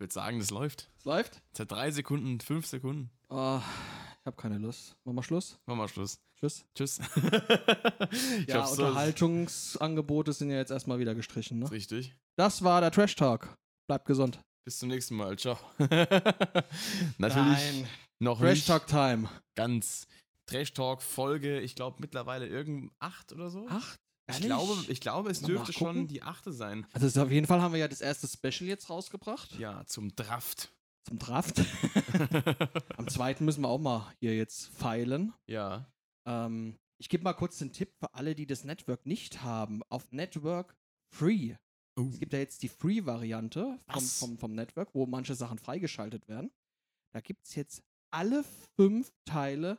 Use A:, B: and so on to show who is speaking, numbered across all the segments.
A: würde sagen, das läuft.
B: Es läuft?
A: Seit drei Sekunden, fünf Sekunden.
B: Ah, ich habe keine Lust. Machen wir Schluss?
A: Machen wir Schluss.
B: Tschüss.
A: Tschüss. ich
B: Ja,
A: hab's so-
B: Unterhaltungsangebote sind ja jetzt erstmal wieder gestrichen. Ne?
A: Richtig.
B: Das war der Trash Talk. Bleibt gesund.
A: Bis zum nächsten Mal. Ciao. Natürlich
B: Nein.
A: noch
B: Trash
A: nicht
B: Talk Time.
A: ganz Trash Talk Folge. Ich glaube mittlerweile irgend acht oder so.
B: Acht?
A: ich glaube, ich glaube, es
B: Mal
A: dürfte
B: nachgucken.
A: schon die achte sein.
B: Also es- auf jeden Fall haben wir ja das erste Special jetzt rausgebracht.
A: Ja, zum Draft.
B: Zum Draft. Am zweiten müssen wir auch mal hier jetzt feilen.
A: ja.
B: Ähm, ich gebe mal kurz den Tipp für alle, die das Network nicht haben. Auf Network Free.
A: Oh.
B: Es gibt ja jetzt die Free-Variante vom,
A: Was?
B: vom, vom Network, wo manche Sachen freigeschaltet werden. Da gibt es jetzt alle fünf Teile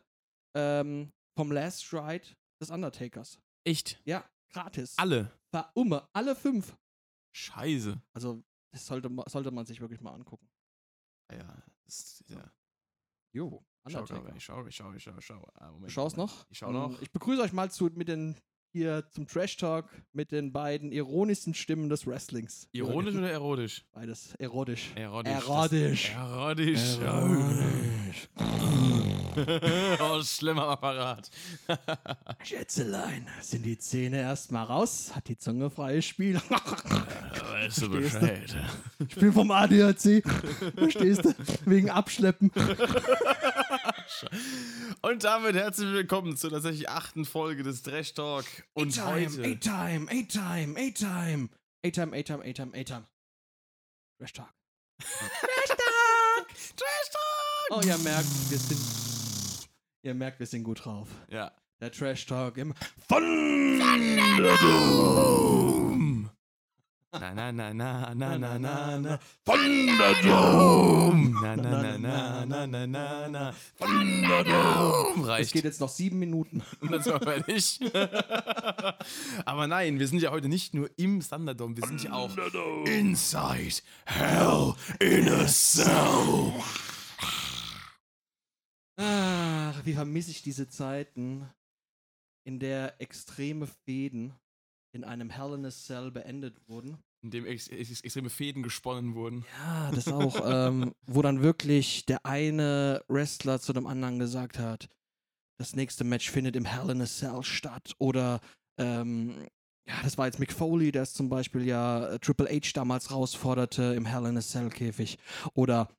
B: ähm, vom Last Ride des Undertakers.
A: Echt?
B: Ja, gratis.
A: Alle.
B: Für Umme, alle fünf.
A: Scheiße.
B: Also, das sollte, ma- sollte man sich wirklich mal angucken.
A: Ja. Das, ist- ja.
B: Jo,
A: Schau, schau,
B: Undertaker.
A: ich schau, ich schau, ich schau, ich schau. Ah,
B: Du
A: Moment,
B: schaust
A: Moment.
B: noch?
A: Ich schau noch.
B: Ähm, Ich begrüße euch mal zu, mit den, hier zum Trash Talk mit den beiden ironischsten Stimmen des Wrestlings.
A: Ironisch oder erotisch?
B: Beides erotisch.
A: Erotisch.
B: Erotisch.
A: Das- Erotisch.
B: Erotisch.
A: oh, schlimmer Apparat.
B: Schätzelein, sind die Zähne erstmal raus, hat die Zunge freies Spiel.
A: weißt du
B: Verstehst du?
A: Bescheid.
B: Ich bin vom ADAC, verstehst du? Wegen Abschleppen.
A: Und damit herzlich willkommen zur tatsächlich achten Folge des Trash Talk. Und heute.
B: A-Time, A-Time, A-Time. A-Time, A-Time, A-Time, A-Time. Trash Talk.
A: Trash Talk!
B: Oh, ihr merkt, wir sind. Ihr merkt, wir sind gut drauf.
A: Ja.
B: Der Trash Talk im.
A: Thunderdome! Na na na na na na na na Thunderdome! Na na na na na na na na Thunderdome!
B: Es
A: Reicht.
B: geht jetzt noch sieben Minuten.
A: Und dann sind wir fertig. Aber nein, wir sind ja heute nicht nur im Thunderdome, wir sind ja auch inside hell in a cell.
B: Ach, wie vermisse ich diese Zeiten, in der extreme Fäden in einem Hell in a Cell beendet wurden.
A: In dem ex ex extreme Fäden gesponnen wurden.
B: Ja, das auch. ähm, wo dann wirklich der eine Wrestler zu dem anderen gesagt hat, das nächste Match findet im Hell in a Cell statt. Oder, ähm, ja, das war jetzt Mick Foley, der es zum Beispiel ja äh, Triple H damals herausforderte im Hell in a Cell Käfig. Oder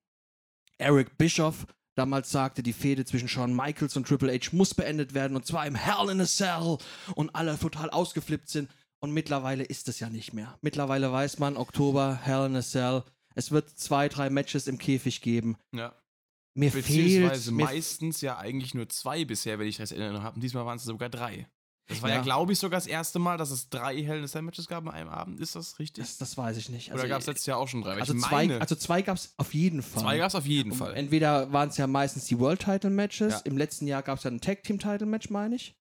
B: Eric Bischoff damals sagte, die Fehde zwischen Shawn Michaels und Triple H muss beendet werden und zwar im Hell in a Cell und alle total ausgeflippt sind. Und mittlerweile ist es ja nicht mehr. Mittlerweile weiß man, Oktober, Hell in a Cell. Es wird zwei, drei Matches im Käfig geben.
A: Ja.
B: Mir fehlt.
A: Beziehungsweise
B: Mir,
A: meistens ja eigentlich nur zwei bisher, wenn ich das erinnere habe. Und diesmal waren es sogar drei. Das war ja,
B: Ja.
A: glaube ich, sogar das erste Mal, dass es drei Hell in a Cell Matches gab an einem Abend. Ist das richtig?
B: das, das weiß ich nicht.
A: Oder gab es letztes Jahr auch schon drei? Weil
B: also
A: ich
B: zwei,
A: meine,
B: also um zwei gab es auf jeden Fall.
A: zwei gab es auf jeden Fall.
B: Entweder waren es ja meistens die World Title Matches.
A: Ja.
B: Im letzten Jahr gab es ja ein Tag Team Title Match, meine ich.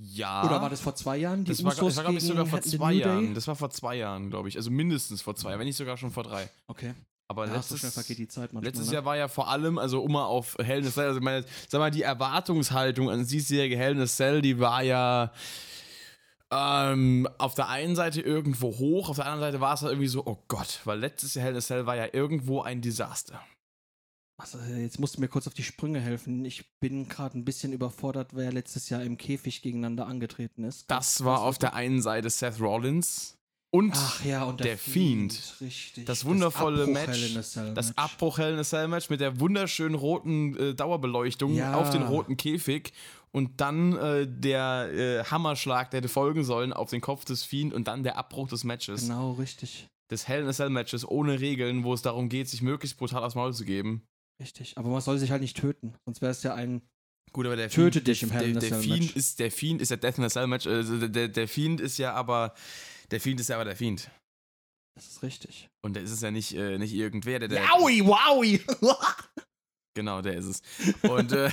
A: Ja.
B: Oder war das vor zwei Jahren? Die
A: Ah. das war, das
B: Usos
A: war glaube ich,
B: gegen
A: sogar vor
B: The
A: zwei
B: New Day?
A: Jahren. Das war vor zwei Jahren, glaube ich. Also mindestens vor zwei, wenn nicht sogar schon vor drei.
B: Okay.
A: Aber
B: Ach, so
A: letztes,
B: schnell vergeht die Zeit manchmal.
A: letztes
B: ne?
A: Jahr war ja vor allem, also um mal auf Hell in a Cell, also ich meine, sag mal, die Erwartungshaltung an das diesjährige Hell in a Cell, die war ja ähm, auf der einen Seite irgendwo hoch, auf der anderen Seite war es halt irgendwie so, oh Gott, weil letztes Jahr Hell in a Cell war ja irgendwo ein Desaster.
B: Also, jetzt musst du mir kurz auf die Sprünge helfen. Ich bin gerade ein bisschen überfordert, wer letztes Jahr im Käfig gegeneinander angetreten ist.
A: Das war auf der einen Seite Seth Rollins und
B: Ach ja, und der,
A: der Fiend.
B: Richtig.
A: Das wundervolle
B: Abbruch
A: Match,
B: Hell in a Cell
A: Das
B: Match.
A: Abbruch Hell in a Cell Match mit der wunderschönen roten äh, Dauerbeleuchtung
B: Ja.
A: auf den roten Käfig und dann äh, der äh, Hammerschlag, der hätte folgen sollen auf den Kopf des Fiend und dann der Abbruch des Matches.
B: Genau, richtig.
A: Des Hell in a Cell Matches ohne Regeln, wo es darum geht, sich möglichst brutal aufs Maul zu geben.
B: Richtig. Aber man soll sich halt nicht töten. Sonst wäre es ja ein.
A: Gut, aber der
B: Töte
A: Fiend,
B: dich im Hell in a
A: der, der
B: Cell
A: Fiend
B: Match.
A: ist der Fiend ist der Death in a Cell Match. Äh, der, der, der Fiend ist ja aber der Fiend ist ja aber der Fiend
B: Das ist richtig.
A: und der ist es ja nicht äh, nicht irgendwer, der der
B: Wowie!
A: genau, der ist es. Und, äh,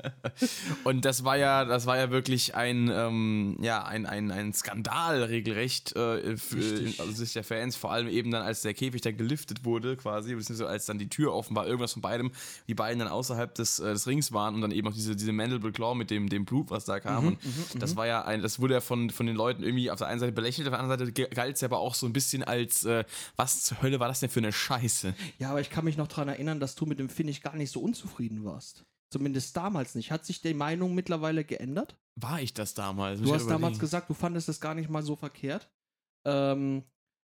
A: und das war ja, das war ja wirklich ein, ähm, ja, ein, ein, ein Skandal regelrecht äh, für,
B: Richtig.
A: aus Sicht der Fans, vor allem eben dann, als der Käfig dann geliftet wurde, quasi, beziehungsweise als dann die Tür offen war, irgendwas von beidem, die beiden dann außerhalb des, äh, des Rings waren und dann eben auch diese, diese Mandible Claw mit dem, dem Blut, was da
B: Mhm,
A: kam. und das war ja ein, das wurde ja von, von den Leuten irgendwie auf der einen Seite belächelt, auf der anderen Seite ge- galt es ja aber auch so ein bisschen als, äh, was zur Hölle war das denn für eine Scheiße?
B: Ja, aber ich kann mich noch daran erinnern, dass du mit dem Finish gar nicht so unzufrieden warst. Zumindest damals nicht. Hat sich die Meinung mittlerweile geändert?
A: War ich das damals? Muss
B: Du
A: ich
B: hast damals
A: überlegen.
B: gesagt, du fandest es gar nicht mal so verkehrt, ähm,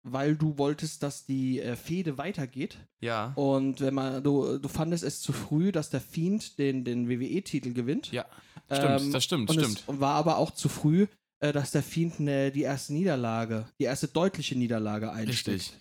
B: weil du wolltest, dass die äh, Fehde weitergeht.
A: Ja.
B: Und wenn man, du, du fandest es zu früh, dass der Fiend den, den WWE-Titel gewinnt.
A: Ja. Stimmt,
B: Ähm,
A: das stimmt,
B: und
A: stimmt.
B: Es war aber auch zu früh, äh, dass der Fiend ne, die erste Niederlage, die erste deutliche Niederlage einsteckt.
A: Richtig.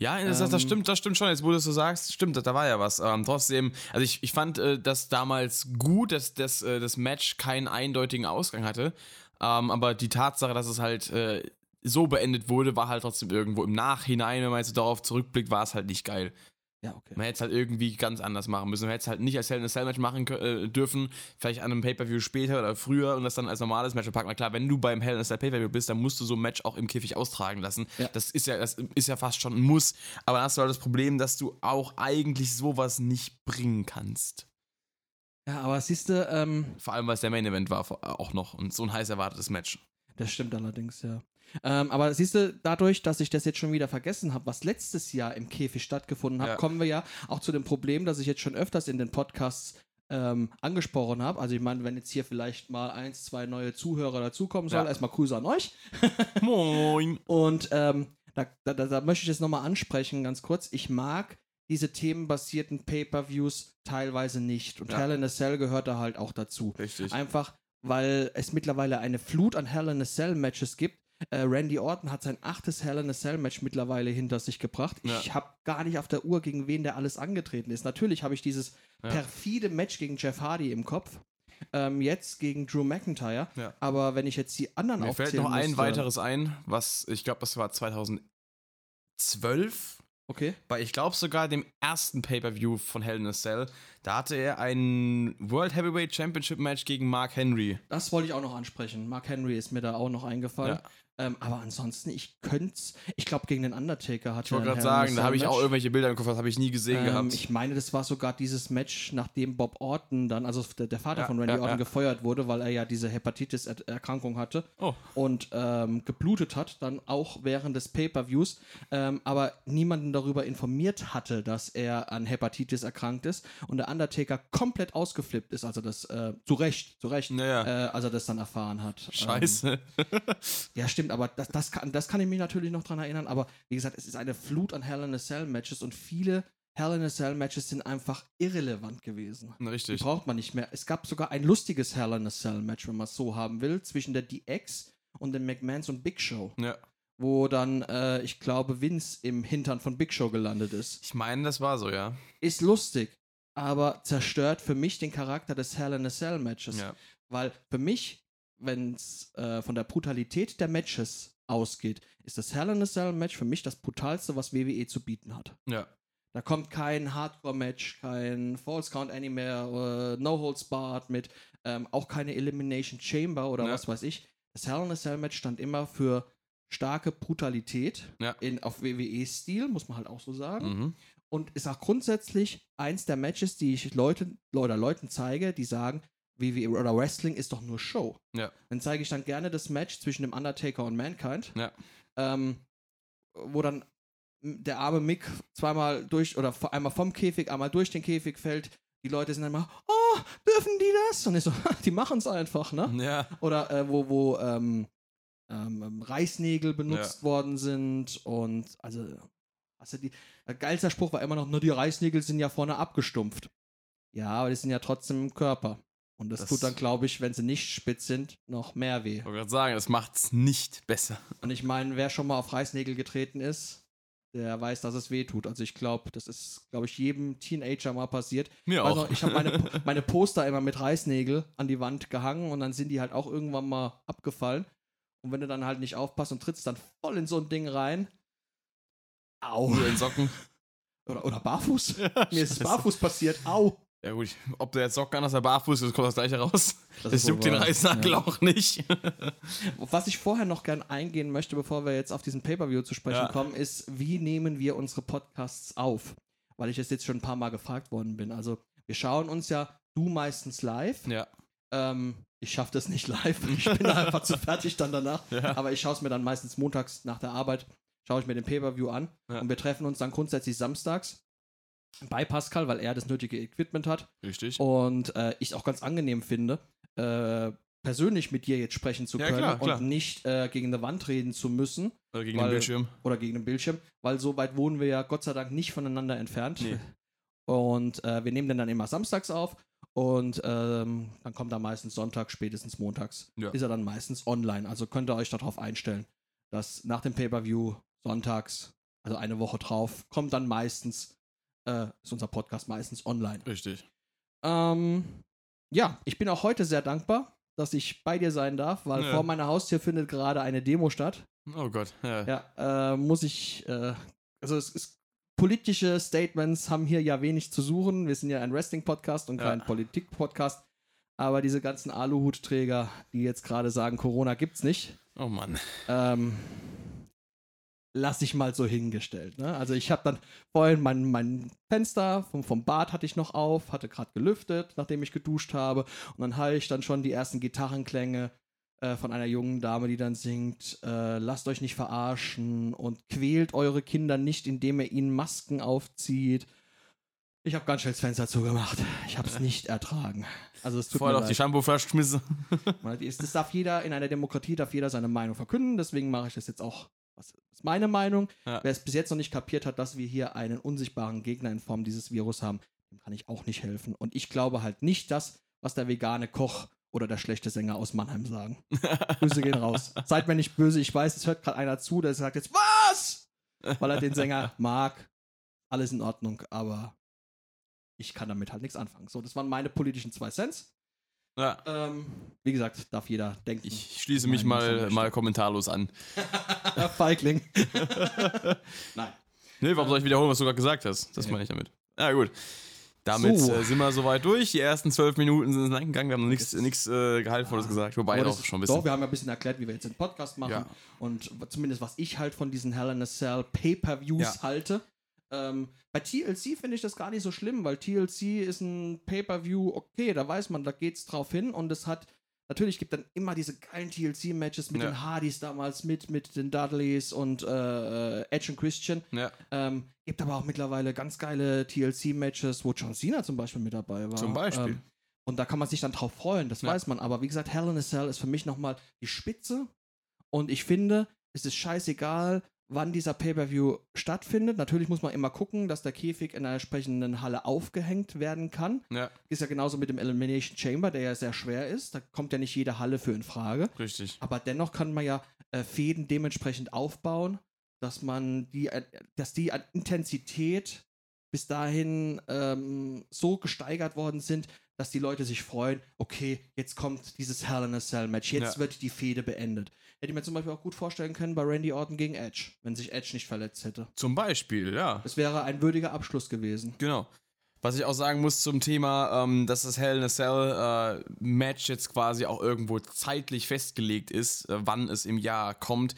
A: Ja, das, das, das
B: Ähm,
A: stimmt, das stimmt schon. Jetzt, wo du es so sagst, stimmt, da, da war ja was. Ähm, trotzdem, also ich, ich fand äh, das damals gut, dass, dass äh, das Match keinen eindeutigen Ausgang hatte. Ähm, aber die Tatsache, dass es halt äh, so beendet wurde, war halt trotzdem irgendwo im Nachhinein, wenn man jetzt so darauf zurückblickt, war es halt nicht geil.
B: Ja, okay.
A: Man hätte es halt irgendwie ganz anders machen müssen. Man hätte es halt nicht als Hell in a Cell Match machen kö- äh, dürfen, vielleicht an einem Pay-Per-View später oder früher und das dann als normales Match verpacken. Na klar, wenn du beim Hell in a Cell Pay-Per-View bist, dann musst du so ein Match auch im Käfig austragen lassen.
B: Ja.
A: Das, ist ja, das ist ja fast schon ein Muss. Aber dann hast du halt das Problem, dass du auch eigentlich sowas nicht bringen kannst.
B: Ja, aber siehst du, ähm,
A: Vor allem, weil es der Main Event war vor- äh, auch noch und so ein heiß erwartetes Match.
B: Das stimmt allerdings, ja. Ähm, aber siehst du, dadurch, dass ich das jetzt schon wieder vergessen habe, was letztes Jahr im Käfig stattgefunden hat,
A: Ja.
B: kommen wir ja auch zu dem Problem, das ich jetzt schon öfters in den Podcasts ähm, angesprochen habe. Also ich meine, wenn jetzt hier vielleicht mal eins, zwei neue Zuhörer dazukommen sollen,
A: Ja.
B: erstmal Grüße an euch.
A: Moin!
B: Und ähm, da, da, da, da möchte ich jetzt nochmal ansprechen, ganz kurz. Ich mag diese themenbasierten Pay-Per-Views teilweise nicht. Und
A: Ja.
B: Hell in a Cell gehört da halt auch dazu.
A: Richtig.
B: Einfach, weil es mittlerweile eine Flut an Hell in a Cell Matches gibt. Äh, Randy Orton hat sein achtes Hell in a Cell Match mittlerweile hinter sich gebracht. Ich
A: Ja.
B: habe gar nicht auf der Uhr, gegen wen der alles angetreten ist. Natürlich habe ich dieses
A: Ja.
B: perfide Match gegen Jeff Hardy im Kopf. Ähm, jetzt gegen Drew McIntyre.
A: Ja.
B: Aber wenn ich jetzt die anderen
A: Mir
B: aufzählen
A: fällt noch ein
B: müsste-
A: weiteres ein, was ich glaube, das war 2012.
B: Okay.
A: bei, ich glaube sogar dem ersten Pay-Per-View von Hell in a Cell, da hatte er ein World Heavyweight Championship Match gegen Mark Henry.
B: Das wollte ich auch noch ansprechen. Mark Henry ist mir da auch noch eingefallen.
A: Ja.
B: Ähm, aber ansonsten, ich könnte ich glaube, gegen den Undertaker hat
A: Ich wollte gerade sagen, da habe ich auch irgendwelche Bilder im Kopf, das habe ich nie gesehen
B: Ähm,
A: gehabt.
B: ich meine, das war sogar dieses Match, nachdem Bob Orton dann, also der, der Vater
A: Ja,
B: von Randy
A: ja,
B: Orton,
A: ja.
B: gefeuert wurde, weil er ja diese Hepatitis-Erkrankung hatte
A: oh,
B: und ähm, geblutet hat, dann auch während des Pay-Per-Views, ähm, aber niemanden darüber informiert hatte, dass er an Hepatitis erkrankt ist und der Undertaker komplett ausgeflippt ist, also das äh, zu Recht, zu Recht,
A: naja,
B: äh, als er das dann erfahren hat. Ähm,
A: scheiße.
B: ja, stimmt, aber das, das, kann, das kann ich mich natürlich noch dran erinnern. Aber wie gesagt, es ist eine Flut an Hell in a Cell Matches und viele Hell in a Cell Matches sind einfach irrelevant gewesen. Die
A: Richtig.
B: braucht man nicht mehr. Es gab sogar ein lustiges Hell in a Cell Match, wenn man es so haben will, zwischen der DX und den McMahons und Big Show,
A: Ja.
B: wo dann, äh, ich glaube, Vince im Hintern von Big Show gelandet ist.
A: Ich meine, das war so, ja.
B: Ist lustig, aber zerstört für mich den Charakter des Hell in a Cell Matches.
A: ja.
B: Weil für mich, wenn es äh, von der Brutalität der Matches ausgeht, ist das Hell in a Cell Match für mich das brutalste, was WWE zu bieten hat.
A: Ja.
B: Da kommt kein Hardcore-Match, kein False Count Anywhere, äh, No Holds Barred mit, ähm, auch keine Elimination Chamber oder
A: Ja.
B: was weiß ich. Das Hell in a Cell Match stand immer für starke Brutalität
A: Ja.
B: in, auf WWE-Stil, muss man halt auch so sagen
A: Mhm.
B: und ist auch grundsätzlich eins der Matches, die ich Leute, oder Leuten zeige, die sagen, WWE oder Wrestling ist doch nur Show.
A: Ja.
B: Dann zeige ich dann gerne das Match zwischen dem Undertaker und Mankind,
A: Ja.
B: ähm, wo dann der arme Mick zweimal durch oder v- einmal vom Käfig, einmal durch den Käfig fällt. Die Leute sind dann immer, oh, dürfen die das? Und ich so, die machen es einfach, ne?
A: Ja.
B: Oder äh, wo, wo ähm, ähm, Reißnägel benutzt worden sind und also, also die, der geilste Spruch war immer noch, nur die Reißnägel sind ja vorne abgestumpft. Ja, aber die sind ja trotzdem im Körper. Und das,
A: Das-
B: tut dann, glaube ich, wenn sie nicht spitz sind, noch mehr weh.
A: Ich wollte gerade sagen, das macht's nicht besser.
B: Und ich meine, wer schon mal auf Reißnägel getreten ist, der weiß, dass es weh tut. Also ich glaube, das ist, glaube ich, jedem Teenager mal passiert.
A: Mir
B: Weiß
A: auch.
B: noch, Also, ich habe meine, meine Poster immer mit Reißnägel an die Wand gehangen und dann sind die halt auch irgendwann mal abgefallen. Und wenn du dann halt nicht aufpasst und trittst dann voll in so ein Ding rein. Au.
A: Nur in Socken.
B: Oder, oder barfuß. Mir ist
A: Scheiße.
B: barfuß passiert. Au.
A: Ja gut, ob der jetzt Socken an, dass er barfuß ist, das kommt das gleiche raus.
B: Das
A: Das,
B: ist wohl
A: juckt den
B: wahr,
A: Reißnagel
B: ja.
A: auch nicht.
B: Auf Was ich vorher noch gern eingehen möchte, bevor wir jetzt auf diesen Pay-Per-View zu sprechen
A: Ja.
B: kommen, ist, wie nehmen wir unsere Podcasts auf? Weil ich das jetzt schon ein paar Mal gefragt worden bin. Also, wir schauen uns ja du meistens live.
A: ja.
B: Ähm, ich schaffe das nicht live. Ich bin da einfach zu fertig dann danach.
A: Ja.
B: Aber ich schaue es mir dann meistens montags nach der Arbeit, schaue ich mir den Pay-Per-View an.
A: Ja.
B: Und wir treffen uns dann grundsätzlich samstags bei Pascal, weil er das nötige Equipment hat
A: Richtig.
B: und äh, ich auch ganz angenehm finde, äh, persönlich mit dir jetzt sprechen zu
A: Ja,
B: können
A: klar, klar.
B: und nicht äh, gegen eine Wand reden zu müssen
A: Oder Äh, gegen
B: weil-
A: den Bildschirm.
B: oder gegen den Bildschirm, weil so weit wohnen wir ja Gott sei Dank nicht voneinander entfernt.
A: Nee.
B: Und äh, wir nehmen den dann immer samstags auf und ähm, dann kommt er meistens Sonntag, spätestens montags.
A: Ja.
B: Ist er dann meistens online. Also könnt ihr euch darauf einstellen, dass nach dem Pay-Per-View sonntags, also eine Woche drauf, kommt dann meistens, äh, ist unser Podcast meistens online.
A: Richtig.
B: Ähm, ja, ich bin auch heute sehr dankbar, dass ich bei dir sein darf, weil
A: Ja.
B: vor meiner Haustür findet gerade eine Demo statt.
A: Oh Gott. Ja.
B: Ja, äh, muss ich, äh, also es ist, politische Statements haben hier ja wenig zu suchen. Wir sind ja ein Wrestling-Podcast und
A: Ja.
B: kein Politik-Podcast. Aber diese ganzen Aluhutträger, die jetzt gerade sagen, Corona gibt's nicht,
A: Oh Mann.
B: ähm, lass ich mal so hingestellt. Ne? Also ich habe dann vorhin mein, mein Fenster vom, vom Bad hatte ich noch auf, hatte gerade gelüftet, nachdem ich geduscht habe. Und dann habe ich dann schon die ersten Gitarrenklänge äh, von einer jungen Dame, die dann singt, äh, lasst euch nicht verarschen und quält eure Kinder nicht, indem ihr ihnen Masken aufzieht. Ich habe ganz schnell das Fenster zugemacht. Ich habe es nicht ertragen. Also es tut
A: Vorher noch
B: mir leid.
A: die Shampoo-Flasche schmissen.
B: Weil die ist- Das darf jeder, in einer Demokratie darf jeder seine Meinung verkünden, deswegen mache ich das jetzt auch. Was ist meine Meinung?
A: Ja.
B: Wer es bis jetzt noch nicht kapiert hat, dass wir hier einen unsichtbaren Gegner in Form dieses Virus haben, dem kann ich auch nicht helfen. Und ich glaube halt nicht das, was der vegane Koch oder der schlechte Sänger aus Mannheim sagen. Grüße gehen raus. Seid mir nicht böse, ich weiß, es hört gerade einer zu, der sagt jetzt, was? Weil er den Sänger mag. Alles in Ordnung, aber ich kann damit halt nichts anfangen. So, das waren meine politischen zwei Cents.
A: Ja.
B: Ähm, wie gesagt, darf jeder denken.
A: Ich schließe mich
B: Nein, das
A: mal,
B: Hm. möchte.
A: mal kommentarlos an.
B: Äh, Feigling. Nein.
A: Nee, Ne, warum soll ich wiederholen, was du gerade gesagt hast? Das
B: Ja.
A: meine ich damit. Ja, gut. Damit
B: So.
A: äh, sind wir soweit durch. Die ersten zwölf Minuten sind ins Land gegangen. Wir haben nichts
B: Das-
A: nichts, äh, Gehaltvolles
B: Ah.
A: gesagt. Wobei
B: Aber das
A: auch
B: ist-
A: schon ein
B: Doch,
A: bisschen.
B: wir haben ja ein bisschen erklärt, wie wir jetzt den Podcast machen.
A: Ja.
B: Und w- zumindest, was ich halt von diesen Hell in a Cell Pay-Per-Views
A: Ja.
B: halte. Ähm, bei TLC finde ich das gar nicht so schlimm, weil TLC ist ein Pay-Per-View, okay, da weiß man, da geht's drauf hin und es hat. Natürlich gibt dann immer diese geilen TLC-Matches mit
A: Ja.
B: den Hardys damals, mit, mit den Dudleys und äh, äh, Edge und Christian.
A: Ja,
B: Ähm, gibt aber auch mittlerweile ganz geile TLC-Matches, wo John Cena zum Beispiel mit dabei war.
A: Zum Beispiel.
B: Ähm, und da kann man sich dann drauf freuen, das
A: Ja.
B: weiß man. Aber wie gesagt, Hell in a Cell ist für mich nochmal die Spitze. Und ich finde, es ist scheißegal, wann dieser Pay-Per-View stattfindet. Natürlich muss man immer gucken, dass der Käfig in einer entsprechenden Halle aufgehängt werden kann.
A: ja,
B: Ist ja genauso mit dem Elimination Chamber, der ja sehr schwer ist. Da kommt ja nicht jede Halle für in Frage.
A: richtig.
B: Aber dennoch kann man ja äh, Fäden dementsprechend aufbauen, dass man die, äh, dass die an Intensität bis dahin ähm, so gesteigert worden sind, dass die Leute sich freuen, okay, jetzt kommt dieses Hell in a Cell Match, jetzt
A: Ja.
B: wird die Fehde beendet. Hätte ich mir zum Beispiel auch gut vorstellen können bei Randy Orton gegen Edge, wenn sich Edge nicht verletzt hätte.
A: Zum Beispiel, ja.
B: Das wäre ein würdiger Abschluss gewesen.
A: Genau. Was ich auch sagen muss zum Thema, ähm, dass das Hell in a Cell äh, Match jetzt quasi auch irgendwo zeitlich festgelegt ist, äh, wann es im Jahr kommt,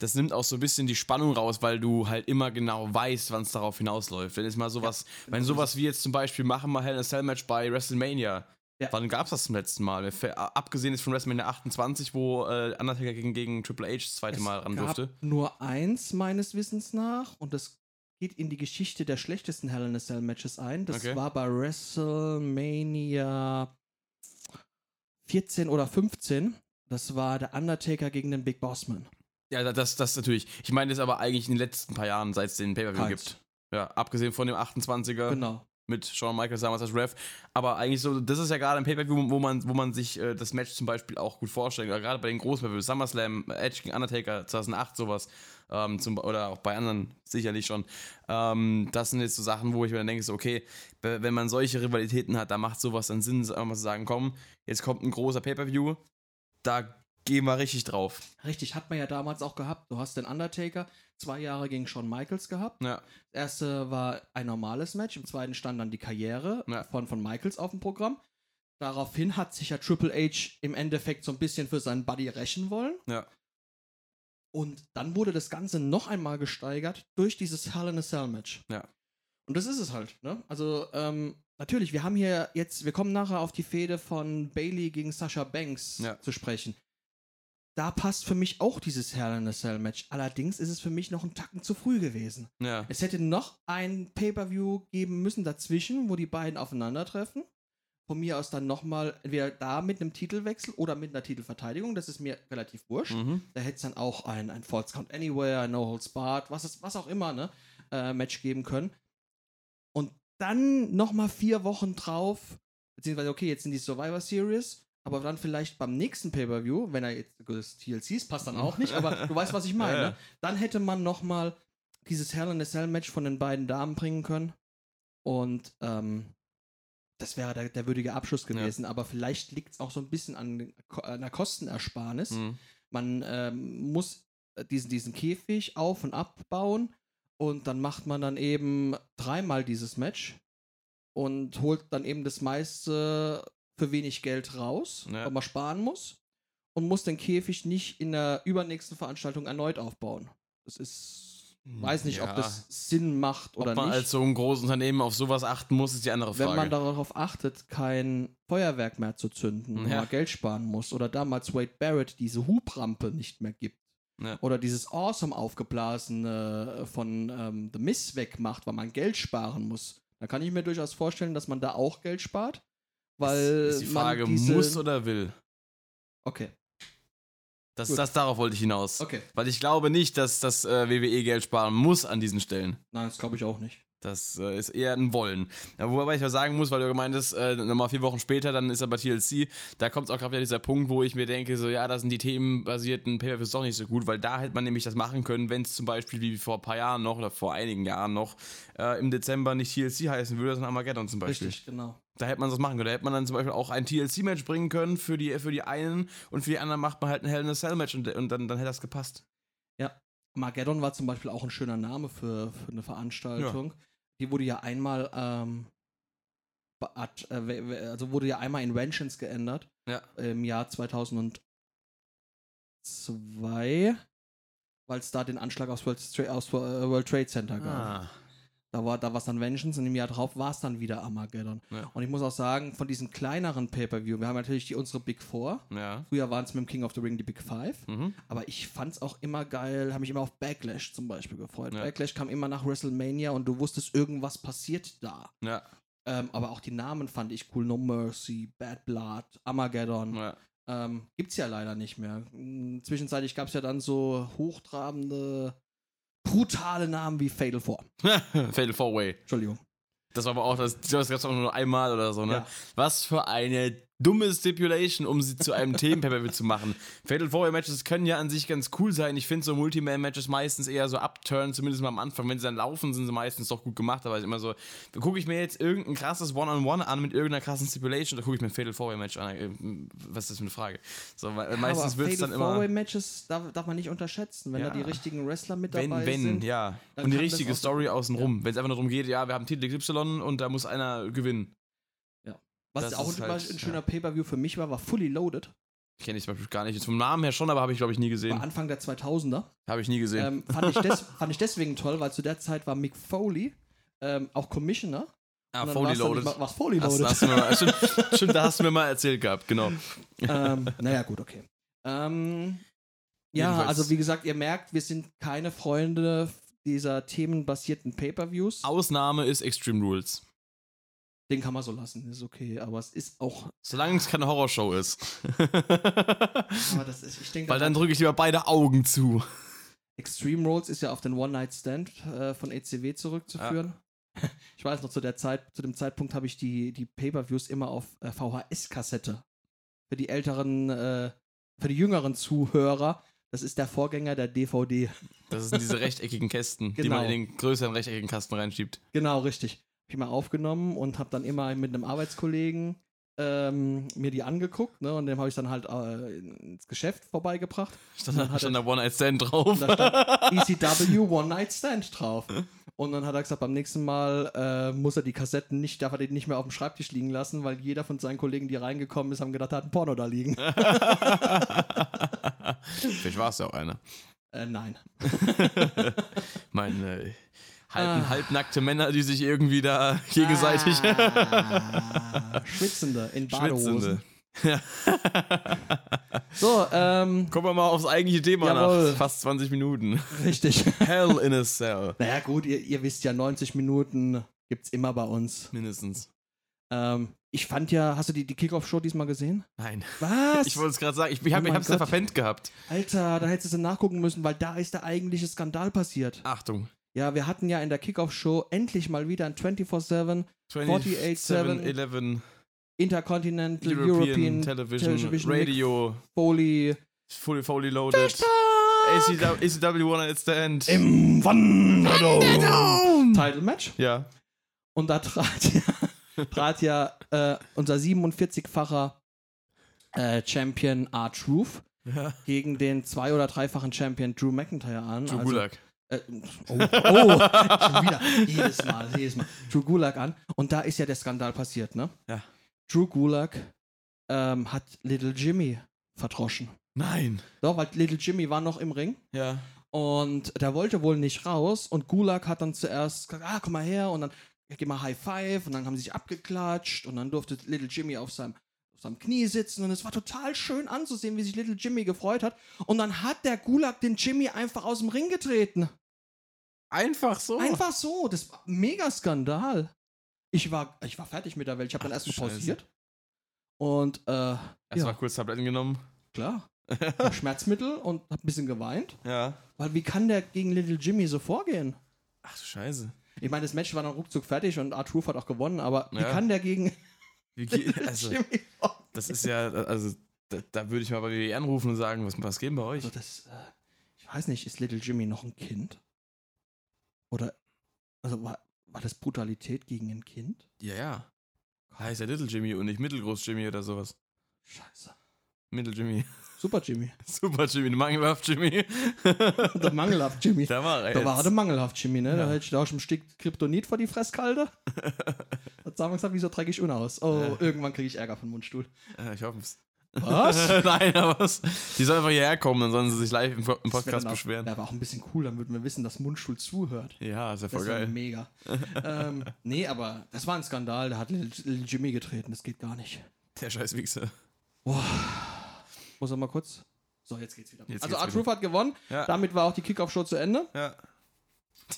A: das nimmt auch so ein bisschen die Spannung raus, weil du halt immer genau weißt, wann es darauf hinausläuft. Wenn jetzt mal sowas, wenn sowas wie jetzt zum Beispiel machen mal Hell in a Cell Match bei WrestleMania.
B: Ja.
A: Wann gab es das zum letzten Mal? Mir fä- Abgesehen jetzt von WrestleMania 28, wo äh, Undertaker gegen, gegen Triple H das zweite Mal ran durfte.
B: nur eins meines Wissens nach und das geht in die Geschichte der schlechtesten Hell in a Cell Matches ein. Das
A: Okay.
B: war bei WrestleMania 14 oder 15. Das war der Undertaker gegen den Big Bossman.
A: Ja, da- das, das natürlich. Ich meine das aber eigentlich in den letzten paar Jahren, seit es den Pay-Per-View
B: Keins.
A: gibt. Ja, abgesehen von dem 28er
B: Genau.
A: mit Shawn Michaels damals als Ref. Aber eigentlich so, das ist ja gerade ein Pay-Per-View, wo man, wo man sich äh, das Match zum Beispiel auch gut vorstellen kann. Gerade bei den großen Pay-Per-Views, SummerSlam, Edge gegen Undertaker 2008, sowas. Ähm, zum, oder auch bei anderen sicherlich schon. Ähm, das sind jetzt so Sachen, wo ich mir dann denke, so, okay, be- wenn man solche Rivalitäten hat, da macht sowas dann Sinn, einfach mal zu sagen, komm, jetzt kommt ein großer Pay-Per-View, da geh mal richtig drauf.
B: Richtig, hat man ja damals auch gehabt. Du hast den Undertaker zwei Jahre gegen Shawn Michaels gehabt.
A: Ja.
B: Das erste war ein normales Match, im zweiten stand dann die Karriere
A: Ja.
B: von, von Michaels auf dem Programm. Daraufhin hat sich ja Triple H im Endeffekt so ein bisschen für seinen Buddy rächen wollen.
A: Ja.
B: Und dann wurde das Ganze noch einmal gesteigert durch dieses Hell in a Cell Match.
A: Ja.
B: Und das ist es halt, ne? Also, ähm, natürlich, wir haben hier jetzt, wir kommen nachher auf die Fehde von Bailey gegen Sasha Banks
A: Ja.
B: zu sprechen. Da passt für mich auch dieses Hell in a Cell Match. Allerdings ist es für mich noch einen Tacken zu früh gewesen.
A: Ja.
B: Es hätte noch ein Pay-Per-View geben müssen dazwischen, wo die beiden aufeinandertreffen. Von mir aus dann nochmal, entweder da mit einem Titelwechsel oder mit einer Titelverteidigung. Das ist mir relativ wurscht.
A: Mhm.
B: Da hätte es dann auch ein, ein False Count Anywhere, ein No Holds Barred, was, es- was auch immer, ne, äh, Match geben können. Und dann nochmal vier Wochen drauf, beziehungsweise, okay, jetzt sind die Survivor Series, aber dann vielleicht beim nächsten Pay-Per-View, wenn er jetzt das TLCs passt dann auch nicht, aber du weißt, was ich meine.
A: Ja, ja.
B: Ne? Dann hätte man nochmal dieses Hell in a Cell Match von den beiden Damen bringen können. Und ähm, das wäre der, der würdige Abschluss gewesen. Aber vielleicht liegt es auch so ein bisschen an, einer Kostenersparnis.
A: Mhm.
B: Man ähm, muss diesen, diesen Käfig auf- und abbauen und dann macht man dann eben dreimal dieses Match und holt dann eben das meiste für wenig Geld raus,
A: Ja.
B: weil man sparen muss und muss den Käfig nicht in der übernächsten Veranstaltung erneut aufbauen. Das ist, weiß nicht,
A: Hm, Ja.
B: ob das Sinn macht oder
A: Ob man
B: nicht.
A: als so ein großes Unternehmen auf sowas achten muss, ist die andere Frage.
B: Wenn man darauf achtet, kein Feuerwerk mehr zu zünden, wenn
A: Ja.
B: man Geld sparen muss, oder damals Wade Barrett diese Hubrampe nicht mehr gibt,
A: Ja.
B: oder dieses Awesome aufgeblasene von ähm, The Miss wegmacht, weil man Geld sparen muss, da kann ich mir durchaus vorstellen, dass man da auch Geld spart, weil
A: ist die Frage,
B: man diese
A: muss oder will?
B: okay,
A: Das,
B: Gut.
A: das darauf wollte ich hinaus.
B: okay,
A: Weil ich glaube nicht, dass das äh, WWE Geld sparen muss an diesen Stellen.
B: nein, das glaube ich auch nicht.
A: Das äh, ist eher ein Wollen. Ja, wobei ich mal sagen muss, weil du gemeint hast, äh, nochmal vier Wochen später, dann ist er bei TLC. Da kommt auch gerade wieder dieser Punkt, wo ich mir denke, so, ja, da sind die themenbasierten Pay-Per-Views doch nicht so gut, weil da hätte man nämlich das machen können, wenn es zum Beispiel wie vor ein paar Jahren noch oder vor einigen Jahren noch äh, im Dezember nicht TLC heißen würde, sondern Armageddon zum Beispiel.
B: Richtig, genau.
A: Da hätte man das machen können. Da hätte man dann zum Beispiel auch ein TLC-Match bringen können für die, für die einen und für die anderen macht man halt ein Hell in a Cell-Match und, und dann, dann hätte das gepasst.
B: Armageddon war zum Beispiel auch ein schöner Name für, für eine Veranstaltung. Die wurde ja einmal, ähm, beat- äh, we- we- also wurde ja einmal Inventions geändert
A: Ja.
B: im Jahr 2002, weil es da den Anschlag aufs World, Tra aufs äh, World Trade Center gab.
A: Ah.
B: Da war da was dann Vengeance und im Jahr drauf war es dann wieder Armageddon.
A: Ja.
B: Und ich muss auch sagen, von diesen kleineren Pay-Per-View, wir haben natürlich die unsere Big Four.
A: Ja.
B: Früher waren es mit dem King of the Ring die Big Five.
A: Mhm.
B: Aber ich fand's auch immer geil, habe mich immer auf Backlash zum Beispiel gefreut.
A: Ja.
B: Backlash kam immer nach WrestleMania und du wusstest, irgendwas passiert da.
A: Ja.
B: Ähm, aber auch die Namen fand ich cool. No Mercy, Bad Blood, Armageddon.
A: ja.
B: Ähm, gibt's ja leider nicht mehr. Mm, Zwischenzeitlich gab's ja dann so hochtrabende, brutale Namen wie Fatal Four.
A: Fatal Four Way.
B: Entschuldigung.
A: Das war aber auch, das, das gab es auch nur einmal oder so, ne?
B: Ja.
A: Was für eine dumme Stipulation, um sie zu einem Themenpaper zu machen. Fatal Four Way Matches können ja an sich ganz cool sein. Ich finde so Multiman Matches meistens eher so upturn, zumindest mal am Anfang. Wenn sie dann laufen, sind sie meistens doch gut gemacht, aber ist immer so, gucke ich mir jetzt irgendein krasses One-on-One an mit irgendeiner krassen Stipulation, da gucke ich mir ein Fatal Four Way Match an. Äh, Was ist das für eine Frage? So, weil Äh, meistens wird es dann immer.
B: Matches darf, darf man nicht unterschätzen, wenn
A: Ja.
B: da die richtigen Wrestler mit
A: Wenn,
B: dabei
A: wenn,
B: sind.
A: ja.
B: dann
A: Und die
B: kann das
A: richtige
B: auch-
A: Story außenrum. Wenn es einfach nur darum geht, ja, wir haben Titel XY und da muss einer gewinnen.
B: Was
A: das
B: auch
A: ist
B: ein,
A: halt-
B: ein schöner Pay-Per-View für mich war, war Fully Loaded.
A: Kenne ich zum Beispiel gar nicht. Jetzt vom Namen her schon, aber habe ich, glaube ich, nie
B: War
A: gesehen.
B: Anfang der 2000er.
A: Habe ich nie gesehen.
B: Ähm, fand, ich des, fand ich deswegen toll, weil zu der Zeit war Mick Foley ähm, auch Commissioner.
A: ah,
B: Und dann
A: Foley
B: war's dann-
A: Loaded.
B: war- war's Foley
A: Hast,
B: Loaded.
A: hast du mir mal, stimmt, stimmt, da hast du mir mal erzählt gehabt, genau.
B: ähm, naja, gut, okay. Ähm, ja,
A: Jedenfalls-
B: also wie gesagt, ihr merkt, wir sind keine Freunde dieser themenbasierten Pay-Per-Views.
A: Ausnahme ist Extreme Rules.
B: Den kann man so lassen, ist okay. Aber es ist auch.
A: Solange es keine Horrorshow ist.
B: Aber das ist ich denke,
A: Weil dann drücke ich lieber beide Augen zu.
B: Extreme Rules ist ja auf den One-Night-Stand äh, von ECW zurückzuführen. Ich weiß noch, zu der Zeit, zu dem Zeitpunkt habe ich die, die Pay-Per-Views immer auf äh, VHS-Kassette. Für die älteren, äh, für die jüngeren Zuhörer, das ist der Vorgänger der DVD.
A: Das sind diese rechteckigen Kästen, die
B: Genau.
A: man in den größeren rechteckigen Kasten reinschiebt.
B: Genau, richtig. Habe ich mal aufgenommen und habe dann immer mit einem Arbeitskollegen ähm, mir die angeguckt, ne? Und dem habe ich dann halt äh, ins Geschäft vorbeigebracht.
A: Stand,
B: Dann
A: da-
B: hat
A: stand da One Night Stand drauf.
B: Und da stand ECW One Night Stand drauf. Und dann hat er gesagt, beim nächsten Mal äh, muss er die Kassetten nicht, darf er die nicht mehr auf dem Schreibtisch liegen lassen, weil jeder von seinen Kollegen, die reingekommen ist, haben gedacht, er hat ein Porno da liegen.
A: Vielleicht war es ja auch einer.
B: Äh, nein.
A: Meine äh, halb,
B: Ah.
A: halbnackte Männer, die sich irgendwie da gegenseitig
B: Ah, Schwitzende in
A: schwitzende.
B: Badehosen. So, ähm,
A: Kommen wir mal aufs eigentliche Thema
B: Jawohl.
A: nach fast 20 Minuten.
B: richtig.
A: Hell in a Cell.
B: Naja, gut, ihr, ihr wisst ja, 90 Minuten gibt's immer bei uns.
A: Mindestens.
B: Ähm, ich fand ja, hast du die, die Kickoff-Show diesmal gesehen?
A: Nein.
B: Was?
A: Ich wollte es gerade sagen. Ich, ich
B: Oh
A: habe
B: mein
A: es ja
B: Gott.
A: verpennt gehabt.
B: Alter, da hättest du nachgucken müssen, weil da ist der eigentliche Skandal passiert.
A: Achtung.
B: Ja, wir hatten ja in der Kickoff-Show endlich mal wieder ein 24-7
A: 27, 11,
B: Intercontinental
A: European,
B: European,
A: Television,
B: Television,
A: Radio,
B: Foley
A: Fully, fully Loaded, ACW, ACW One Night Stand.
B: im Wanderdome
A: Boom.
B: Title Match.
A: Oh. Ja.
B: Und da trat ja, trat ja äh, unser 47-facher äh, Champion R-Truth
A: ja.
B: gegen den zwei- oder dreifachen Champion Drew McIntyre an.
A: Drew
B: also,
A: Gulag.
B: Äh, oh, oh, schon wieder. Jedes Mal, jedes Mal. Drew Gulag an. Und da ist ja der Skandal passiert, ne?
A: Ja.
B: Drew Gulag ähm, hat Little Jimmy verdroschen.
A: Nein.
B: Doch, weil Little Jimmy war noch im Ring
A: Ja.
B: und der wollte wohl nicht raus. Und Gulag hat dann zuerst gesagt, ah, komm mal her. Und dann ja, gib mal High Five. Und dann haben sie sich abgeklatscht. Und dann durfte Little Jimmy auf seinem auf seinem Knie sitzen und es war total schön anzusehen, wie sich Little Jimmy gefreut hat. Und dann hat der Gulag den Jimmy einfach aus dem Ring getreten.
A: Einfach so.
B: Einfach so, das war ein mega Skandal. Ich war, ich war fertig mit der Welt. Ich habe dann
A: Ach,
B: erstmal
A: Scheiße.
B: pausiert. Und äh, ja,
A: Erstmal kurz Tabletten genommen.
B: klar. Hab Schmerzmittel und hab ein bisschen geweint.
A: Ja.
B: Weil wie kann der gegen Little Jimmy so vorgehen?
A: Ach du Scheiße.
B: Ich meine, das Match war dann ruckzuck fertig und Artruth hat auch gewonnen, aber wie
A: Ja.
B: kann der gegen
A: Wie geht,
B: Little
A: also,
B: Jimmy vorgehen?
A: das ist ja, also, da, da würde ich mal bei WWE anrufen und sagen, was, was geben bei euch?
B: Also das, äh, ich weiß nicht, ist Little Jimmy noch ein Kind? Oder, also war, war das Brutalität gegen ein Kind?
A: Ja, ja. Heißt Ah, ja Little Jimmy und nicht Mittelgroß Jimmy oder sowas.
B: Scheiße.
A: Mittel Jimmy.
B: Super Jimmy.
A: Super Jimmy, mangelhaft Jimmy.
B: Der mangelhaft Jimmy.
A: da war er
B: Da war
A: Äh, jetzt.
B: er mangelhaft, Jimmy, ne? Da
A: Ja.
B: hätte ich da auch schon ein Stück Kryptonit vor die Fresskalde. Hat Samuel gesagt, wieso trage ich un aus? Oh, irgendwann kriege ich Ärger von Mundstuhl.
A: Äh, ich hoffe es.
B: Was?
A: Nein, aber was? Die sollen einfach hierher kommen, dann sollen sie sich live im, Pro- im
B: Das wär
A: Podcast
B: dann auch-
A: beschweren.
B: Wäre aber auch ein bisschen cool, dann würden wir wissen, dass Mundstuhl zuhört.
A: Ja, ist ja voll
B: Das wäre
A: geil.
B: mega. ähm, nee, aber das war ein Skandal. Da hat Little Little Jimmy getreten. Das geht gar nicht.
A: Der scheiß Wichser.
B: Muss er mal kurz. So, jetzt geht's wieder.
A: Jetzt
B: also,
A: geht's
B: Art Roof hat gewonnen.
A: Ja.
B: Damit war auch die Kickoff-Show zu Ende.
A: Ja.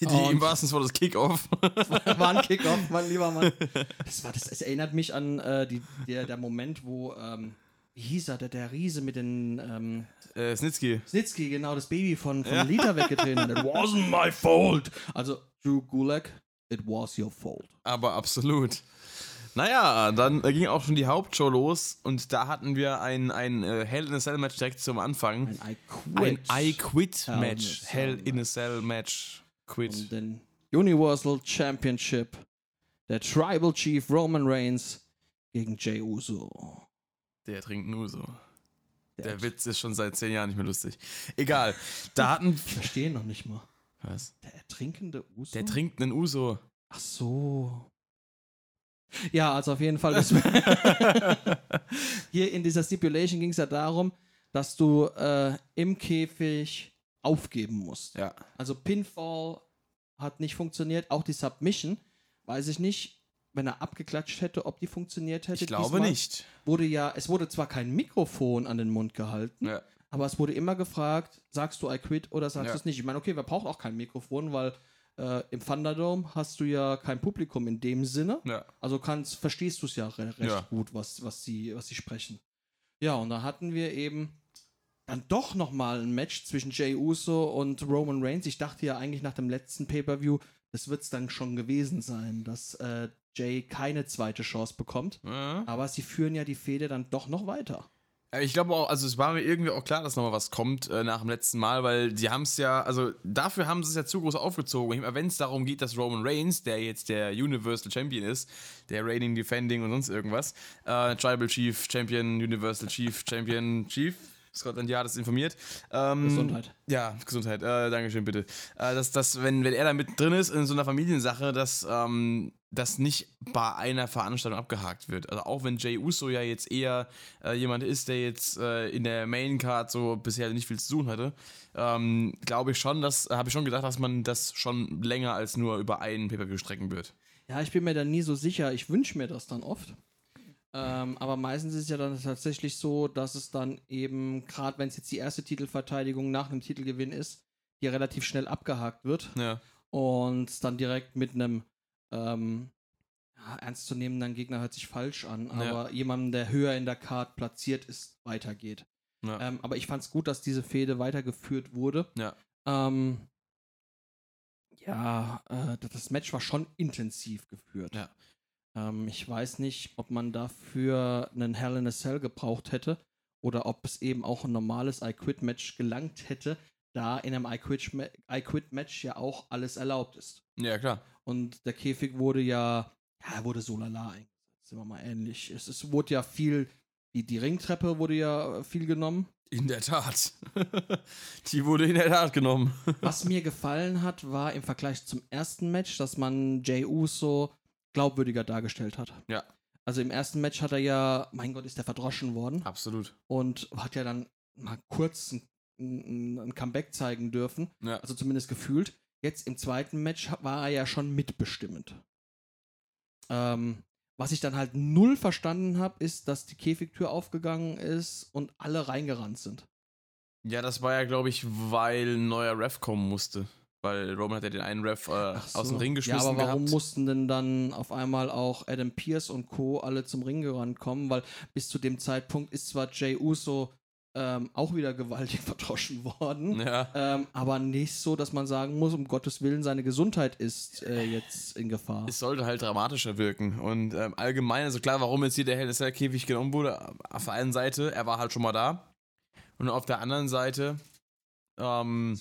A: Die, die
B: Und-
A: im wahrsten Sinne des Kick-Off.
B: war ein Kickoff, mein lieber Mann. Das war das, es erinnert mich an äh, die, der, der Moment, wo, ähm, wie hieß er, der, der Riese mit den ähm,
A: äh, Snitsky.
B: Snitsky, genau, das Baby von, von Lita weggetreten hat. It wasn't my fault. Also, Drew Gulak, it was your fault.
A: Aber absolut. Naja, dann äh, ging auch schon die Hauptshow los und da hatten wir ein, ein äh, Hell in a Cell Match direkt zum Anfang.
B: Ein I
A: Ein I Quit
B: quit. Hell in a
A: Match. genau.
B: Cell
A: Hell in a Cell Match.
B: um
A: Quit.
B: den Universal Championship. Der Tribal Chief Roman Reigns gegen Jey Uso.
A: Der trinkt nur so. Der Witz ist schon seit zehn Jahren nicht mehr lustig. Egal. Da hatten.
B: Ich verstehe noch nicht mal.
A: Was?
B: Der ertrinkende Uso?
A: Der trinkt einen Uso.
B: Ach so. Ja, also auf jeden Fall. Das hier in dieser Stipulation ging es ja darum, dass du äh, im Käfig aufgeben musst.
A: Ja.
B: Also Pinfall hat nicht funktioniert. Auch die Submission, weiß ich nicht, wenn er abgeklatscht hätte, ob die funktioniert hätte.
A: Ich glaube
B: Diesmal
A: nicht.
B: Wurde ja, es wurde zwar kein Mikrofon an den Mund gehalten,
A: Ja.
B: aber es wurde immer gefragt, sagst du I quit oder sagst
A: Ja.
B: du es nicht? Ich meine, okay, wir brauchen auch kein Mikrofon, weil äh, im Thunderdome hast du ja kein Publikum in dem Sinne.
A: Ja.
B: Also kannst, verstehst du es ja re recht
A: Ja.
B: gut, was, was, sie, was sie sprechen. Ja, und da hatten wir eben dann doch nochmal ein Match zwischen Jey Uso und Roman Reigns. Ich dachte ja eigentlich nach dem letzten Pay-Per-View, das wird es dann schon gewesen sein, dass äh, Jay keine zweite Chance bekommt.
A: Ja.
B: Aber sie führen ja die Fehde dann doch noch weiter.
A: Aber Ich glaube auch, also es war mir irgendwie auch klar, dass nochmal was kommt äh, nach dem letzten Mal, weil die haben es ja, also dafür haben sie es ja zu groß aufgezogen. Wenn es darum geht, dass Roman Reigns, der jetzt der Universal Champion ist, der Reigning, Defending und sonst irgendwas, äh, Tribal Chief Champion, Universal Chief Champion, Chief, Scotland Yard ist informiert. Ähm,
B: Gesundheit.
A: Ja, Gesundheit, äh, Dankeschön, bitte. Äh, dass, dass wenn, wenn er da mit drin ist in so einer Familiensache, dass ähm, das nicht bei einer Veranstaltung abgehakt wird. Also auch wenn Jay Uso ja jetzt eher äh, jemand ist, der jetzt äh, in der Maincard so bisher nicht viel zu tun hatte, ähm, glaube ich schon, dass, habe ich schon gedacht, dass man das schon länger als nur über einen Pay-Per-View strecken wird.
B: Ja, ich bin mir da nie so sicher. Ich wünsche mir das dann oft. Ähm, aber meistens ist es ja dann tatsächlich so, dass es dann eben, gerade wenn es jetzt die erste Titelverteidigung nach einem Titelgewinn ist, die relativ schnell abgehakt wird
A: Ja.
B: und dann direkt mit einem ähm, ja, ernstzunehmenden Gegner hört sich falsch an,
A: Ja.
B: aber jemandem, der höher in der Card platziert ist, weitergeht.
A: Ja.
B: Ähm, aber ich fand es gut, dass diese Fehde weitergeführt wurde.
A: Ja.
B: Ähm, ja, äh, das- das Match war schon intensiv geführt.
A: Ja.
B: Ähm, ich weiß nicht, ob man dafür einen Hell in a Cell gebraucht hätte oder ob es eben auch ein normales I Quit Match gelangt hätte, da in einem I Quit, Ma- I Quit Match ja auch alles erlaubt ist.
A: ja, klar.
B: Und der Käfig wurde ja, ja, er wurde so lala eingesetzt, sind wir mal ähnlich. Es, es wurde ja viel, die, die Ringtreppe wurde ja äh, viel genommen.
A: In der Tat. die wurde in der Tat genommen.
B: Was mir gefallen hat, war im Vergleich zum ersten Match, dass man Jey Uso glaubwürdiger dargestellt hat.
A: Ja.
B: Also im ersten Match hat er ja, mein Gott, ist der verdroschen worden
A: Absolut.
B: und hat ja dann mal kurz ein, ein, ein Comeback zeigen dürfen,
A: Ja.
B: also zumindest gefühlt. Jetzt im zweiten Match war er ja schon mitbestimmend. Ähm, was ich dann halt null verstanden habe, ist, dass die Käfigtür aufgegangen ist und alle reingerannt sind.
A: Ja, das war ja, glaube ich, weil ein neuer Ref kommen musste. Weil Roman hat ja den einen Ref äh,
B: Ach
A: aus dem
B: so.
A: Ring geschmissen
B: Ja, aber warum
A: gehabt.
B: mussten denn dann auf einmal auch Adam Pierce und Co. alle zum Ring gerannt kommen? Weil bis zu dem Zeitpunkt ist zwar Jay Uso ähm, auch wieder gewaltig verdroschen worden,
A: ja.
B: ähm, aber nicht so, dass man sagen muss, um Gottes Willen, seine Gesundheit ist äh, jetzt in Gefahr.
A: Es sollte halt dramatischer wirken. Und ähm, allgemein, also klar, warum jetzt hier der Hell in a Cell Käfig genommen wurde, auf der einen Seite, er war halt schon mal da. Und auf der anderen Seite, ähm.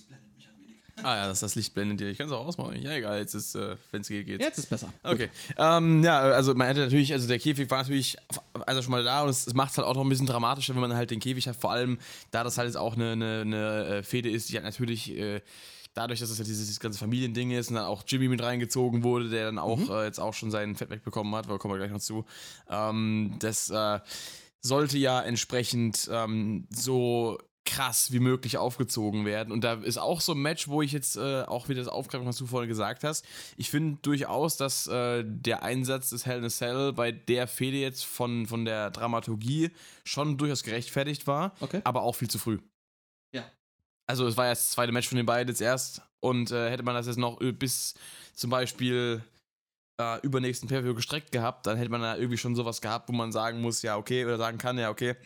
A: Ah ja, das, das Licht blendet dir. Ich kann es auch ausmachen. Ja, egal, jetzt ist, äh, wenn es geht, geht's.
B: jetzt ist besser.
A: Okay. Ähm, ja, also man hätte natürlich, also der Käfig war natürlich, also schon mal da und es, es macht es halt auch noch ein bisschen dramatischer, wenn man halt den Käfig hat, vor allem da das halt jetzt auch eine, eine, eine äh, Fehde ist, die halt natürlich äh, dadurch, dass es ja dieses, dieses ganze Familiending ist und dann auch Jimmy mit reingezogen wurde, der dann auch äh, jetzt auch schon seinen Fett wegbekommen hat, da kommen wir gleich noch zu, ähm, das äh, sollte ja entsprechend ähm, so krass wie möglich aufgezogen werden. Und da ist auch so ein Match, wo ich jetzt äh, auch wieder das aufgreifen, was du vorhin gesagt hast. Ich finde durchaus, dass äh, der Einsatz des Hell in a Cell bei der Fehde jetzt von, von der Dramaturgie schon durchaus gerechtfertigt war,
B: Okay.
A: aber auch viel zu früh.
B: Ja.
A: Also es war ja das zweite Match von den beiden jetzt erst und äh, hätte man das jetzt noch äh, bis zum Beispiel äh, übernächsten Pay-Per-View gestreckt gehabt, dann hätte man da irgendwie schon sowas gehabt, wo man sagen muss, ja, okay, oder sagen kann, ja, okay,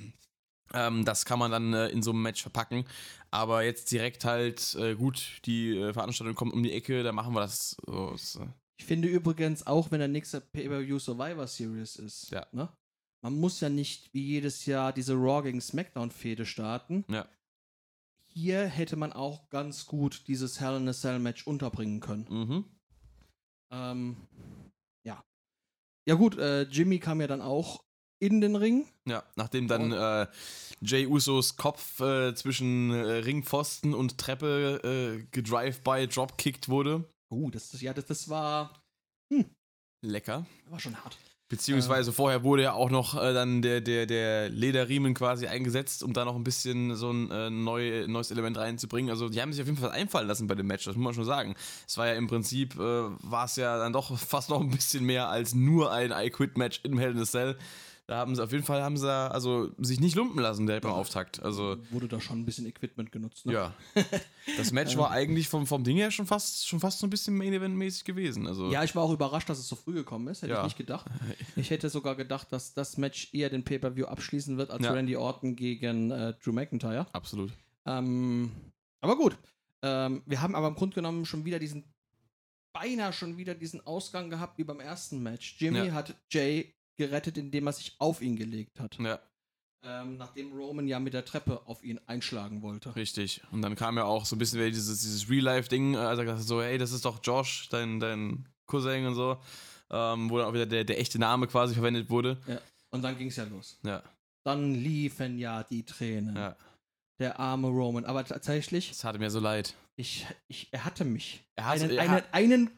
A: ähm, das kann man dann äh, in so einem Match verpacken. Aber jetzt direkt halt, äh, gut, die äh, Veranstaltung kommt um die Ecke, da machen wir das. So, ist, äh,
B: Ich finde übrigens auch, wenn der nächste Pay-Per-View Survivor Series ist,
A: Ja.
B: ne? man muss ja nicht wie jedes Jahr diese Raw gegen Smackdown-Fehde starten.
A: Ja.
B: Hier hätte man auch ganz gut dieses Hell in a Cell-Match unterbringen können.
A: mhm.
B: Ähm, ja. Ja gut, äh, Jimmy kam ja dann auch in den Ring.
A: Ja, nachdem dann äh, Jay Usos Kopf äh, zwischen äh, Ringpfosten und Treppe äh, gedrive-by dropkickt wurde.
B: Oh, das, ist- ja, das, das war,
A: Lecker.
B: war schon hart.
A: Beziehungsweise vorher wurde ja auch noch äh, dann der, der, der Lederriemen quasi eingesetzt, um da noch ein bisschen so ein äh, neu, neues Element reinzubringen. Also die haben sich auf jeden Fall was einfallen lassen bei dem Match, das muss man schon sagen. Es war ja im Prinzip, äh, war es ja dann doch fast noch ein bisschen mehr als nur ein I-Quit-Match im Hell in a Cell. Da haben sie auf jeden Fall, haben sie da, also sich nicht lumpen lassen direkt beim Auftakt. Also
B: Wurde da schon ein bisschen Equipment genutzt. Ne?
A: ja. Das Match war eigentlich vom, vom Ding her schon fast, schon fast so ein bisschen Main-Event-mäßig gewesen. Also
B: Ja, ich war auch überrascht, dass es so früh gekommen ist. Hätte
A: Ja.
B: ich nicht gedacht. Ich hätte sogar gedacht, dass das Match eher den Pay-Per-View abschließen wird, als
A: Ja.
B: Randy Orton gegen äh, Drew McIntyre.
A: absolut.
B: Ähm, aber gut. Ähm, wir haben aber im Grunde genommen schon wieder diesen, beinahe schon wieder diesen Ausgang gehabt wie beim ersten Match. Jimmy
A: Ja.
B: hat Jay gerettet, indem er sich auf ihn gelegt hat.
A: Ja.
B: ähm, nachdem Roman ja mit der Treppe auf ihn einschlagen wollte.
A: Richtig. Und dann kam ja auch so ein bisschen wieder dieses, dieses Real-Life-Ding, äh, als er gesagt hat, so, hey, das ist doch Josh, dein, dein Cousin und so. Ähm, wo dann auch wieder der, der echte Name quasi verwendet wurde.
B: Und dann ging es ja los.
A: Ja,
B: Dann liefen ja die Tränen.
A: ja.
B: Der arme Roman. Aber tatsächlich,
A: Das hatte mir so leid.
B: ich, ich, er hatte mich.
A: Er hat,
B: Einen,
A: Also, er
B: einen,
A: hat,
B: einen,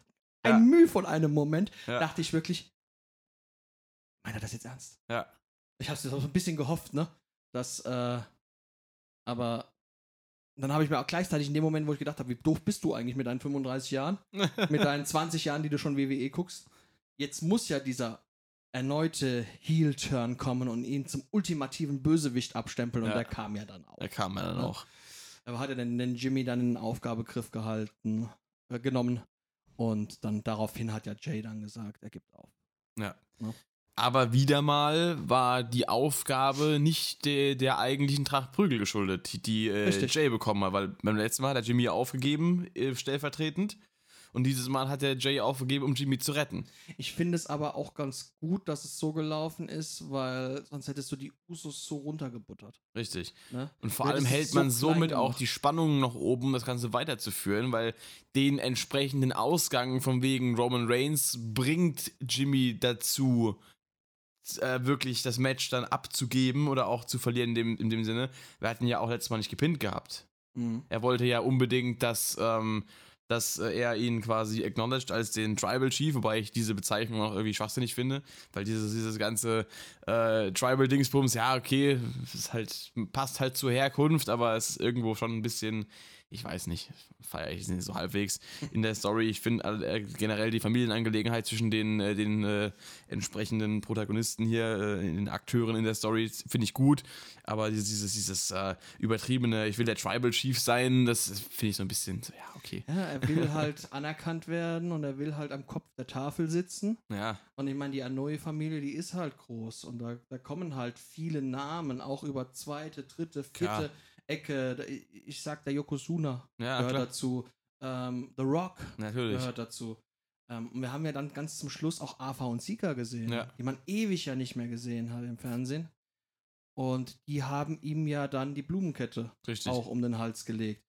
A: Ja.
B: ein Mühe von einem Moment
A: Ja.
B: dachte ich wirklich, meint er das jetzt ernst?
A: ja.
B: ich hab's jetzt auch so ein bisschen gehofft, ne? Dass, äh, aber dann habe ich mir auch gleichzeitig in dem Moment, wo ich gedacht habe, wie doof bist du eigentlich mit deinen 35 Jahren, mit deinen 20 Jahren, die du schon WWE guckst, jetzt muss ja dieser erneute Heel-Turn kommen und ihn zum ultimativen Bösewicht abstempeln und
A: Ja.
B: der kam ja dann auch.
A: Da kam er dann
B: Ja.
A: auch.
B: Aber hat er denn den Jimmy dann in den Aufgabegriff gehalten, äh, genommen und dann daraufhin hat ja Jay dann gesagt, er gibt auf.
A: Aber wieder mal war die Aufgabe nicht der, der eigentlichen Tracht Prügel geschuldet, die, die äh,
B: Richtig.
A: Jay bekommen hat. Weil beim letzten Mal hat der Jimmy ja aufgegeben, äh, stellvertretend. Und dieses Mal hat der Jay aufgegeben, um Jimmy zu retten.
B: Ich finde es aber auch ganz gut, dass es so gelaufen ist, weil sonst hättest du die Usos so runtergebuttert.
A: Richtig.
B: Ne?
A: Und vor
B: Ja,
A: allem
B: das ist
A: hält
B: so
A: man
B: klein
A: somit auch
B: gemacht.
A: die Spannung noch oben, das Ganze weiterzuführen, weil den entsprechenden Ausgang von wegen Roman Reigns bringt Jimmy dazu, äh, wirklich das Match dann abzugeben oder auch zu verlieren in dem, in dem Sinne. Wir hatten ja auch letztes Mal nicht gepinnt gehabt.
B: Mhm.
A: Er wollte ja unbedingt, dass, ähm, dass äh, er ihn quasi acknowledged als den Tribal Chief, wobei ich diese Bezeichnung auch irgendwie schwachsinnig finde, weil dieses, dieses ganze äh, Tribal-Dingsbums, ja, okay, ist halt, passt halt zur Herkunft, aber es ist irgendwo schon ein bisschen, ich weiß nicht, feiere ich es nicht so halbwegs in der Story. Ich finde äh, generell die Familienangelegenheit zwischen den, äh, den äh, entsprechenden Protagonisten hier, äh, den Akteuren in der Story, finde ich gut. Aber dieses, dieses, dieses äh, übertriebene, ich will der Tribal Chief sein, das finde ich so ein bisschen, so, ja, okay.
B: Ja, er will halt anerkannt werden und er will halt am Kopf der Tafel sitzen.
A: Ja,
B: Und ich meine, die Anoe-Familie, die ist halt groß und da, da kommen halt viele Namen, auch über zweite, dritte, vierte
A: Klar.
B: Ecke. Da- Ich ich sag, der Yokozuna
A: ja,
B: gehört
A: klar.
B: dazu, ähm, The Rock
A: Natürlich.
B: gehört dazu. Ähm, und wir haben ja dann ganz zum Schluss auch Ava und Sika gesehen,
A: Ja.
B: die man ewig ja nicht mehr gesehen hat im Fernsehen. Und die haben ihm ja dann die Blumenkette
A: Richtig.
B: auch um den Hals gelegt.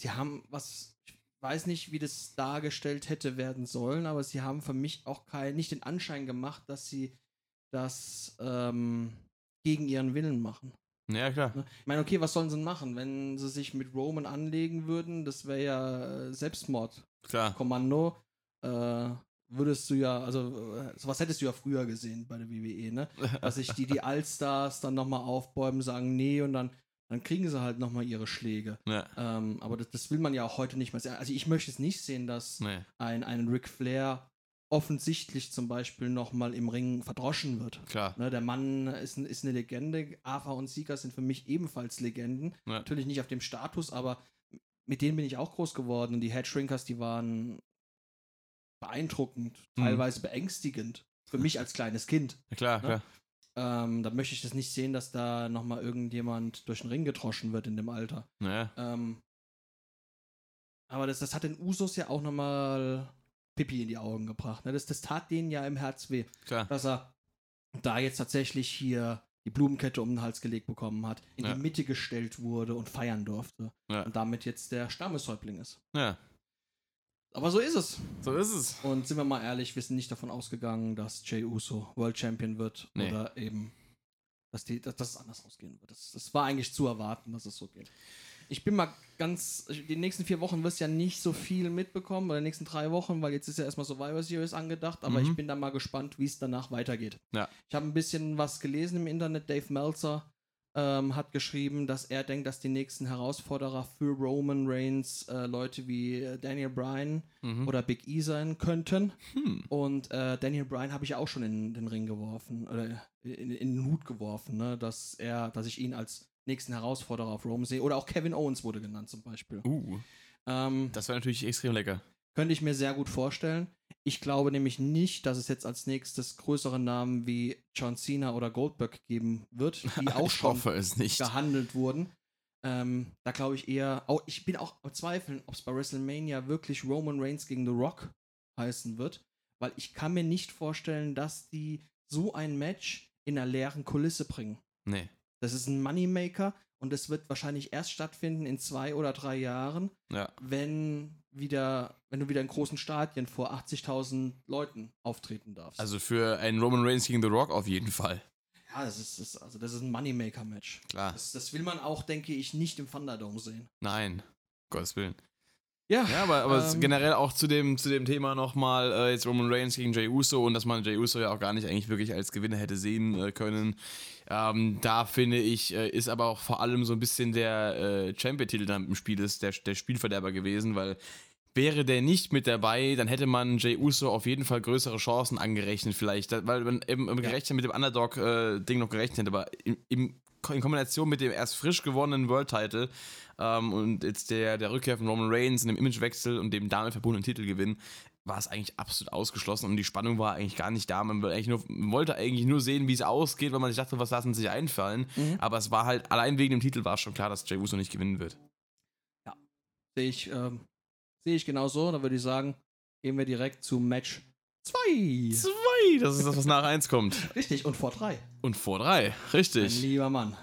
B: Sie haben was, ich weiß nicht, wie das dargestellt hätte werden sollen, aber sie haben für mich auch kein, nicht den Anschein gemacht, dass sie das ähm, gegen ihren Willen machen.
A: Ja, klar.
B: Ne? Ich meine, okay, was sollen sie denn machen? Wenn sie sich mit Roman anlegen würden, das wäre ja äh, Selbstmordkommando.
A: Klar.
B: Äh, würdest du ja, also äh, sowas hättest du ja früher gesehen bei der WWE, ne? Dass sich die, die Allstars dann nochmal aufbäumen, sagen nee und dann, dann kriegen sie halt nochmal ihre Schläge.
A: Ja.
B: Ähm, aber das, das will man ja auch heute nicht mehr sehen. Also ich möchte es nicht sehen, dass
A: Nee.
B: ein, ein Ric Flair offensichtlich zum Beispiel nochmal im Ring verdroschen wird.
A: Klar.
B: Ne, der Mann ist, n- ist eine Legende. Ava und Sieger sind für mich ebenfalls Legenden.
A: Ja.
B: Natürlich nicht auf dem Status, aber mit denen bin ich auch groß geworden. Und die Headshrinkers, die waren beeindruckend,
A: Mhm.
B: teilweise beängstigend. Für mich als kleines Kind.
A: Ja, Klar,
B: Ne?
A: klar.
B: Ähm, da möchte ich das nicht sehen, dass da nochmal irgendjemand durch den Ring getroschen wird in dem Alter.
A: Naja.
B: Ähm, aber das, das hat den Usos ja auch nochmal Pipi in die Augen gebracht. Ne? Das, das tat denen ja im Herz weh
A: Klar.
B: dass er da jetzt tatsächlich hier die Blumenkette um den Hals gelegt bekommen hat, in
A: Ja.
B: die Mitte gestellt wurde und feiern durfte.
A: Ja.
B: Und damit jetzt der Stammeshäuptling ist.
A: Ja.
B: Aber so ist es.
A: So ist es.
B: Und sind wir mal ehrlich, wir sind nicht davon ausgegangen, dass Jay Uso World Champion wird
A: Nee.
B: oder eben, dass, die, dass, dass es anders ausgehen wird. Das, das war eigentlich zu erwarten, dass es so geht. Ich bin mal ganz, die nächsten vier Wochen wirst du ja nicht so viel mitbekommen, oder die nächsten drei Wochen, weil jetzt ist ja erstmal Survivor Series angedacht, aber
A: Mhm.
B: ich bin da mal gespannt, wie es danach weitergeht.
A: Ja.
B: Ich habe ein bisschen was gelesen im Internet, Dave Meltzer ähm, hat geschrieben, dass er denkt, dass die nächsten Herausforderer für Roman Reigns äh, Leute wie äh, Daniel Bryan
A: Mhm.
B: oder Big E sein könnten.
A: Hm.
B: Und äh, Daniel Bryan habe ich auch schon in den Ring geworfen, oder in, in den Hut geworfen, ne? dass er, dass ich ihn als nächsten Herausforderer auf Rome sehe. Oder auch Kevin Owens wurde genannt zum Beispiel.
A: Uh,
B: Ähm,
A: das wäre natürlich extrem lecker.
B: könnte ich mir sehr gut vorstellen. Ich glaube nämlich nicht, dass es jetzt als nächstes größere Namen wie John Cena oder Goldberg geben wird, die auch
A: ich
B: schon
A: hoffe es nicht.
B: gehandelt wurden. Ähm, da glaube ich eher, oh, ich bin auch am Zweifeln, ob es bei WrestleMania wirklich Roman Reigns gegen The Rock heißen wird, weil ich kann mir nicht vorstellen, dass die so ein Match in einer leeren Kulisse bringen.
A: Nee.
B: Das ist ein Moneymaker und es wird wahrscheinlich erst stattfinden in zwei oder drei Jahren,
A: Ja.
B: wenn wieder, wenn du wieder in großen Stadien vor 80.000 Leuten auftreten darfst.
A: Also für einen Roman Reigns gegen The Rock auf jeden Fall.
B: ja, das ist, das, also das ist ein Moneymaker-Match.
A: Klar.
B: Das, das will man auch, denke ich, nicht im Thunderdome sehen.
A: Nein. Gottes Willen.
B: Ja,
A: Ja, aber, aber es-
B: Ähm.
A: generell auch zu dem, zu dem Thema nochmal, äh, jetzt Roman Reigns gegen Jey Uso und dass man Jey Uso ja auch gar nicht eigentlich wirklich als Gewinner hätte sehen äh, können. Ähm, da finde ich, äh, ist aber auch vor allem so ein bisschen der äh, Champion-Titel dann im Spiel ist, der, der Spielverderber gewesen, weil wäre der nicht mit dabei, dann hätte man Jey Uso auf jeden Fall größere Chancen angerechnet vielleicht, da, weil man eben gerechnet mit dem Underdog-Ding noch gerechnet hätte, aber im, im, in Kombination mit dem erst frisch gewonnenen World-Title ähm, und jetzt der, der Rückkehr von Roman Reigns und dem Imagewechsel und dem damit verbundenen Titelgewinn war es eigentlich absolut ausgeschlossen und die Spannung war eigentlich gar nicht da. Man wollte eigentlich nur, man wollte eigentlich nur sehen, wie es ausgeht, weil man sich dachte, was lassen sich einfallen.
B: Mhm. Also
A: Aber es war halt, allein wegen dem Titel war es schon klar, dass Jey Uso nicht gewinnen wird.
B: sehe ich, ähm, sehe ich genauso. Dann würde ich sagen, gehen wir direkt zu Match 2.
A: Zwei, das ist das, was nach eins kommt.
B: Richtig, und vor 3.
A: Und vor drei,
B: Mein
A: richtig.
B: lieber Mann.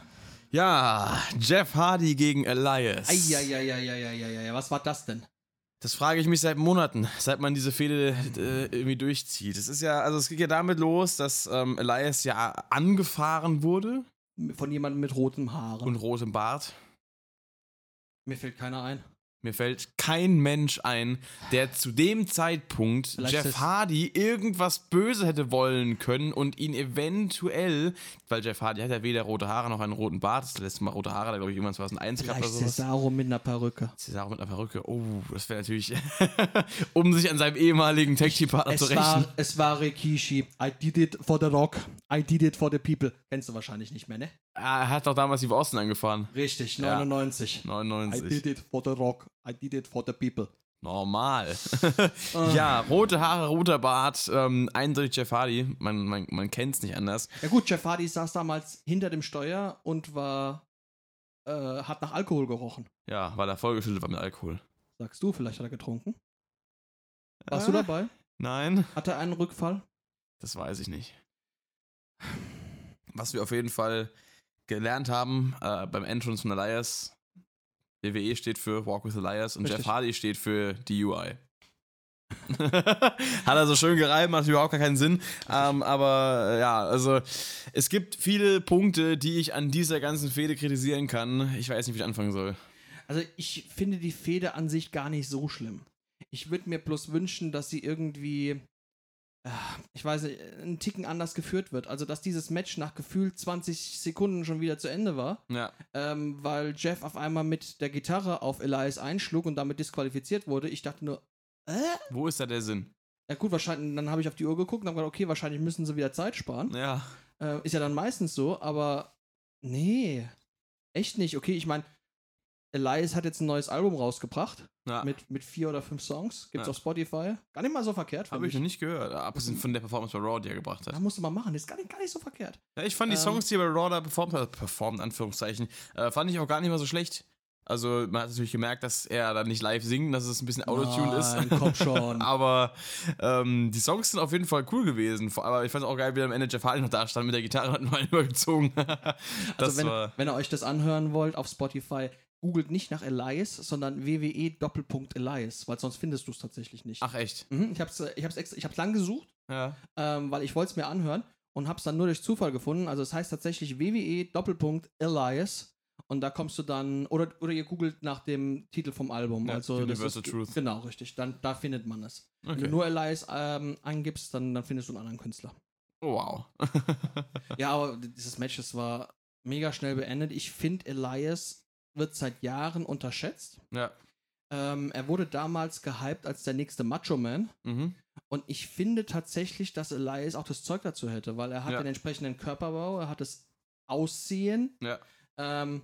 A: Ja, Jeff Hardy gegen Elias.
B: Eieieiei, was war das denn?
A: Das frage ich mich seit Monaten, seit man diese Fehde äh, irgendwie durchzieht. Es ist ja, also es geht ja damit los, dass ähm, Elias ja angefahren wurde
B: Von jemandem mit rotem Haaren.
A: und rotem Bart.
B: Mir fällt keiner ein.
A: Mir fällt kein Mensch ein, der zu dem Zeitpunkt
B: Vielleicht ist
A: Jeff
B: es-
A: Hardy irgendwas Böse hätte wollen können und ihn eventuell, weil Jeff Hardy hat ja weder rote Haare noch einen roten Bart. Das letzte Mal rote Haare, da glaube ich irgendwann 2001 gehabt
B: Vielleicht
A: oder sowas.
B: Cesaro mit einer Perücke.
A: Cesaro mit einer Perücke. Oh, das wäre natürlich, um sich an seinem ehemaligen Tag Team Partner zu
B: Es
A: rächen.
B: war, es war Rikishi. I did it for the rock. I did it for the people. Kennst du wahrscheinlich nicht mehr, ne?
A: Ah, Er hat doch damals die Austin angefahren.
B: Richtig,
A: Ja.
B: 99. I did
A: 99.
B: it for the rock. I did it for the people.
A: Normal. ja, rote Haare, roter Bart, ähm, eindeutig Jeff Hardy. Man, man, man kennt es nicht anders.
B: Ja gut, Jeff Hardy saß damals hinter dem Steuer und war, äh, hat nach Alkohol gerochen.
A: Ja, weil er vollgeschüttet war mit Alkohol.
B: Sagst du, vielleicht hat er getrunken. Warst du
A: Ah,
B: dabei?
A: Nein,
B: Hat er einen Rückfall?
A: das weiß ich nicht. Was wir auf jeden Fall gelernt haben äh, beim Entrance von Elias, WWE E steht für Walk with Elias und
B: Richtig.
A: Jeff Hardy steht für DUI. Hat er so schön gereimt, macht überhaupt gar keinen Sinn. Ähm, aber äh, ja, also es gibt viele Punkte, die ich an dieser ganzen Fehde kritisieren kann. Ich weiß nicht, wie ich anfangen soll.
B: Also ich finde die Fehde an sich gar nicht so schlimm. Ich würde mir bloß wünschen, dass sie irgendwie, äh, ich weiß nicht, einen Ticken anders geführt wird. Also dass dieses Match nach gefühlt 20 Sekunden schon wieder zu Ende war,
A: Ja,
B: ähm, weil Jeff auf einmal mit der Gitarre auf Elias einschlug und damit disqualifiziert wurde. Ich dachte nur, äh?
A: wo ist da der Sinn?
B: Ja gut, wahrscheinlich, dann habe ich auf die Uhr geguckt und habe gedacht, okay, wahrscheinlich müssen sie wieder Zeit sparen.
A: Ja,
B: Äh, ist ja dann meistens so, aber nee, echt nicht. Okay, ich meine, Elias hat jetzt ein neues Album rausgebracht
A: ja.
B: mit, mit vier oder fünf Songs. Gibt's
A: Ah. Ja.
B: auf Spotify. Gar nicht mal so verkehrt,
A: habe
B: finde
A: ich noch nicht gehört. Abgesehen von der Performance bei Raw, die er gebracht hat.
B: Da musst du mal machen, ist gar nicht, gar nicht so verkehrt.
A: Ja, ich fand die
B: Ähm,
A: Songs, die er bei Raw da performt hat, performt, in Anführungszeichen, äh, fand ich auch gar nicht mal so schlecht. Also, man hat natürlich gemerkt, dass er da nicht live singt, dass es ein bisschen autotuned
B: Nein,
A: ist. Ah,
B: Komm schon.
A: Aber ähm, die Songs sind auf jeden Fall cool gewesen. Vor- Aber ich fand es auch geil, wie am Ende Jeff Hardy noch da stand mit der Gitarre und hat nur einen übergezogen. das
B: also wenn,
A: war.
B: wenn ihr euch das anhören wollt auf Spotify, googelt nicht nach Elias, sondern WWE Doppelpunkt Elias, weil sonst findest du es tatsächlich nicht.
A: Ach, echt?
B: Mhm, ich hab's, äh, ich hab's extra, ich hab's lang gesucht.
A: Ja.
B: ähm, weil ich wollte es mir anhören und habe es dann nur durch Zufall gefunden. Also es heißt tatsächlich WWE Doppelpunkt Elias und da kommst du dann oder oder ihr googelt nach dem Titel vom Album.
A: Ja,
B: also das
A: Universal
B: ist,
A: Truth.
B: Genau richtig. Dann da findet man es. Wenn du
A: Okay.
B: nur Elias ähm, angibst, dann dann findest du einen anderen Künstler.
A: Oh, wow.
B: ja, aber dieses Match das war mega schnell beendet. Ich finde Elias wird seit Jahren unterschätzt.
A: ja.
B: Ähm, er wurde damals gehypt als der nächste Macho Man.
A: Mhm.
B: Und ich finde tatsächlich, dass Elias auch das Zeug dazu hätte, weil er hat
A: Ja.
B: den entsprechenden Körperbau, er hat das Aussehen.
A: Ja.
B: Ähm,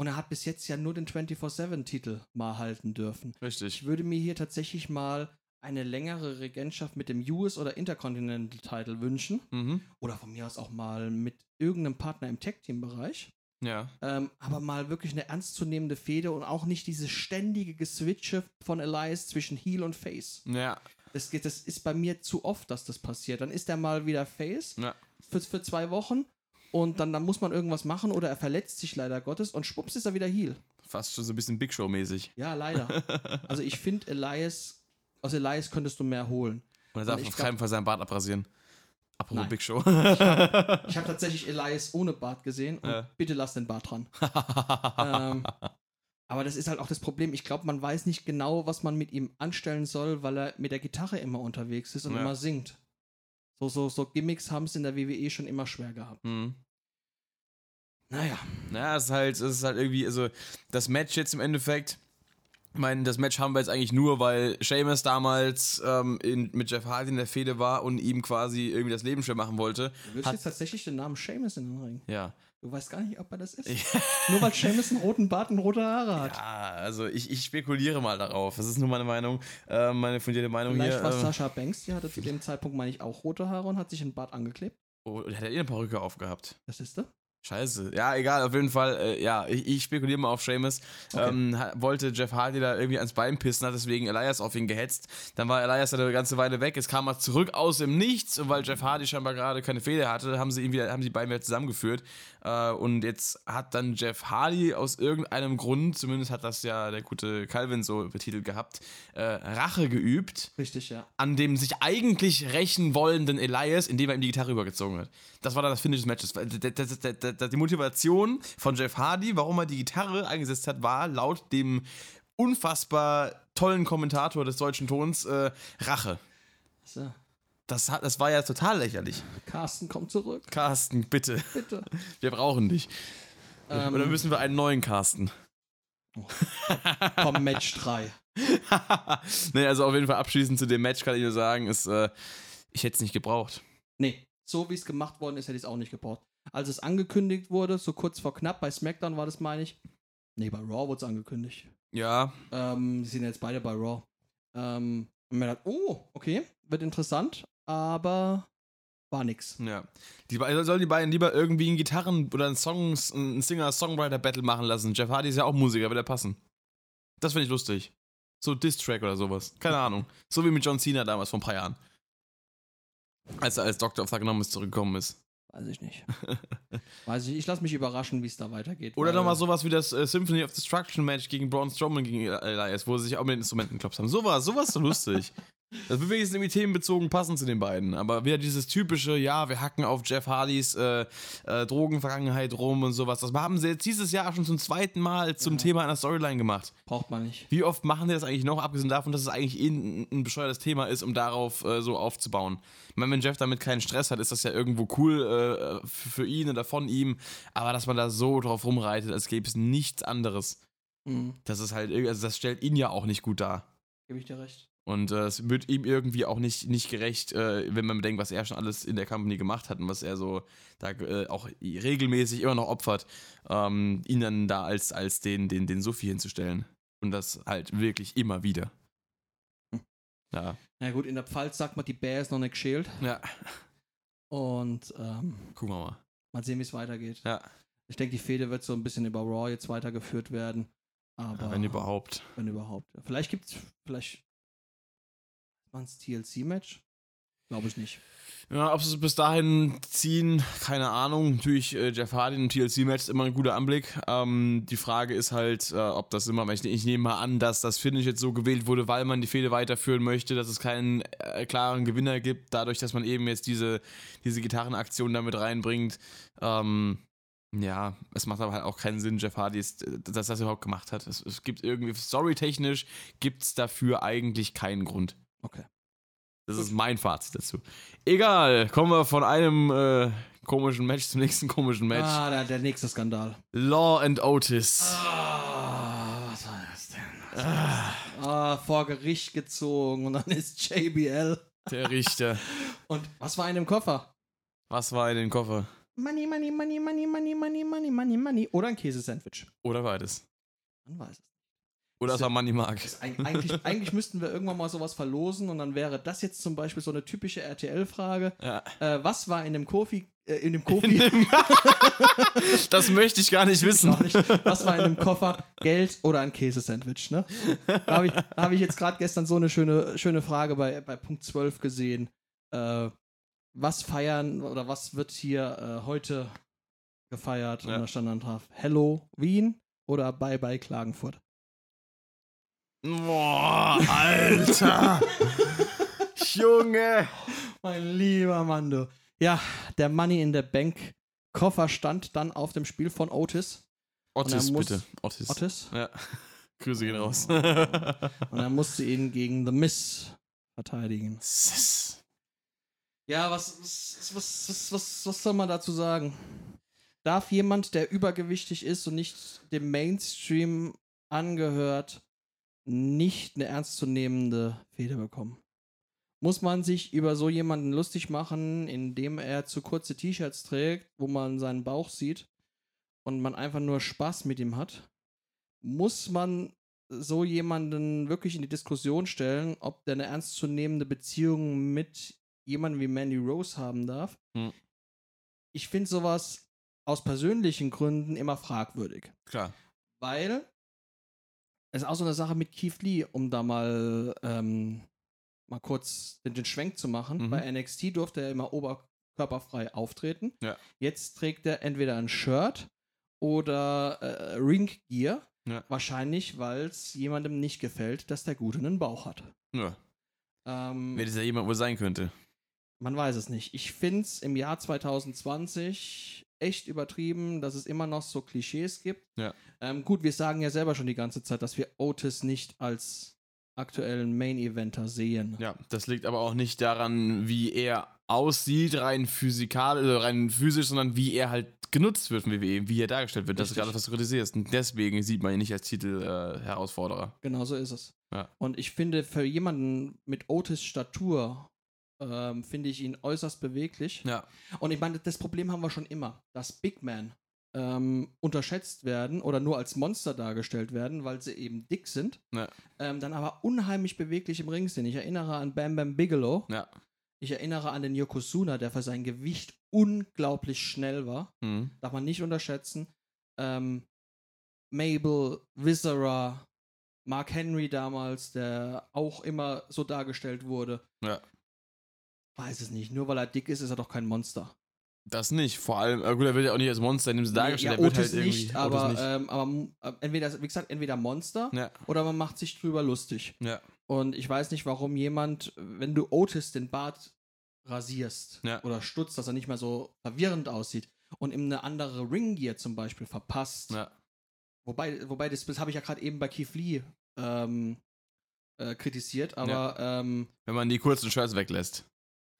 B: und er hat bis jetzt ja nur den 24-7-Titel mal halten dürfen. Ich
A: Richtig.
B: würde mir hier tatsächlich mal eine längere Regentschaft mit dem US- oder Intercontinental-Titel wünschen.
A: Mhm.
B: Oder von mir aus auch mal mit irgendeinem Partner im Tech-Team-Bereich.
A: Ja.
B: Ähm, aber mal wirklich eine ernstzunehmende Fehde und auch nicht dieses ständige Geswitche von Elias zwischen Heel und Face.
A: Ja.
B: Das, geht, das ist bei mir zu oft, dass das passiert. Dann ist er mal wieder Face
A: Ja.
B: für, für zwei Wochen und dann, dann muss man irgendwas machen oder er verletzt sich leider Gottes und schwupps ist er wieder Heal.
A: Fast schon so ein bisschen Big Show-mäßig.
B: Ja, leider. Also ich finde Elias, aus Elias könntest du mehr holen.
A: Und er darf
B: Und ich
A: auf keinen Fall seinen Bart abrasieren. Apropos
B: Nein.
A: Big Show.
B: Ich habe tatsächlich Elias ohne Bart gesehen und
A: Ja.
B: bitte lass den Bart dran. ähm, aber das ist halt auch das Problem. Ich glaube, man weiß nicht genau, was man mit ihm anstellen soll, weil er mit der Gitarre immer unterwegs ist und
A: Ja.
B: immer singt. So, so, so Gimmicks haben es in der WWE schon immer schwer gehabt.
A: Hm.
B: Naja,
A: Naja, es ist halt, es ist halt irgendwie, also das Match jetzt im Endeffekt. Ich meine, das Match haben wir jetzt eigentlich nur, weil Seamus damals ähm, in, mit Jeff Hardy in der Fehde war und ihm quasi irgendwie das Leben schwer machen wollte.
B: du willst
A: Hat-
B: jetzt tatsächlich den Namen Seamus in den Ring.
A: Ja.
B: Du weißt gar nicht, ob er das ist. Nur weil Seamus einen roten Bart und rote Haare hat.
A: Ja, also ich, ich spekuliere mal darauf. Das ist nur meine Meinung, äh, meine fundierte Meinung
B: Vielleicht war
A: hier. Ähm,
B: Sascha Banks, die hatte zu dem Zeitpunkt, meine ich, auch rote Haare und hat sich einen Bart angeklebt.
A: oh, der hat ja eh eine Perücke aufgehabt.
B: Das ist er.
A: Scheiße. Ja, egal, auf jeden Fall. Äh, ja, ich, ich spekuliere mal auf Seamus.
B: Okay.
A: Ähm, ha- wollte Jeff Hardy da irgendwie ans Bein pissen, hat deswegen Elias auf ihn gehetzt. Dann war Elias da eine ganze Weile weg. Es kam er zurück aus dem Nichts. Und weil Jeff Hardy scheinbar gerade keine Fehler hatte, haben sie ihn wieder, haben die beiden wieder zusammengeführt. Äh, und jetzt hat dann Jeff Hardy aus irgendeinem Grund, zumindest hat das ja der gute Calvin so betitelt gehabt, äh, Rache geübt
B: Richtig, ja.
A: an dem sich eigentlich rächen wollenden Elias, indem er ihm die Gitarre übergezogen hat. Das war dann das Finish des Matches. Weil d- d- d- d- d- d- Die Motivation von Jeff Hardy, warum er die Gitarre eingesetzt hat, war laut dem unfassbar tollen Kommentator des deutschen Tons äh, Rache.
B: So.
A: Das, hat, das war ja total lächerlich.
B: Carsten, komm zurück,
A: Carsten, bitte,
B: bitte.
A: wir brauchen dich.
B: Ähm,
A: Oder müssen wir einen neuen Carsten?
B: Vom Match 3.
A: nee, also auf jeden Fall abschließend zu dem Match kann ich nur sagen, ist, äh, ich hätte es nicht gebraucht.
B: Nee, so wie es gemacht worden ist, hätte ich es auch nicht gebraucht. Als es angekündigt wurde, so kurz vor knapp, bei SmackDown war das, meine ich. Nee, bei Raw wurde es angekündigt.
A: Ja,
B: Ähm, die sind jetzt beide bei Raw. Ähm, und man hat, oh, okay, wird interessant, aber war nix.
A: Ja. Die, be- sollen die beiden lieber irgendwie einen Gitarren- oder einen, Songs, einen Singer-Songwriter-Battle machen lassen? Jeff Hardy ist ja auch Musiker, wird er passen. Das finde ich lustig. So Diss-Track oder sowas. Keine Ahnung. So wie mit John Cena damals vor ein paar Jahren. Als er als Dr. of Thugonomics zurückgekommen ist.
B: Weiß ich nicht. Weiß ich, ich lasse mich überraschen, wie es da weitergeht.
A: Oder
B: weil-
A: nochmal sowas wie das äh, Symphony of Destruction Match gegen Braun Strowman gegen Eli- Elias, wo sie sich auch mit den Instrumenten geklopft haben. Sowas, sowas ist so lustig. Das wird wenigstens irgendwie themenbezogen passen zu den beiden. Aber wieder dieses typische, ja, wir hacken auf Jeff Hardys äh, äh, Drogenvergangenheit rum und sowas. Das haben sie jetzt dieses Jahr schon zum zweiten Mal zum
B: Ja.
A: Thema einer Storyline gemacht.
B: Braucht man nicht.
A: Wie oft machen die das eigentlich noch, abgesehen davon, dass es eigentlich eh ein, ein bescheuertes Thema ist, um darauf äh, so aufzubauen? Ich meine, wenn Jeff damit keinen Stress hat, ist das ja irgendwo cool äh, f- für ihn oder von ihm. Aber dass man da so drauf rumreitet, als gäbe es nichts anderes,
B: Mhm,
A: das ist halt, irgendwie- also das stellt ihn ja auch nicht gut dar.
B: Gebe ich dir recht.
A: Und äh, es wird ihm irgendwie auch nicht, nicht gerecht, äh, wenn man bedenkt, was er schon alles in der Company gemacht hat und was er so da äh, auch regelmäßig immer noch opfert, ähm, ihn dann da als, als den, den, den Sophie hinzustellen. Und das halt wirklich immer wieder.
B: Hm.
A: Ja.
B: Na gut, in der Pfalz sagt man, die Bär ist noch nicht geschält.
A: Ja,
B: Und ähm,
A: gucken wir mal.
B: Mal sehen, wie es weitergeht.
A: Ja.
B: Ich denke, die Fehde wird so ein bisschen über Raw jetzt weitergeführt werden. Aber
A: Wenn überhaupt.
B: Wenn überhaupt. Vielleicht gibt es vielleicht war es TLC-Match? Glaube ich nicht.
A: Ja, ob sie es bis dahin ziehen, keine Ahnung. Natürlich, äh, Jeff Hardy und TLC-Match ist immer ein guter Anblick. Ähm, die Frage ist halt, äh, ob das immer, weil ich, ich nehme mal an, dass das Finish jetzt so gewählt wurde, weil man die Fehde weiterführen möchte, dass es keinen äh, klaren Gewinner gibt, dadurch, dass man eben jetzt diese, diese Gitarrenaktion damit reinbringt. Ähm, ja, es macht aber halt auch keinen Sinn, Jeff Hardy, ist, äh, dass das überhaupt gemacht hat. Es, es gibt irgendwie, storytechnisch gibt es dafür eigentlich keinen Grund.
B: Okay.
A: Das
B: Gut.
A: ist mein Fazit dazu. Egal, kommen wir von einem äh, komischen Match zum nächsten komischen Match.
B: Ah, der, der nächste Skandal.
A: Law and Otis.
B: Ah, was war das denn? Was war das denn? Ah, vor Gericht gezogen und dann ist JBL.
A: Der Richter.
B: Und was war in dem Koffer?
A: Was war in den Koffer?
B: Money, money, money, money, money, money, money, money, money. Oder ein Käsesandwich.
A: Oder beides.
B: Man weiß es.
A: Oder es war Money Mark.
B: Das ist eig- eigentlich, eigentlich müssten wir irgendwann mal sowas verlosen und dann wäre das jetzt zum Beispiel so eine typische RTL-Frage.
A: Ja.
B: Äh, was war in dem Kofi, äh, in dem
A: In
B: Kofi,
A: dem- das möchte ich gar nicht wissen.
B: noch nicht, was war in dem Koffer, Geld oder ein Käsesandwich, ne? Da habe ich, da hab ich jetzt gerade gestern so eine schöne, schöne Frage bei, bei Punkt 12 gesehen. Äh, was feiern oder was wird hier äh, heute gefeiert
A: Ja.
B: und da stand dann drauf Hello Wien oder Bye Bye Klagenfurt.
A: Boah, Alter! Junge!
B: Mein lieber Mando. Ja, der Money in the Bank Koffer stand dann auf dem Spiel von Otis.
A: Otis,
B: er muss-
A: bitte. Otis.
B: Otis.
A: Ja. Grüße gehen raus.
B: Und er musste ihn gegen The Miss verteidigen.
A: Sis.
B: Ja, was, was, was, was, was, was soll man dazu sagen? Darf jemand, der übergewichtig ist und nicht dem Mainstream angehört, nicht eine ernstzunehmende Fehde bekommen? Muss man sich über so jemanden lustig machen, indem er zu kurze T-Shirts trägt, wo man seinen Bauch sieht und man einfach nur Spaß mit ihm hat? Muss man so jemanden wirklich in die Diskussion stellen, ob der eine ernstzunehmende Beziehung mit jemanden wie Mandy Rose haben darf.
A: Hm.
B: Ich finde sowas aus persönlichen Gründen immer fragwürdig,
A: Klar.
B: weil es ist auch so eine Sache mit Keith Lee, um da mal ähm, mal kurz den, den Schwenk zu machen.
A: Mhm.
B: Bei NXT durfte er immer oberkörperfrei auftreten.
A: Ja.
B: Jetzt trägt er entweder ein Shirt oder äh, Ring Gear.
A: Ja.
B: Wahrscheinlich, weil es jemandem nicht gefällt, dass der Gute einen Bauch hat.
A: Ja.
B: Ähm,
A: Wer dieser jemand wohl sein könnte.
B: man weiß es nicht. Ich finde es im Jahr 2020 echt übertrieben, dass es immer noch so Klischees gibt.
A: Ja.
B: Ähm, gut, wir sagen ja selber schon die ganze Zeit, dass wir Otis nicht als aktuellen Main-Eventer sehen.
A: Ja, das liegt aber auch nicht daran, wie er aussieht, rein physikal, also rein physisch, sondern wie er halt genutzt wird, wie, wir- E, wie er dargestellt wird. Das ist
B: Richtig.
A: gerade, was du kritisierst. Und deswegen sieht man ihn nicht als Titel äh, Herausforderer.
B: Genau so ist es.
A: Ja.
B: Und ich finde, für jemanden mit Otis Statur ähm, finde ich ihn äußerst beweglich.
A: Ja.
B: Und ich meine, das Problem haben wir schon immer, dass Big Men ähm, unterschätzt werden oder nur als Monster dargestellt werden, weil sie eben dick sind,
A: Ja.
B: ähm, dann aber unheimlich beweglich im Ring sind. Ich erinnere an Bam Bam Bigelow.
A: Ja.
B: Ich erinnere an den Yokozuna, der für sein Gewicht unglaublich schnell war.
A: Mhm.
B: Darf man nicht unterschätzen. Ähm, Mabel, Viscera, Mark Henry damals, der auch immer so dargestellt wurde.
A: Ja.
B: Weiß es nicht. Nur weil er dick ist, ist er doch kein Monster.
A: Das nicht. Vor allem, äh, gut, er wird ja auch nicht als Monster in dem Sinne dargestellt.
B: Nee,
A: er
B: ja,
A: wird
B: Otis
A: halt irgendwie.
B: nicht, aber,
A: Otis nicht.
B: Ähm, aber m- äh, entweder, wie gesagt, entweder Monster
A: Ja.
B: oder man macht sich drüber lustig.
A: Ja.
B: Und ich weiß nicht, warum jemand, wenn du Otis den Bart rasierst
A: Ja.
B: oder stutzt, dass er nicht mehr so verwirrend aussieht und ihm eine andere Ringgear zum Beispiel verpasst.
A: Ja.
B: Wobei, wobei das, das habe ich ja gerade eben bei Keith Lee ähm, äh, kritisiert, aber ähm,
A: Wenn man die kurzen Shirts weglässt.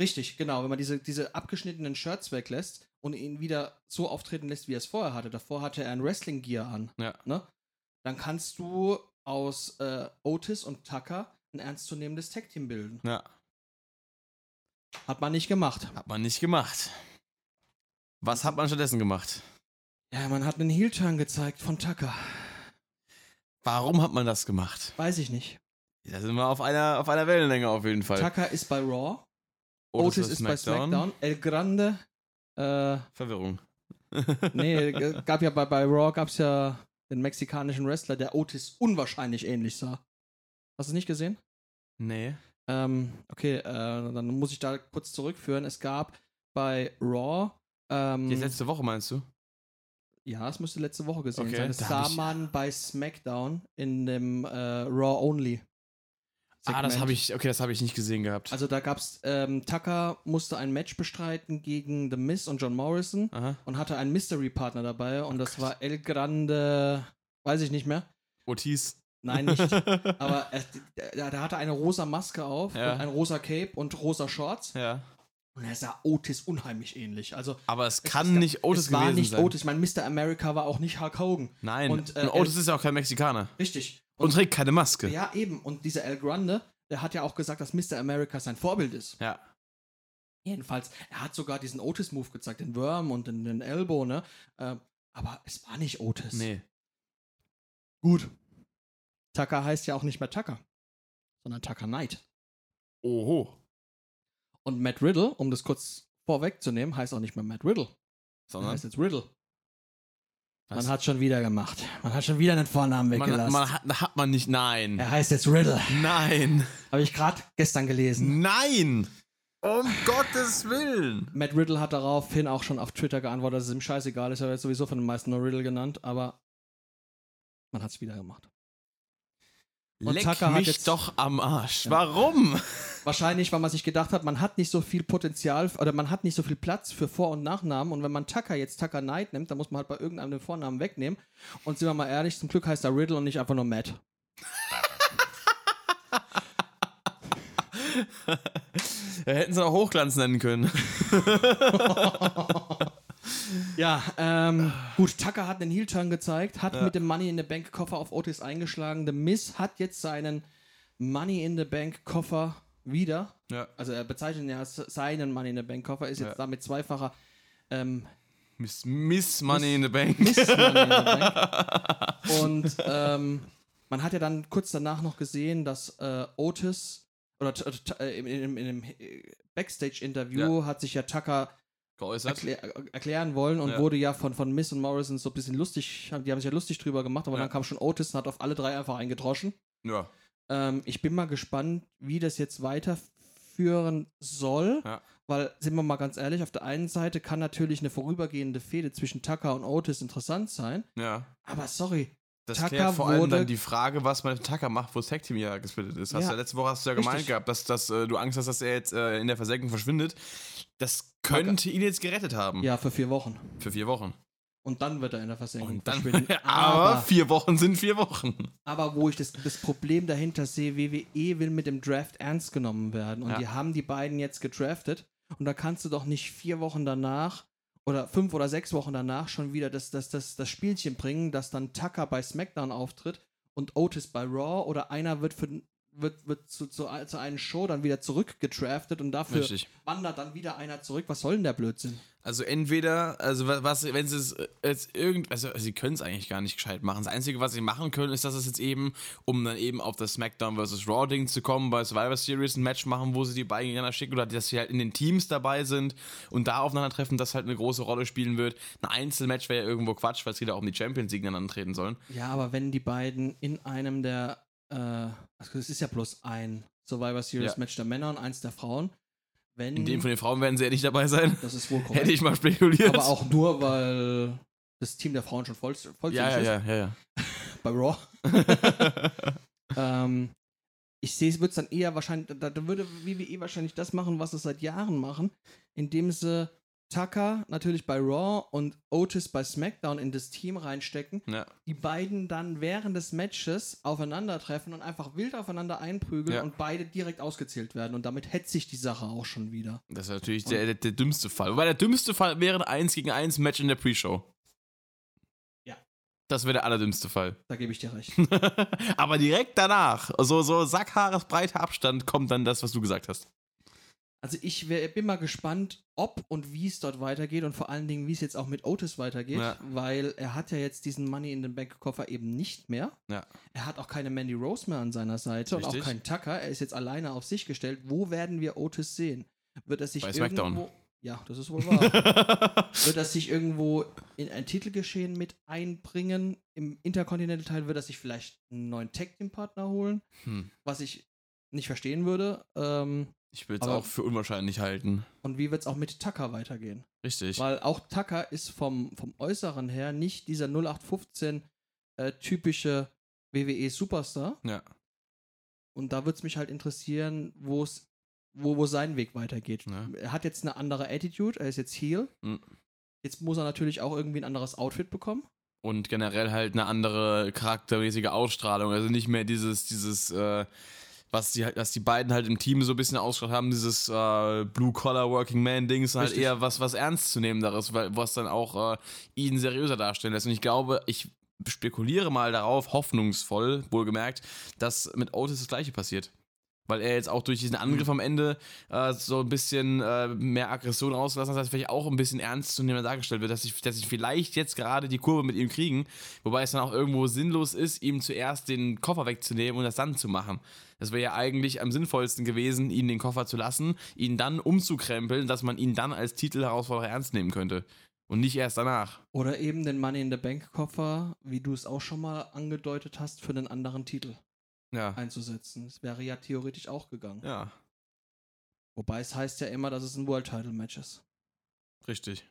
B: Richtig, genau. Wenn man diese, diese abgeschnittenen Shirts weglässt und ihn wieder so auftreten lässt, wie er es vorher hatte. Davor hatte er ein Wrestling-Gear an.
A: Ja.
B: Ne? Dann kannst du aus äh, Otis und Tucker ein ernstzunehmendes Tag-Team bilden.
A: Ja.
B: Hat man nicht gemacht.
A: Hat man nicht gemacht. Was hat man stattdessen gemacht?
B: Ja, man hat einen Heel-Turn gezeigt von Tucker.
A: Warum hat man das gemacht?
B: Weiß ich nicht.
A: Da sind wir auf einer, auf einer Wellenlänge auf jeden Fall.
B: Tucker ist bei Raw, Otis, ist bei SmackDown, El Grande, äh,
A: Verwirrung.
B: nee, g- gab ja bei, bei Raw gab es ja den mexikanischen Wrestler, der Otis unwahrscheinlich ähnlich sah. Hast du es nicht gesehen?
A: Nee.
B: Ähm, okay, äh, dann muss ich da kurz zurückführen. Es gab bei Raw. Ähm,
A: Jetzt letzte Woche meinst du?
B: ja, es müsste letzte Woche gesehen
A: Okay,
B: sein. Das
A: da
B: sah
A: hab ich-
B: man bei SmackDown in dem äh, Raw Only.
A: Ah, das
B: Segment.
A: habe ich, okay, das habe ich nicht gesehen gehabt.
B: Also da gab's ähm, Tucker musste ein Match bestreiten gegen The Miz und John Morrison
A: Aha.
B: und hatte einen Mystery Partner dabei und
A: Oh
B: das
A: Gott.
B: war El Grande, weiß ich nicht mehr.
A: Otis.
B: Nein, nicht. Aber er, der, der hatte eine rosa Maske auf,
A: Ja.
B: und ein rosa Cape und rosa Shorts.
A: ja.
B: Und er sah Otis unheimlich ähnlich. Also
A: Aber es
B: es
A: kann
B: ist-
A: nicht Otis
B: es war
A: gewesen
B: nicht
A: sein.
B: Otis. Mein Mr. America war auch nicht Hulk Hogan.
A: Nein.
B: Und,
A: Und,
B: äh,
A: Otis ist ja auch kein Mexikaner.
B: Richtig.
A: Und, trägt keine Maske.
B: ja, eben. Und dieser El Grande, der hat ja auch gesagt, dass Mr. America sein Vorbild ist.
A: Ja.
B: Jedenfalls, er hat sogar diesen Otis-Move gezeigt, den Worm und den, den Elbow, ne? Äh, aber es war nicht Otis.
A: Nee.
B: Gut. Tucker heißt ja auch nicht mehr Tucker, sondern Tucker Knight.
A: Oho.
B: Und Matt Riddle, um das kurz vorwegzunehmen, heißt auch nicht mehr Matt Riddle. Er
A: Sondern
B: heißt jetzt Riddle.
A: Was?
B: Man hat schon wieder gemacht. Man hat schon wieder einen Vornamen
A: man,
B: weggelassen.
A: man hat, hat man nicht. Nein.
B: er heißt jetzt Riddle.
A: Nein.
B: Habe ich gerade gestern gelesen.
A: Nein. Um Gottes Willen.
B: Matt Riddle hat daraufhin auch schon auf Twitter geantwortet, dass es ihm scheißegal ist. Er wird sowieso von den meisten nur Riddle genannt, aber man hat es wieder gemacht. Und
A: Leck
B: Tucker hat
A: mich
B: jetzt-
A: doch am Arsch. Warum?
B: Wahrscheinlich, weil man sich gedacht hat, man hat nicht so viel Potenzial oder man hat nicht so viel Platz für Vor- und Nachnamen. Und wenn man Tucker jetzt Tucker Knight nimmt, dann muss man halt bei irgendeinem den Vornamen wegnehmen. Und sind wir mal ehrlich, zum Glück heißt er Riddle und nicht einfach nur Matt.
A: Da hätten sie auch Hochglanz nennen können.
B: Ja,
A: äh,
B: ähm,
A: Ah.
B: gut, Tucker hat einen Heel-Turn gezeigt, hat mit dem Money in the Bank-Koffer auf Otis eingeschlagen. The Miz hat jetzt seinen Money in the Bank-Koffer wieder.
A: Ja.
B: Also er bezeichnet ihn ja als seinen Money in the Bank-Koffer, ist jetzt
A: Ja.
B: damit zweifacher ähm,
A: Miss, Miss Money in the Bank.
B: Miss Money in the Bank. Und ähm, man hat ja dann kurz danach noch gesehen, dass äh, Otis oder t- t- äh, in, in, in dem äh, Backstage-Interview hat sich ja Tucker
A: Geäußert.
B: erklär, äh, erklären wollen und
A: Ja.
B: wurde ja von, von Miss und Morrison so ein bisschen lustig, die haben sich ja lustig drüber gemacht, aber
A: Ja.
B: dann kam schon Otis und hat auf alle drei einfach eingedroschen.
A: Ja.
B: Ähm, ich bin mal gespannt, wie das jetzt weiterführen soll,
A: Ja.
B: weil, sind wir mal ganz ehrlich, auf der einen Seite kann natürlich eine vorübergehende Fehde zwischen Tucker und Otis interessant sein,
A: ja.
B: aber sorry,
A: Das
B: Tucker
A: klärt vor allem
B: wurde-
A: dann die Frage, was man mit Tucker macht, wo das Tag Team ja gesplittet ist. Hast
B: Ja.
A: ja. letzte Woche hast du ja
B: Richtig.
A: gemeint gehabt, dass, dass äh, du Angst hast, dass er jetzt äh, in der Versenkung verschwindet. Das könnte ihn jetzt gerettet haben.
B: ja, für vier Wochen.
A: Für vier Wochen.
B: Und dann wird er in der Versenkung
A: Und dann,
B: verschwinden.
A: aber vier Wochen sind vier Wochen.
B: Aber wo ich das, das Problem dahinter sehe, WWE will mit dem Draft ernst genommen werden. Und
A: Ja.
B: die haben die beiden jetzt gedraftet. Und da kannst du doch nicht vier Wochen danach oder fünf oder sechs Wochen danach schon wieder das, das, das, das Spielchen bringen, dass dann Tucker bei SmackDown auftritt und Otis bei Raw oder einer wird für wird, wird zu, zu, zu einer Show dann wieder zurückgedraftet und dafür
A: Richtig.
B: wandert dann wieder einer zurück. Was soll denn der Blödsinn?
A: Also entweder, also wa- was, wenn sie es äh, jetzt irgend, also sie können es eigentlich gar nicht gescheit machen. Das Einzige, was sie machen können, ist, dass es jetzt eben, um dann eben auf das SmackDown vs. Raw Ding zu kommen, bei Survivor Series ein Match machen, wo sie die beiden gegeneinander schicken oder dass sie halt in den Teams dabei sind und da aufeinandertreffen, das halt eine große Rolle spielen wird. Ein Einzelmatch wäre ja irgendwo Quatsch, weil es geht ja auch um die Champions, die gegeneinander treten sollen.
B: Ja, aber wenn die beiden in einem der, äh, also es ist ja bloß ein Survivor Series
A: Ja.
B: Match der Männer und eins der Frauen, wenn
A: In dem von den Frauen werden sie ja nicht dabei sein.
B: das ist wohl Mhm. korrekt,
A: Hätte ich mal spekuliert.
B: aber auch nur weil das Team der Frauen schon voll, voll
A: Ja, ja,
B: ist
A: ja, ja, ja.
B: bei Raw. ähm, ich sehe, es wird dann eher wahrscheinlich, da, da würde WWE wahrscheinlich das machen, was sie seit Jahren machen, indem sie Tucker natürlich bei Raw und Otis bei SmackDown in das Team reinstecken
A: ja.
B: die beiden dann während des Matches aufeinandertreffen und einfach wild aufeinander einprügeln
A: Ja.
B: und beide direkt ausgezählt werden. Und damit hetzt sich die Sache auch schon wieder.
A: Das ist natürlich der, der, der dümmste Fall. Wobei der dümmste Fall wäre ein 1 gegen 1 Match in der Pre-Show.
B: Ja.
A: Das wäre der allerdümmste Fall.
B: Da gebe ich dir recht.
A: Aber direkt danach, so, so Sackhaaresbreiter Abstand, kommt dann das, was du gesagt hast.
B: Also ich wär, bin mal gespannt, ob und wie es dort weitergeht und vor allen Dingen, wie es jetzt auch mit Otis weitergeht,
A: Ja.
B: weil er hat ja jetzt diesen Money in den Bank-Koffer eben nicht mehr.
A: Ja.
B: Er hat auch keine Mandy Rose mehr an seiner Seite und auch
A: Richtig.
B: keinen Tucker. Er ist jetzt alleine auf sich gestellt. Wo werden wir Otis sehen? Wird er sich
A: Bei
B: irgendwo...
A: SmackDown.
B: Ja, das ist wohl wahr. wird das sich irgendwo in ein Titelgeschehen mit einbringen. Im Intercontinental-Teil wird das sich vielleicht einen neuen Tag-Team-Partner holen,
A: Hm.
B: was ich nicht verstehen würde. Ähm,
A: Ich würde es
B: Aber-
A: auch für unwahrscheinlich halten.
B: und wie wird es auch mit Tucker weitergehen?
A: Richtig.
B: Weil auch Tucker ist vom, vom Äußeren her nicht dieser 0815 äh, typische WWE-Superstar.
A: Ja.
B: Und da würde es mich halt interessieren, wo es wo, wo sein Weg weitergeht.
A: Ja.
B: Er hat jetzt eine andere Attitude, er ist jetzt Heel.
A: Mhm.
B: Jetzt muss er natürlich auch irgendwie ein anderes Outfit bekommen.
A: Und generell halt eine andere charaktermäßige Ausstrahlung. Also nicht mehr dieses, dieses, äh, was die, halt- was die beiden halt im Team so ein bisschen ausgestrahlt haben, dieses äh, Blue-Collar-Working-Man-Ding, ist halt
B: Richtig.
A: eher was, was ernstzunehmenderes, weil- was dann auch äh, ihn seriöser darstellen lässt. Und ich glaube, ich spekuliere mal darauf, hoffnungsvoll, wohlgemerkt, dass mit Otis das Gleiche passiert. Weil er jetzt auch durch diesen Angriff am Ende äh, so ein bisschen äh, mehr Aggression rausgelassen hat, dass er vielleicht auch ein bisschen ernstzunehmender dargestellt wird, dass ich, dass ich vielleicht jetzt gerade die Kurve mit ihm kriegen, wobei es dann auch irgendwo sinnlos ist, ihm zuerst den Koffer wegzunehmen und das dann zu machen. Das wäre ja eigentlich am sinnvollsten gewesen, ihn den Koffer zu lassen, ihn dann umzukrempeln, dass man ihn dann als Titelherausforderer ernst nehmen könnte. Und nicht erst danach.
B: Oder eben den Money in the Bank Koffer, wie du es auch schon mal angedeutet hast, für einen anderen Titel
A: Ja.
B: einzusetzen. Es wäre ja theoretisch auch gegangen.
A: Ja.
B: Wobei es heißt ja immer, dass es ein World Title Match ist.
A: Richtig.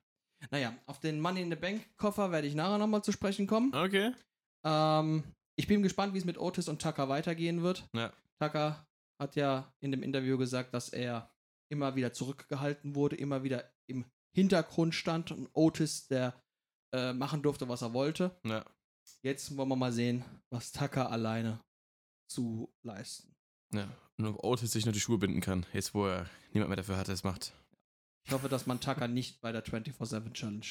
B: Naja, auf den Money in the Bank Koffer werde ich nachher nochmal zu sprechen kommen.
A: Okay.
B: Ähm, ich bin gespannt, wie es mit Otis und Tucker weitergehen wird.
A: Ja.
B: Tucker hat ja in dem Interview gesagt, dass er immer wieder zurückgehalten wurde, immer wieder im Hintergrund stand und Otis, der äh, machen durfte, was er wollte.
A: Ja.
B: Jetzt wollen wir mal sehen, was Tucker alleine zu leisten.
A: ja. Und ob Otis sich nur die Schuhe binden kann, jetzt wo er niemand mehr dafür hat, der es macht.
B: Ich hoffe, dass man Tucker nicht bei der 24-7 Challenge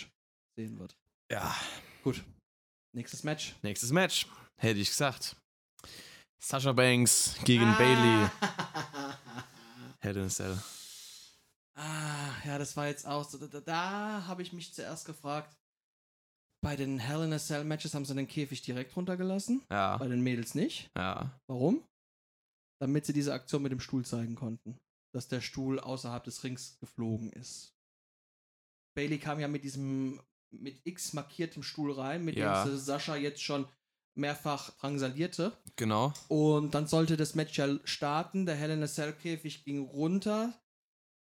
B: sehen wird.
A: Ja.
B: Gut. Nächstes Match.
A: Nächstes Match. Hätte ich gesagt. Sasha Banks gegen Bailey. Hell in a Cell.
B: Ah, ja, das war jetzt auch so. Da, da, da habe ich mich zuerst gefragt. Bei den Hell in a Cell Matches haben sie den Käfig direkt runtergelassen.
A: Ja.
B: Bei den Mädels nicht.
A: Ja.
B: Warum? Damit sie diese Aktion mit dem Stuhl zeigen konnten. Dass der Stuhl außerhalb des Rings geflogen ist. Bailey kam ja mit diesem mit X markiertem Stuhl rein, mit
A: Ja.
B: dem sie Sascha jetzt schon mehrfach drangsalierte.
A: Genau.
B: Und dann sollte das Match ja starten. Der Hell in a Cell Käfig ging runter.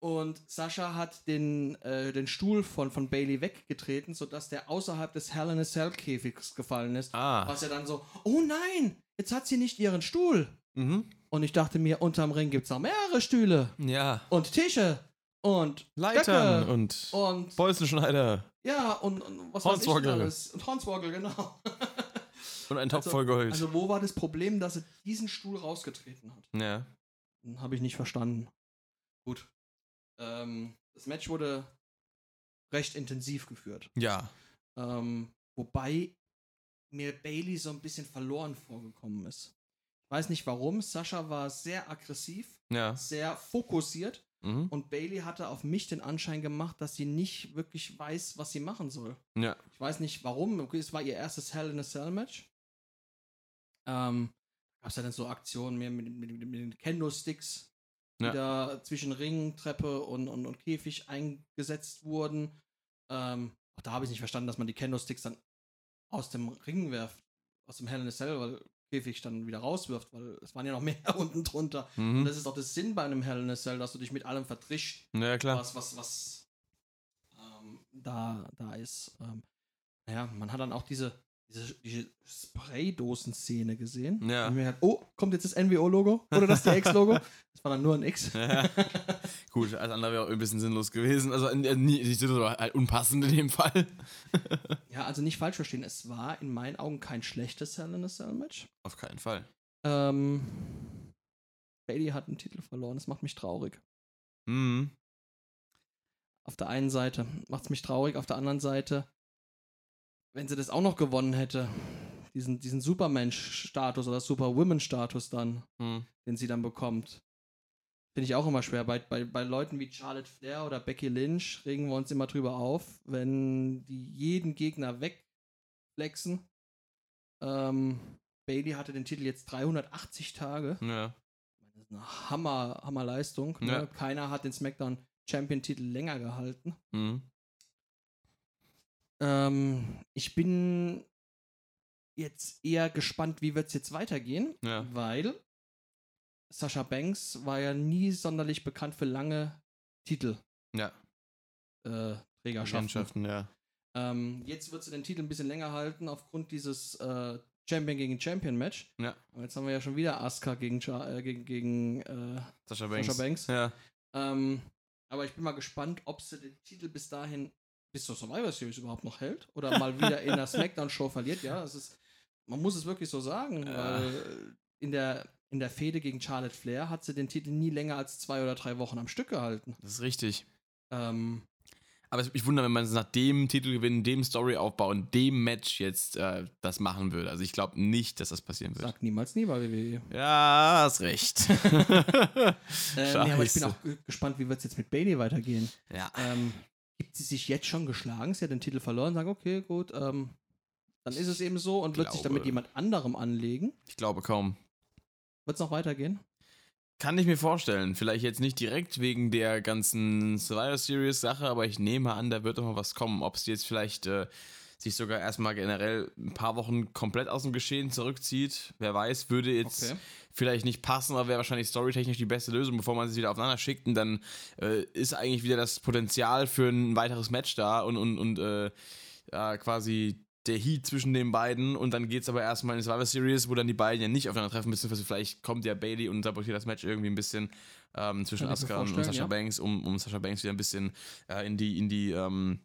B: Und Sascha hat den, äh, den Stuhl von, von Bailey weggetreten, sodass der außerhalb des Hell in a Cell Käfigs gefallen ist.
A: Ah.
B: Was ja dann so, oh nein, jetzt hat sie nicht ihren Stuhl.
A: Mhm.
B: Und ich dachte mir, unterm Ring gibt es noch mehrere Stühle
A: Ja.
B: und Tische und
A: Leitern
B: Stöcke
A: und
B: und
A: Bolzenschneider
B: ja, und, und was weiß ich denn
A: Hornswoggle.
B: alles. Und Hornswoggle, genau.
A: und ein Topf voll Gold.
B: Also wo war das Problem, dass sie diesen Stuhl rausgetreten hat?
A: ja.
B: Habe ich nicht verstanden. Gut. Ähm, das Match wurde recht intensiv geführt.
A: Ja.
B: Ähm, wobei mir Bailey so ein bisschen verloren vorgekommen ist. Ich weiß nicht warum. Sascha war sehr aggressiv,
A: Ja.
B: sehr fokussiert
A: Mhm.
B: und Bailey hatte auf mich den Anschein gemacht, dass sie nicht wirklich weiß, was sie machen soll.
A: Ja.
B: Ich weiß nicht warum. Okay, Es war ihr erstes Hell in a Cell Match. Ähm, gab es ja dann so Aktionen mehr mit, mit, mit, mit den Kendo-Sticks, die
A: Ja.
B: da zwischen Ring, Treppe und, und, und Käfig eingesetzt wurden. Ähm, auch da habe ich nicht verstanden, dass man die Kendo-Sticks dann aus dem Ring werft, aus dem Hell in a Cell, weil Käfig dann wieder rauswirft, weil es waren ja noch mehr unten drunter. Und
A: Mhm.
B: das ist auch das Sinn bei einem Hell in a Cell, dass du dich mit allem vertrischst
A: Ja, klar.
B: was, was, was ähm, da, da ist. Ähm, naja, man hat dann auch diese, diese, diese Spraydosen-Szene gesehen.
A: Ja.
B: Und mir hat, oh, kommt jetzt das NWO-Logo oder das DX-Logo? das war dann nur ein X.
A: Ja. Gut, alles andere wäre auch ein bisschen sinnlos gewesen. Also äh, nie- nicht sinnlos, aber halt unpassend in dem Fall.
B: Ja, also nicht falsch verstehen. Es war in meinen Augen kein schlechtes Hell in a Cell-Match.
A: Auf keinen Fall.
B: Ähm, Bailey hat einen Titel verloren. Das macht mich traurig.
A: Mhm.
B: Auf der einen Seite macht es mich traurig, auf der anderen Seite, wenn sie das auch noch gewonnen hätte, diesen, diesen Superman-Status oder Superwoman-Status dann,
A: Mhm.
B: den sie dann bekommt, finde ich auch immer schwer. Bei, bei, bei Leuten wie Charlotte Flair oder Becky Lynch regen wir uns immer drüber auf, wenn die jeden Gegner wegflexen. Ähm, Bailey hatte den Titel jetzt 380 Tage.
A: Ja.
B: Das ist eine Hammer, Hammerleistung.
A: Ja.
B: Ne? Keiner hat den SmackDown Champion-Titel länger gehalten.
A: Mhm.
B: Ähm, ich bin jetzt eher gespannt, wie wird es jetzt weitergehen,
A: Ja.
B: weil Sascha Banks war ja nie sonderlich bekannt für lange Titel.
A: Ja.
B: Äh, Trägerschaften.
A: Mannschaften, ja.
B: Ähm, jetzt wird sie den Titel ein bisschen länger halten aufgrund dieses äh, Champion gegen Champion Match.
A: Ja.
B: Aber jetzt haben wir ja schon wieder Asuka gegen, Cha- äh, gegen, gegen äh,
A: Sascha Banks.
B: Sascha Banks.
A: Ja.
B: Ähm, aber ich bin mal gespannt, ob sie den Titel bis dahin, bis zur Survivor Series überhaupt noch hält oder mal wieder in der Smackdown-Show verliert. Ja, es ist, man muss es wirklich so sagen,
A: Ja.
B: weil äh, in der, in der Fehde gegen Charlotte Flair hat sie den Titel nie länger als zwei oder drei Wochen am Stück gehalten.
A: Das ist richtig.
B: Ähm,
A: Aber es- ich wundere, wenn man es nach dem Titelgewinn, dem Storyaufbau und dem Match jetzt äh, das machen würde. Also ich glaube nicht, dass das passieren wird.
B: sag niemals nie bei E. WWE.
A: Ja, hast recht.
B: Äh, nee, aber ich bin auch ge- gespannt, wie wird es jetzt mit Bailey weitergehen.
A: Ja.
B: Ähm, gibt sie sich jetzt schon geschlagen? Sie hat den Titel verloren, sagen, okay, gut, ähm, dann ist es eben so und wird sich
A: Glaube-
B: damit jemand anderem anlegen.
A: Ich glaube kaum.
B: Wird es noch weitergehen?
A: Kann ich mir vorstellen. Vielleicht jetzt nicht direkt wegen der ganzen Survivor Series Sache, aber ich nehme an, da wird noch mal was kommen. Ob es jetzt vielleicht äh, sich sogar erstmal generell ein paar Wochen komplett aus dem Geschehen zurückzieht. Wer weiß, würde jetzt
B: Okay.
A: vielleicht nicht passen, aber wäre wahrscheinlich storytechnisch die beste Lösung, bevor man sie wieder aufeinander schickt. Und dann äh, ist eigentlich wieder das Potenzial für ein weiteres Match da und, und, und äh, ja, quasi der Heat zwischen den beiden. Und dann geht es aber erstmal in die Survivor Series, wo dann die beiden ja nicht aufeinander treffen, beziehungsweise vielleicht kommt ja Bailey und sabotiert das Match irgendwie ein bisschen ähm, zwischen
B: Kann ich mir
A: Asuka und, und
B: vorstellen,
A: Sasha
B: ja.
A: Banks, um, um Sasha Banks wieder ein bisschen äh, in die, in die ähm,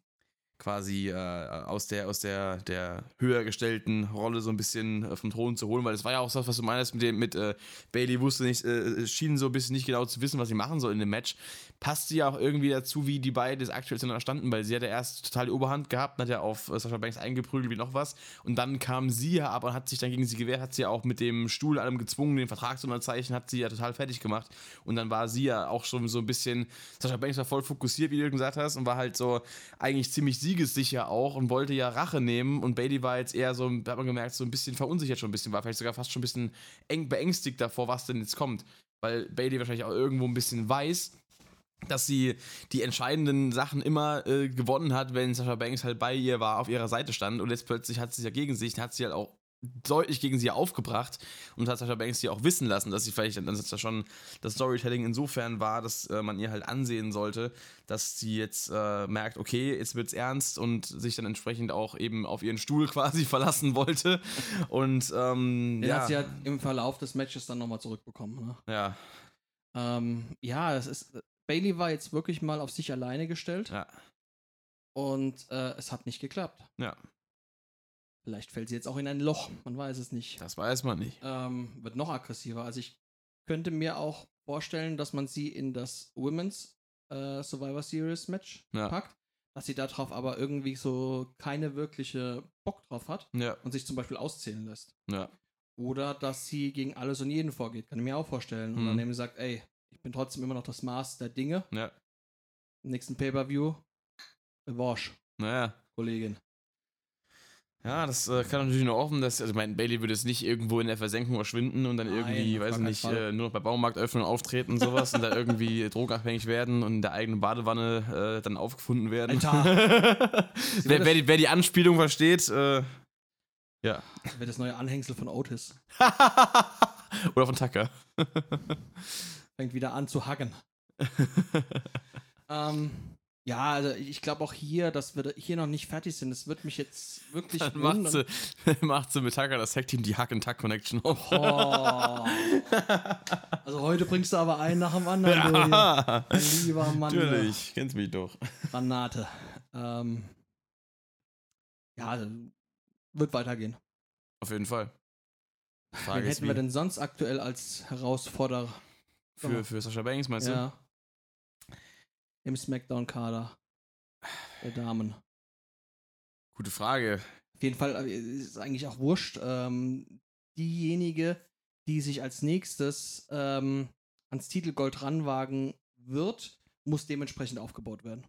A: quasi äh, aus der aus der der höher gestellten Rolle so ein bisschen äh, vom Thron zu holen, weil das war ja auch das, was du meinst mit dem mit äh, Bailey wusste nicht, äh, schien so ein bisschen nicht genau zu wissen, was sie machen soll in dem Match. Passt sie ja auch irgendwie dazu, wie die beiden das aktuell zueinander standen, weil sie hat ja erst total die Oberhand gehabt, und hat ja auf äh, Sascha Banks eingeprügelt wie noch was und dann kam sie ja ab und hat sich dann gegen sie gewehrt, hat sie ja auch mit dem Stuhl allem gezwungen, den Vertrag zu unterzeichnen, hat sie ja total fertig gemacht und dann war sie ja auch schon so ein bisschen, Sascha Banks war voll fokussiert, wie du gesagt hast und war halt so eigentlich ziemlich siegessicher auch und wollte ja Rache nehmen und Bailey war jetzt eher so, da hat man gemerkt, so ein bisschen verunsichert schon ein bisschen, war vielleicht sogar fast schon ein bisschen eng beängstigt davor, was denn jetzt kommt. Weil Bailey wahrscheinlich auch irgendwo ein bisschen weiß, dass sie die entscheidenden Sachen immer äh, gewonnen hat, wenn Sasha Banks halt bei ihr war, auf ihrer Seite stand und jetzt plötzlich hat sie es ja gegen sich, dann hat sie halt auch deutlich gegen sie aufgebracht und hat Sasha Banks ja auch wissen lassen, dass sie vielleicht, dann ist das schon das Storytelling insofern war, dass äh, man ihr halt ansehen sollte, dass sie jetzt äh, merkt, okay, jetzt wird's ernst und sich dann entsprechend auch eben auf ihren Stuhl quasi verlassen wollte und ähm,
B: Den
A: ja,
B: hat sie halt ja im Verlauf des Matches dann nochmal zurückbekommen. Ne?
A: ja,
B: Ähm, ja, es ist. Bailey war jetzt wirklich mal auf sich alleine gestellt
A: ja,
B: und äh, es hat nicht geklappt.
A: ja,
B: Vielleicht fällt sie jetzt auch in ein Loch, man weiß es nicht.
A: das weiß man nicht.
B: ähm, wird noch aggressiver. Also ich könnte mir auch vorstellen, dass man sie in das Women's äh, Survivor Series Match
A: Ja.
B: packt, dass sie darauf aber irgendwie so keine wirkliche Bock drauf hat
A: Ja,
B: und sich zum Beispiel auszählen lässt.
A: ja,
B: Oder dass sie gegen alles und jeden vorgeht, kann ich mir auch vorstellen. Und
A: Mhm.
B: dann eben sagt, ey, ich bin trotzdem immer noch das Maß der Dinge.
A: ja,
B: Im nächsten Pay-Per-View, Wash,
A: naja.
B: Kollegin.
A: Ja, das äh, kann natürlich noch offen, dass, also ich meine, Bailey würde jetzt nicht irgendwo in der Versenkung verschwinden und dann
B: Nein,
A: irgendwie,
B: auf
A: weiß
B: gar
A: ich nicht,
B: keinen Fall.
A: äh, nur noch bei Baumarktöffnungen auftreten und sowas und da irgendwie drogenabhängig werden und in der eigenen Badewanne äh, dann aufgefunden werden. wer,
B: wird
A: wer, die, wer die Anspielung versteht, äh, ja.
B: Das wird das neue Anhängsel von Otis.
A: Oder von Tucker.
B: fängt wieder an zu hacken. ähm, ja, also ich glaube auch hier, dass wir da- hier noch nicht fertig sind. Das wird mich jetzt wirklich
A: Dann macht
B: wundern.
A: sie, macht sie mit Tucker das Tag-Team die Hack-and-Tuck-Connection auf.
B: Oh. Also heute bringst du aber einen nach dem anderen. du
A: ja,
B: hier. Lieber Mann.
A: natürlich, kennst mich doch.
B: äh, Granate. Ähm, ja, also wird weitergehen.
A: Auf jeden Fall.
B: Wen
A: Frage ist,
B: hätten wir
A: wie
B: denn sonst aktuell als Herausforderer?
A: für, für Sascha Banks, meinst du?
B: Ja. Im Smackdown-Kader der Damen.
A: Gute Frage.
B: Auf jeden Fall äh, ist es eigentlich auch wurscht. Ähm, diejenige, die sich als nächstes ähm, ans Titelgold ranwagen wird, muss dementsprechend aufgebaut werden.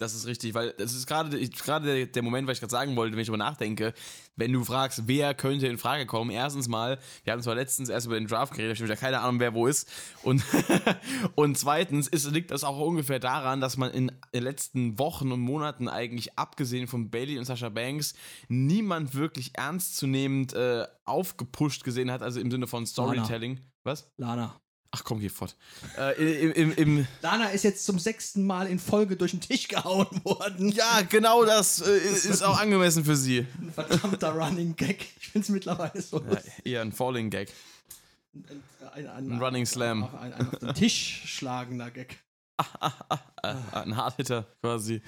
A: Das ist richtig, weil das ist gerade ich- gerade der, der Moment, was ich gerade sagen wollte, wenn ich darüber nachdenke, wenn du fragst, wer könnte in Frage kommen. Erstens mal, wir haben zwar letztens erst über den Draft geredet, ich habe ja keine Ahnung, wer wo ist. Und, und zweitens ist, liegt das auch ungefähr daran, dass man in den letzten Wochen und Monaten eigentlich, abgesehen von Bailey und Sascha Banks, niemand wirklich ernstzunehmend äh, aufgepusht gesehen hat, also im Sinne von Storytelling. Was?
B: Lana.
A: Ach komm, geh fort. Äh, im, im, im,
B: Lana ist jetzt zum sechsten Mal in Folge durch den Tisch gehauen worden.
A: ja, genau das äh, ist auch angemessen für sie.
B: Ein verdammter Running Gag. Ich finde es mittlerweile so.
A: Ja, eher ein Falling Gag.
B: Ein,
A: Ein Running Slam.
B: Ein, ein, ein auf den Tisch schlagender Gag.
A: Äh, ein Hardhitter quasi.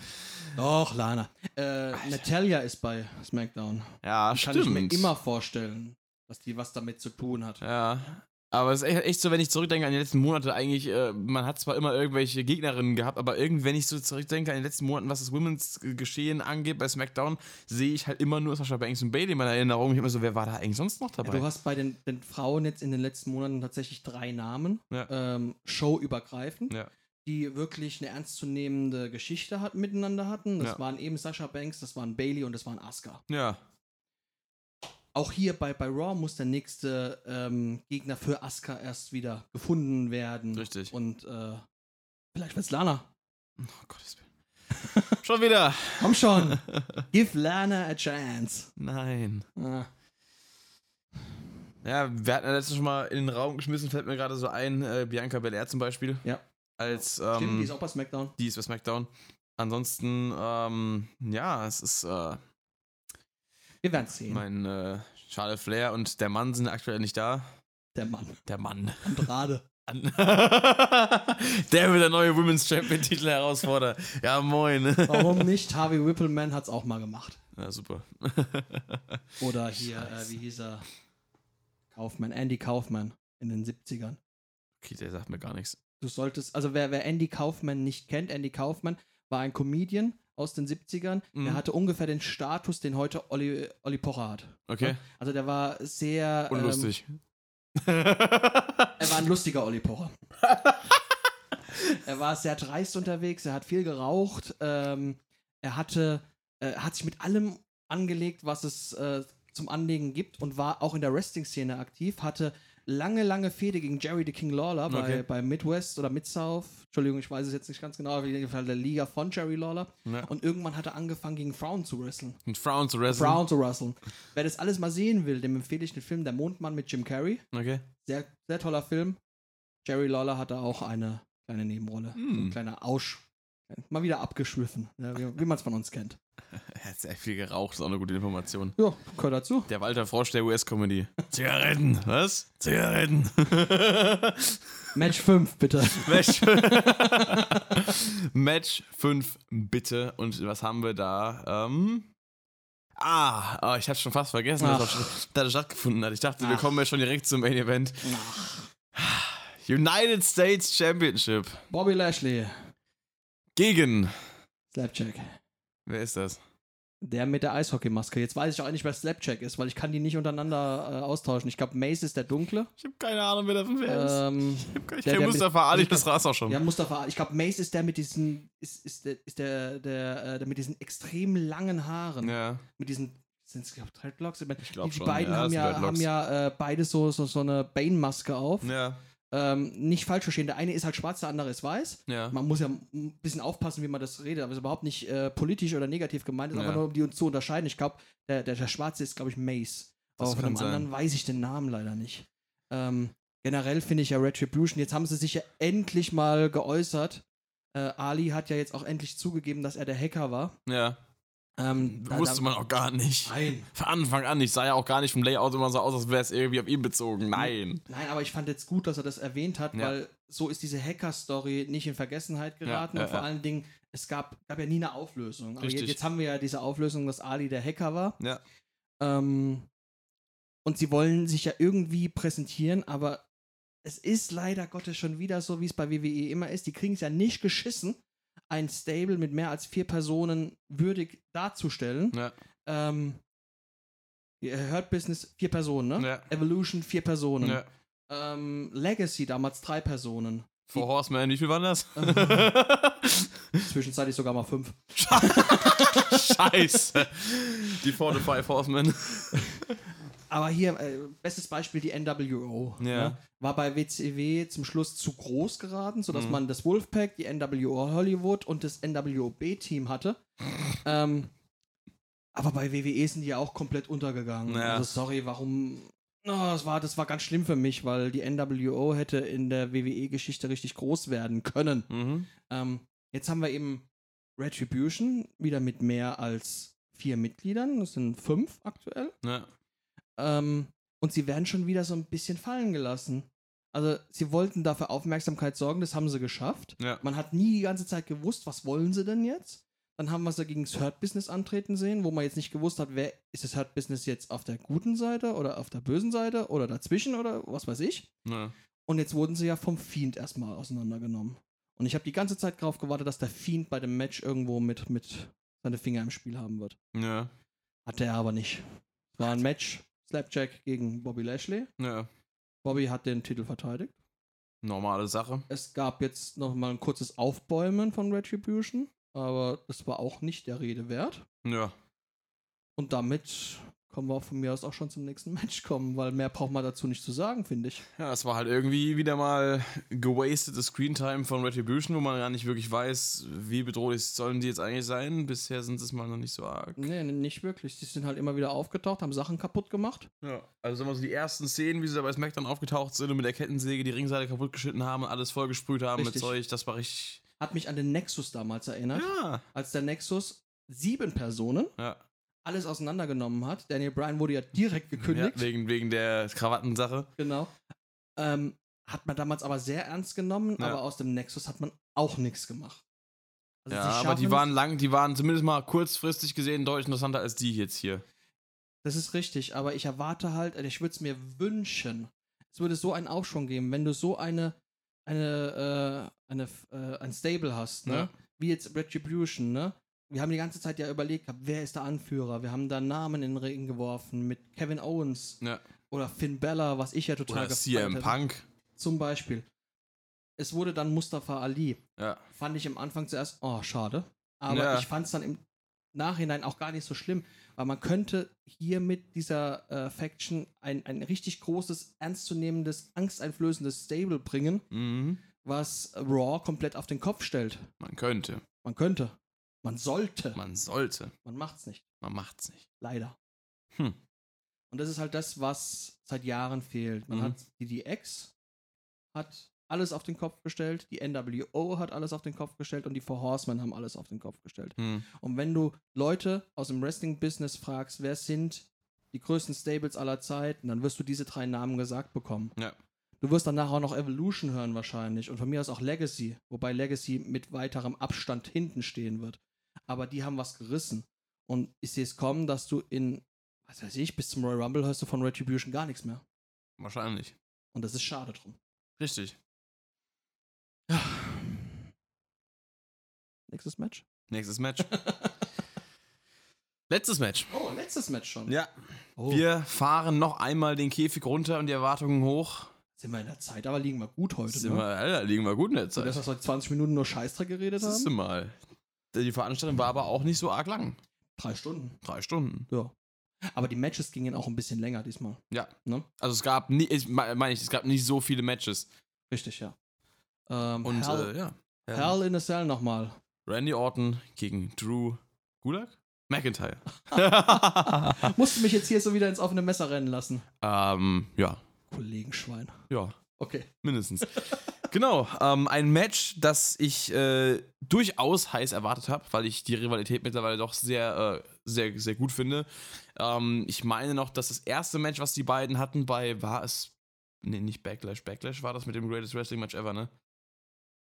B: Doch, Lana. Äh, Natalia ist bei SmackDown.
A: Ja,
B: Kann
A: stimmt.
B: ich mir immer vorstellen, dass die was damit zu tun hat.
A: Ja. Aber es ist echt, echt so, wenn ich zurückdenke an die letzten Monate, eigentlich, äh, man hat zwar immer irgendwelche Gegnerinnen gehabt, aber irgendwie, wenn ich so zurückdenke an die letzten Monaten, was das Women's äh, Geschehen angeht bei SmackDown, sehe ich halt immer nur Sascha Banks und Bailey in meiner Erinnerung. Ich hab immer so, wer war da eigentlich sonst noch
B: Ja,
A: dabei?
B: Du hast bei den, den Frauen jetzt in den letzten Monaten tatsächlich drei Namen,
A: Ja.
B: ähm, showübergreifend,
A: Ja.
B: die wirklich eine ernstzunehmende Geschichte hat, miteinander hatten. Das
A: Ja.
B: waren eben Sasha Banks, das waren Bailey und das waren Asuka.
A: ja.
B: Auch hier bei, bei Raw muss der nächste ähm, Gegner für Asuka erst wieder gefunden werden.
A: Richtig.
B: Und äh, vielleicht wird's Lana.
A: Oh Gottes Willen. Schon wieder.
B: Komm schon. Give Lana a chance.
A: Nein.
B: Ah.
A: Ja, wir hatten ja letztens schon mal in den Raum geschmissen, fällt mir gerade so ein, äh, Bianca Belair zum Beispiel.
B: Ja.
A: Als,
B: Stimmt,
A: ähm,
B: die ist auch bei SmackDown.
A: die ist bei SmackDown. Ansonsten, ähm, ja, es ist, äh,
B: Wir werden sehen.
A: mein, äh, Charlotte Flair und der Mann sind aktuell nicht da.
B: Der Mann.
A: Der Mann.
B: Andrade.
A: An der wird der neue Women's Champion-Titel herausfordert. Ja, moin.
B: Warum nicht? Harvey Whippleman hat's auch mal gemacht.
A: Na, super.
B: Oder hier, äh,
A: Scheiße.
B: wie hieß er? Kaufmann, Andy Kaufmann in den 70ern.
A: Okay, der sagt mir gar nichts.
B: Du solltest, also wer, wer Andy Kaufman nicht kennt, Andy Kaufman war ein Comedian aus den 70ern.
A: Mhm.
B: Der hatte ungefähr den Status, den heute Olli, Olli Pocher hat.
A: Okay.
B: Also der war
A: Äh,
B: sehr.
A: Unlustig.
B: Ähm, er war ein lustiger Olli Pocher. er war sehr dreist unterwegs, er hat viel geraucht. Ähm, er hatte, äh, hat sich mit allem angelegt, was es äh, zum Anlegen gibt und war auch in der Wrestling-Szene aktiv, hatte lange, lange Fehde gegen Jerry the King Lawler bei,
A: Okay.
B: bei Midwest oder Mid-South. Entschuldigung, ich weiß es jetzt nicht ganz genau, aber auf jeden Fall der Liga von Jerry Lawler.
A: Ja.
B: Und irgendwann hat er angefangen, gegen Frauen zu wresteln.
A: Und Frauen zu wrestlen.
B: Frauen zu wresteln. Wer das alles mal sehen will, dem empfehle ich den Film Der Mondmann mit Jim Carrey.
A: Okay.
B: Sehr, sehr toller Film. Jerry Lawler hatte auch eine kleine Nebenrolle. So ein
A: Hm.
B: kleiner Ausch. Mal wieder abgeschwiffen, ja, wie, wie man es von uns kennt.
A: Er hat sehr viel geraucht, ist auch eine gute Information.
B: Ja, gehört dazu.
A: Der Walter Frosch der US-Comedy. Zigaretten. Was? Zigaretten.
B: Match 5, bitte.
A: Match. Match 5, bitte. Und was haben wir da? Ähm. Ah, ah, ich hab's schon fast vergessen, dass
B: Ach.
A: das schon- dass das stattgefunden hat. Ich dachte, wir
B: Ach.
A: kommen ja schon direkt zum Main Event. United States Championship
B: Bobby Lashley,
A: gegen.
B: Slapjack.
A: Wer ist das?
B: Der mit der Eishockeymaske. Jetzt weiß ich auch nicht, wer Slapjack ist, weil ich kann die nicht untereinander äh, austauschen. Ich glaube, Mace ist der Dunkle.
A: Ich habe keine Ahnung, wer das ist.
B: Ähm,
A: ich
B: der-
A: kenne
B: der
A: Mustafa
B: mit-
A: Ali,
B: mit-
A: das war's auch schon.
B: Ja, Mustafa. Ich glaube, Mace ist der mit diesen, ist, ist, der, ist der, der, äh, der mit diesen extrem langen Haaren.
A: Ja.
B: Mit diesen, sind es, glaube ich, Dreadlocks? Ich meine,
A: Ich glaub
B: die, die
A: schon,
B: beiden
A: ja, das
B: haben
A: sind
B: ja, haben
A: Dreadlocks.
B: ja äh, beide so, so, so eine Bane-Maske auf.
A: Ja,
B: Ähm, nicht falsch verstehen. Der eine ist halt schwarz, der andere ist weiß.
A: ja.
B: Man muss ja ein bisschen aufpassen, wie man das redet, aber es ist überhaupt nicht äh, politisch oder negativ gemeint, es ist
A: Ja.
B: einfach nur, um die uns zu unterscheiden. Ich glaube, der, der, der Schwarze ist, glaube ich, Mace.
A: Das
B: Aber von
A: kann
B: dem
A: sein.
B: anderen weiß ich den Namen leider nicht. Ähm, generell finde ich ja Retribution, jetzt haben sie sich ja endlich mal geäußert. Äh, Ali hat ja jetzt auch endlich zugegeben, dass er der Hacker war.
A: ja.
B: Ähm, da-
A: Wusste
B: da-
A: man auch gar nicht.
B: Nein.
A: Von Anfang an, ich sah ja auch gar nicht vom Layout immer so aus, als wäre es irgendwie auf ihn bezogen. Nein.
B: Nein, aber ich fand jetzt gut, dass er das erwähnt hat,
A: Ja.
B: weil so ist diese Hacker-Story nicht in Vergessenheit geraten.
A: Ja, ja,
B: und vor
A: ja.
B: allen Dingen, es gab, gab ja nie eine Auflösung. Aber jetzt,
A: Richtig.
B: jetzt haben wir ja diese Auflösung, dass Ali der Hacker war.
A: Ja.
B: Ähm, und sie wollen sich ja irgendwie präsentieren, aber es ist leider Gottes schon wieder so, wie es bei WWE immer ist. Die kriegen es ja nicht geschissen, ein Stable mit mehr als vier Personen würdig darzustellen.
A: Ja.
B: Ähm, ihr hört Business, vier Personen, ne?
A: Ja.
B: Evolution, vier Personen.
A: Ja.
B: Ähm, Legacy damals drei Personen.
A: Vor Horseman, wie viel waren das?
B: Zwischenzeitlich sogar mal fünf.
A: Scheiße. Die Four to Five Horsemen.
B: Aber hier, äh, bestes Beispiel, die NWO.
A: Ja.
B: Ne? War bei WCW zum Schluss zu groß geraten, sodass
A: Mhm.
B: man das Wolfpack, die NWO Hollywood und das NWO B-Team hatte. ähm, aber bei WWE sind die ja auch komplett untergegangen.
A: Ja.
B: Also sorry, warum... Oh, das, war, das war ganz schlimm für mich, weil die NWO hätte in der WWE-Geschichte richtig groß werden können.
A: Mhm.
B: Ähm, jetzt haben wir eben Retribution, wieder mit mehr als vier Mitgliedern. Das sind fünf aktuell.
A: Ja.
B: Ähm, und sie werden schon wieder so ein bisschen fallen gelassen. Also, sie wollten dafür Aufmerksamkeit sorgen, das haben sie geschafft.
A: Ja.
B: Man hat nie die ganze Zeit gewusst, was wollen sie denn jetzt? Dann haben wir sie gegen das Hurt Business antreten sehen, wo man jetzt nicht gewusst hat, wer ist das Hurt Business jetzt auf der guten Seite oder auf der bösen Seite oder dazwischen oder was weiß ich.
A: ja.
B: Und jetzt wurden sie ja vom Fiend erstmal auseinandergenommen. Und ich habe die ganze Zeit darauf gewartet, dass der Fiend bei dem Match irgendwo mit, mit seine Finger im Spiel haben wird.
A: Ja.
B: Hat er aber nicht. Es war ein Match. Slapjack gegen Bobby Lashley.
A: Ja.
B: Bobby hat den Titel verteidigt.
A: Normale Sache.
B: Es gab jetzt nochmal ein kurzes Aufbäumen von Retribution, aber das war auch nicht der Rede wert.
A: Ja.
B: Und damit kommen wir auch von mir aus auch schon zum nächsten Match kommen, weil mehr braucht man dazu nicht zu sagen, finde ich.
A: Ja, das war halt irgendwie wieder mal gewastete Screentime von Retribution, wo man gar nicht wirklich weiß, wie bedrohlich sollen die jetzt eigentlich sein. Bisher sind es mal noch nicht so arg.
B: Nee, nee, nicht wirklich. Die sind halt immer wieder aufgetaucht, haben Sachen kaputt gemacht.
A: Ja, also sagen wir so, die ersten Szenen, wie sie da bei SmackDown aufgetaucht sind und mit der Kettensäge die Ringseite kaputtgeschnitten haben und alles vollgesprüht haben
B: Richtig.
A: mit Zeug, das war richtig.
B: Hat mich an den Nexus damals erinnert,
A: Ja.
B: als der Nexus sieben Personen
A: Ja.
B: alles auseinandergenommen hat. Daniel Bryan wurde ja direkt gekündigt.
A: Ja, wegen, wegen der Krawattensache.
B: Genau. Ähm, hat man damals aber sehr ernst genommen,
A: Ja.
B: aber aus dem Nexus hat man auch nichts gemacht. Also
A: Ja,
B: sie
A: aber die
B: schaffen
A: waren lang, die waren zumindest mal kurzfristig gesehen deutlich interessanter als die jetzt hier.
B: Das ist richtig, aber ich erwarte halt, also ich würde es mir wünschen, es würde so einen Aufschwung geben, wenn du so eine, eine, äh, eine, äh, ein Stable hast, ne?
A: Ja.
B: Wie jetzt Retribution, ne? Wir haben die ganze Zeit ja überlegt, gehabt, wer ist der Anführer? Wir haben da Namen in den Ring geworfen mit Kevin Owens
A: Ja.
B: oder Finn Bella, was ich ja total
A: Oder CM
B: hätte.
A: Punk.
B: Zum Beispiel. Es wurde dann Mustafa Ali.
A: Ja.
B: Fand ich am Anfang zuerst, oh, schade. Aber
A: Ja.
B: ich fand es dann im Nachhinein auch gar nicht so schlimm, weil man könnte hier mit dieser äh, Faction ein, ein richtig großes, ernstzunehmendes, angsteinflößendes Stable bringen,
A: Mhm.
B: was Raw komplett auf den Kopf stellt.
A: Man könnte.
B: Man könnte. Man sollte.
A: Man sollte.
B: Man macht's nicht.
A: Man macht's nicht.
B: Leider.
A: Hm.
B: Und das ist halt das, was seit Jahren fehlt. Man
A: Mhm.
B: hat die DX hat alles auf den Kopf gestellt, die NWO hat alles auf den Kopf gestellt und die Four Horsemen haben alles auf den Kopf gestellt.
A: Hm.
B: Und wenn du Leute aus dem Wrestling-Business fragst, wer sind die größten Stables aller Zeiten, dann wirst du diese drei Namen gesagt bekommen.
A: Ja.
B: Du wirst danach auch noch Evolution hören wahrscheinlich und von mir aus auch Legacy, wobei Legacy mit weiterem Abstand hinten stehen wird. Aber die haben was gerissen. Und ich sehe es kommen, dass du in, was weiß ich, bis zum Royal Rumble hörst du von Retribution gar nichts mehr.
A: Wahrscheinlich.
B: Und das ist schade drum.
A: Richtig.
B: Nächstes Match?
A: Nächstes Match. Letztes Match.
B: Oh, letztes Match schon.
A: Ja.
B: Oh,
A: Wir fahren noch einmal den Käfig runter und die Erwartungen hoch.
B: sind wir in der Zeit, aber liegen wir gut heute.
A: Sind
B: ne?
A: wir, Alter, liegen wir gut in der
B: so, dass wir
A: Zeit.
B: seit 20 Minuten nur Scheißdreck geredet
A: Siehst du
B: haben?
A: mal. Die Veranstaltung war aber auch nicht so arg lang.
B: Drei Stunden.
A: Drei Stunden.
B: Ja. Aber die Matches gingen auch ein bisschen länger diesmal.
A: Ja.
B: Ne?
A: Also es gab nie, ich me- meine ich, es gab nicht so viele Matches.
B: Richtig, ja. Ähm,
A: Und
B: Hell,
A: äh, ja.
B: Hell in a Cell nochmal.
A: Randy Orton gegen Drew Gulak? McIntyre.
B: Musst du mich jetzt hier so wieder ins offene Messer rennen lassen.
A: ähm, ja.
B: Kollegenschwein.
A: Ja.
B: Okay.
A: Mindestens. genau, ähm, ein Match, das ich äh, durchaus heiß erwartet habe, weil ich die Rivalität mittlerweile doch sehr, äh, sehr, sehr gut finde. Ähm, ich meine noch, dass das erste Match, was die beiden hatten, bei war es. Nee, nicht Backlash. Backlash war das mit dem Greatest Wrestling Match ever, ne?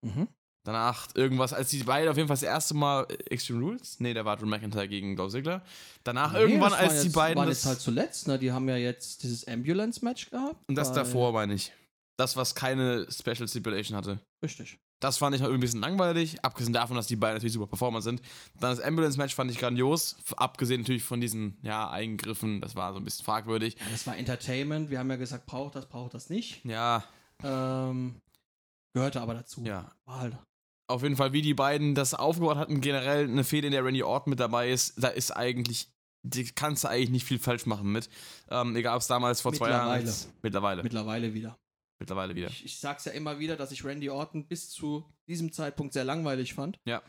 B: Mhm.
A: Danach irgendwas, als die beiden auf jeden Fall das erste Mal äh, Extreme Rules. Nee, da war Drew McIntyre gegen Dolph Ziggler. Danach irgendwann, als die beiden.
B: waren
A: das-
B: jetzt halt zuletzt, ne? Die haben ja jetzt dieses Ambulance-Match gehabt.
A: und das
B: bei-
A: davor, meine ich. Das, was keine Special Stipulation hatte.
B: Richtig.
A: Das fand ich noch irgendwie ein bisschen langweilig, abgesehen davon, dass die beiden natürlich super Performer sind. Dann das Ambulance-Match fand ich grandios, f- abgesehen natürlich von diesen ja, Eingriffen, das war so ein bisschen fragwürdig.
B: Ja, das war Entertainment. Wir haben ja gesagt, braucht das, braucht das nicht.
A: Ja,
B: Ähm, gehörte aber dazu.
A: ja.
B: War halt.
A: Auf jeden Fall, wie die beiden das aufgebaut hatten, generell eine Fehde, in der Randy Orton mit dabei ist, da ist eigentlich, die kannst du eigentlich nicht viel falsch machen mit. Ähm, egal, ob es damals vor zwei Jahren.
B: Mittlerweile.
A: als- Mittlerweile.
B: Mittlerweile wieder.
A: mittlerweile wieder.
B: Ich, ich sag's ja immer wieder, dass ich Randy Orton bis zu diesem Zeitpunkt sehr langweilig fand.
A: Ja.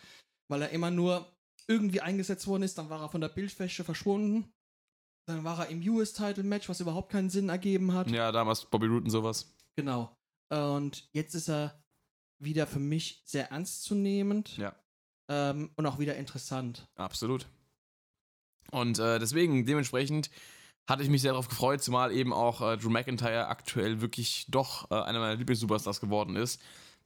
B: Weil er immer nur irgendwie eingesetzt worden ist, dann war er von der Bildfläche verschwunden. Dann war er im US-Title-Match, was überhaupt keinen Sinn ergeben hat.
A: Ja, damals Bobby Root und sowas.
B: Genau. Und jetzt ist er wieder für mich sehr ernstzunehmend.
A: Ja.
B: Ähm, und auch wieder interessant.
A: Absolut. Und äh, deswegen, dementsprechend hatte ich mich sehr darauf gefreut, zumal eben auch äh, Drew McIntyre aktuell wirklich doch äh, einer meiner Lieblings-Superstars geworden ist.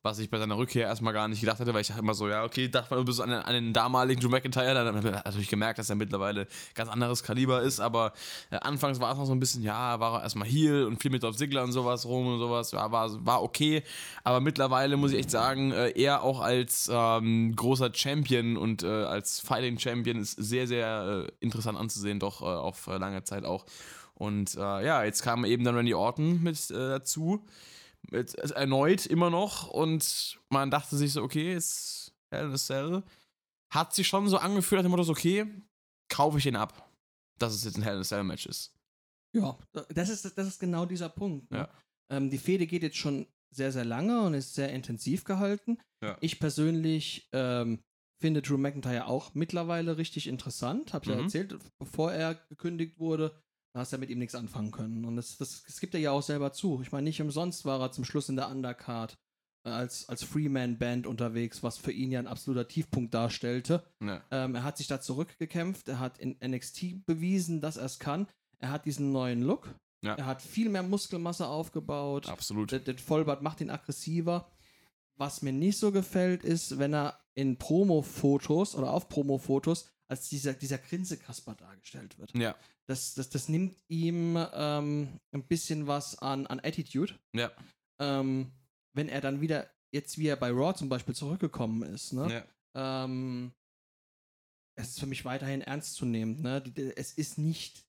A: Was ich bei seiner Rückkehr erstmal gar nicht gedacht hatte, weil ich dachte immer so, ja, okay, dachte man, du bist an den, an den damaligen Drew McIntyre. Dann hat man natürlich gemerkt, dass er mittlerweile ganz anderes Kaliber ist, aber äh, anfangs war es noch so ein bisschen, ja, war er erstmal Heel und viel mit Dolph Ziggler und sowas rum und sowas, ja, war, war okay. Aber mittlerweile muss ich echt sagen, äh, er auch als ähm, großer Champion und äh, als Fighting Champion ist sehr, sehr äh, interessant anzusehen, doch äh, auf äh, lange Zeit auch. Und äh, ja, jetzt kam eben dann Randy Orton mit äh, dazu. Jetzt, äh, erneut immer noch und man dachte sich so, okay, jetzt Hell in a Cell. Hat sich schon so angefühlt, nach dem Motto, so, okay, kaufe ich ihn ab. dass es jetzt ein Hell in a Cell Match ist.
B: Ja, Äh, das ist, das ist genau dieser Punkt. Ne?
A: Ja.
B: Ähm, die Fehde geht jetzt schon sehr, sehr lange und ist sehr intensiv gehalten.
A: Ja.
B: Ich persönlich ähm, finde Drew McIntyre auch mittlerweile richtig interessant. Hab ich ja
A: Mhm.
B: erzählt, bevor er gekündigt wurde, da hast du ja mit ihm nichts anfangen können. Und das, das, das gibt er ja auch selber zu. Ich meine, nicht umsonst war er zum Schluss in der Undercard äh, als, als Freeman-Band unterwegs, was für ihn ja ein absoluter Tiefpunkt darstellte.
A: Ja.
B: Ähm, er hat sich da zurückgekämpft, er hat in NXT bewiesen, dass er es kann. Er hat diesen neuen Look.
A: Ja.
B: Er hat viel mehr Muskelmasse aufgebaut.
A: Absolut.
B: Der, der Vollbart macht ihn aggressiver. Was mir nicht so gefällt, ist, wenn er in Promo-Fotos oder auf Promo-Fotos als dieser, dieser Grinsekasper dargestellt wird.
A: Ja.
B: Das, das, das nimmt ihm ähm, ein bisschen was an, an Attitude.
A: Ja.
B: Ähm, wenn er dann wieder, jetzt wie er bei Raw zum Beispiel zurückgekommen ist, ne?
A: Ja.
B: ähm, es ist für mich weiterhin ernst zu nehmen. Ne? Die- die- Es ist nicht,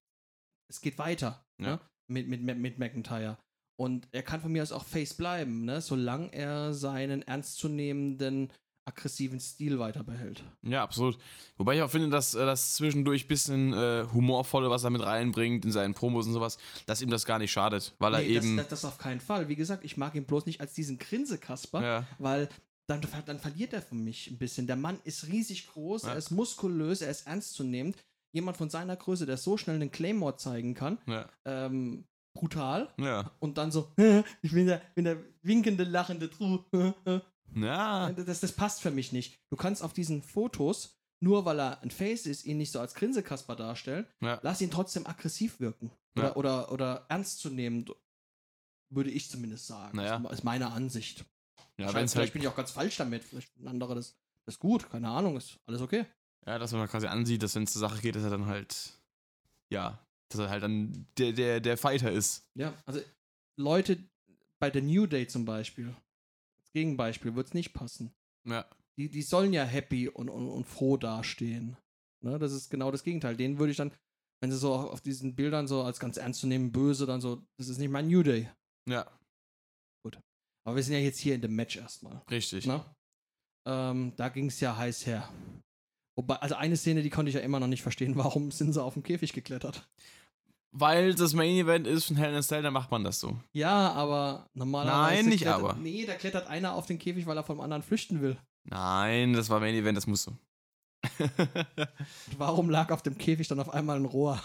B: es geht weiter
A: Ja.
B: ne? mit, mit, mit, mit McIntyre. Und er kann von mir aus auch Face bleiben, ne? solange er seinen ernstzunehmenden, aggressiven Stil weiter behält.
A: Ja, absolut. Wobei ich auch finde, dass äh, das zwischendurch bisschen äh, humorvolle, was er mit reinbringt in seinen Promos und sowas, dass ihm das gar nicht schadet, weil er
B: Nee, das,
A: eben.
B: das, das auf keinen Fall. Wie gesagt, ich mag ihn bloß nicht als diesen Grinsekasper,
A: ja,
B: weil dann, ver- dann verliert er für mich ein bisschen. Der Mann ist riesig groß,
A: Ja.
B: er ist muskulös, er ist ernstzunehmend. Jemand von seiner Größe, der so schnell einen Claymore zeigen kann,
A: ja,
B: ähm, brutal
A: ja.
B: und dann so, ich bin der, bin der winkende, lachende Drew.
A: Ja,
B: Das, das passt für mich nicht. Du kannst auf diesen Fotos, nur weil er ein Face ist, ihn nicht so als Grinsekasper darstellen.
A: Ja.
B: Lass ihn trotzdem aggressiv wirken. Oder,
A: Ja.
B: oder, oder ernst zu nehmen, würde ich zumindest sagen.
A: Naja.
B: Ist meine Ansicht.
A: ja wenn
B: Scheint-
A: es
B: vielleicht
A: halt.
B: bin ich auch ganz falsch damit. Vielleicht ein anderer das, das ist gut, keine Ahnung, ist alles okay.
A: Ja, dass man quasi ansieht, dass wenn es zur Sache geht, dass er dann halt. Ja, dass er halt dann der, der, der Fighter ist.
B: Ja, also Leute bei der New Day zum Beispiel, als Gegenbeispiel, wird es nicht passen.
A: Ja.
B: Die, die sollen ja happy und, und, und froh dastehen. Ne? Das ist genau das Gegenteil. Denen würde ich dann, wenn sie so auf diesen Bildern so als ganz ernst zu nehmen, böse, dann so, das ist nicht mein New Day.
A: Ja,
B: Aber wir sind ja jetzt hier in dem Match erstmal.
A: richtig.
B: Ne? Ähm, da ging es ja heiß her. Wobei, also eine Szene, die konnte ich ja immer noch nicht verstehen, warum sind sie auf den Käfig geklettert?
A: Weil das Main Event ist von Hell in a Cell, dann macht man das so.
B: Ja, aber normalerweise.
A: Nein, nicht
B: klettert,
A: aber.
B: Nee, da klettert einer auf den Käfig, weil er vom anderen flüchten will.
A: Nein, das war Main Event, das musst du.
B: Warum lag auf dem Käfig dann auf einmal ein Rohr?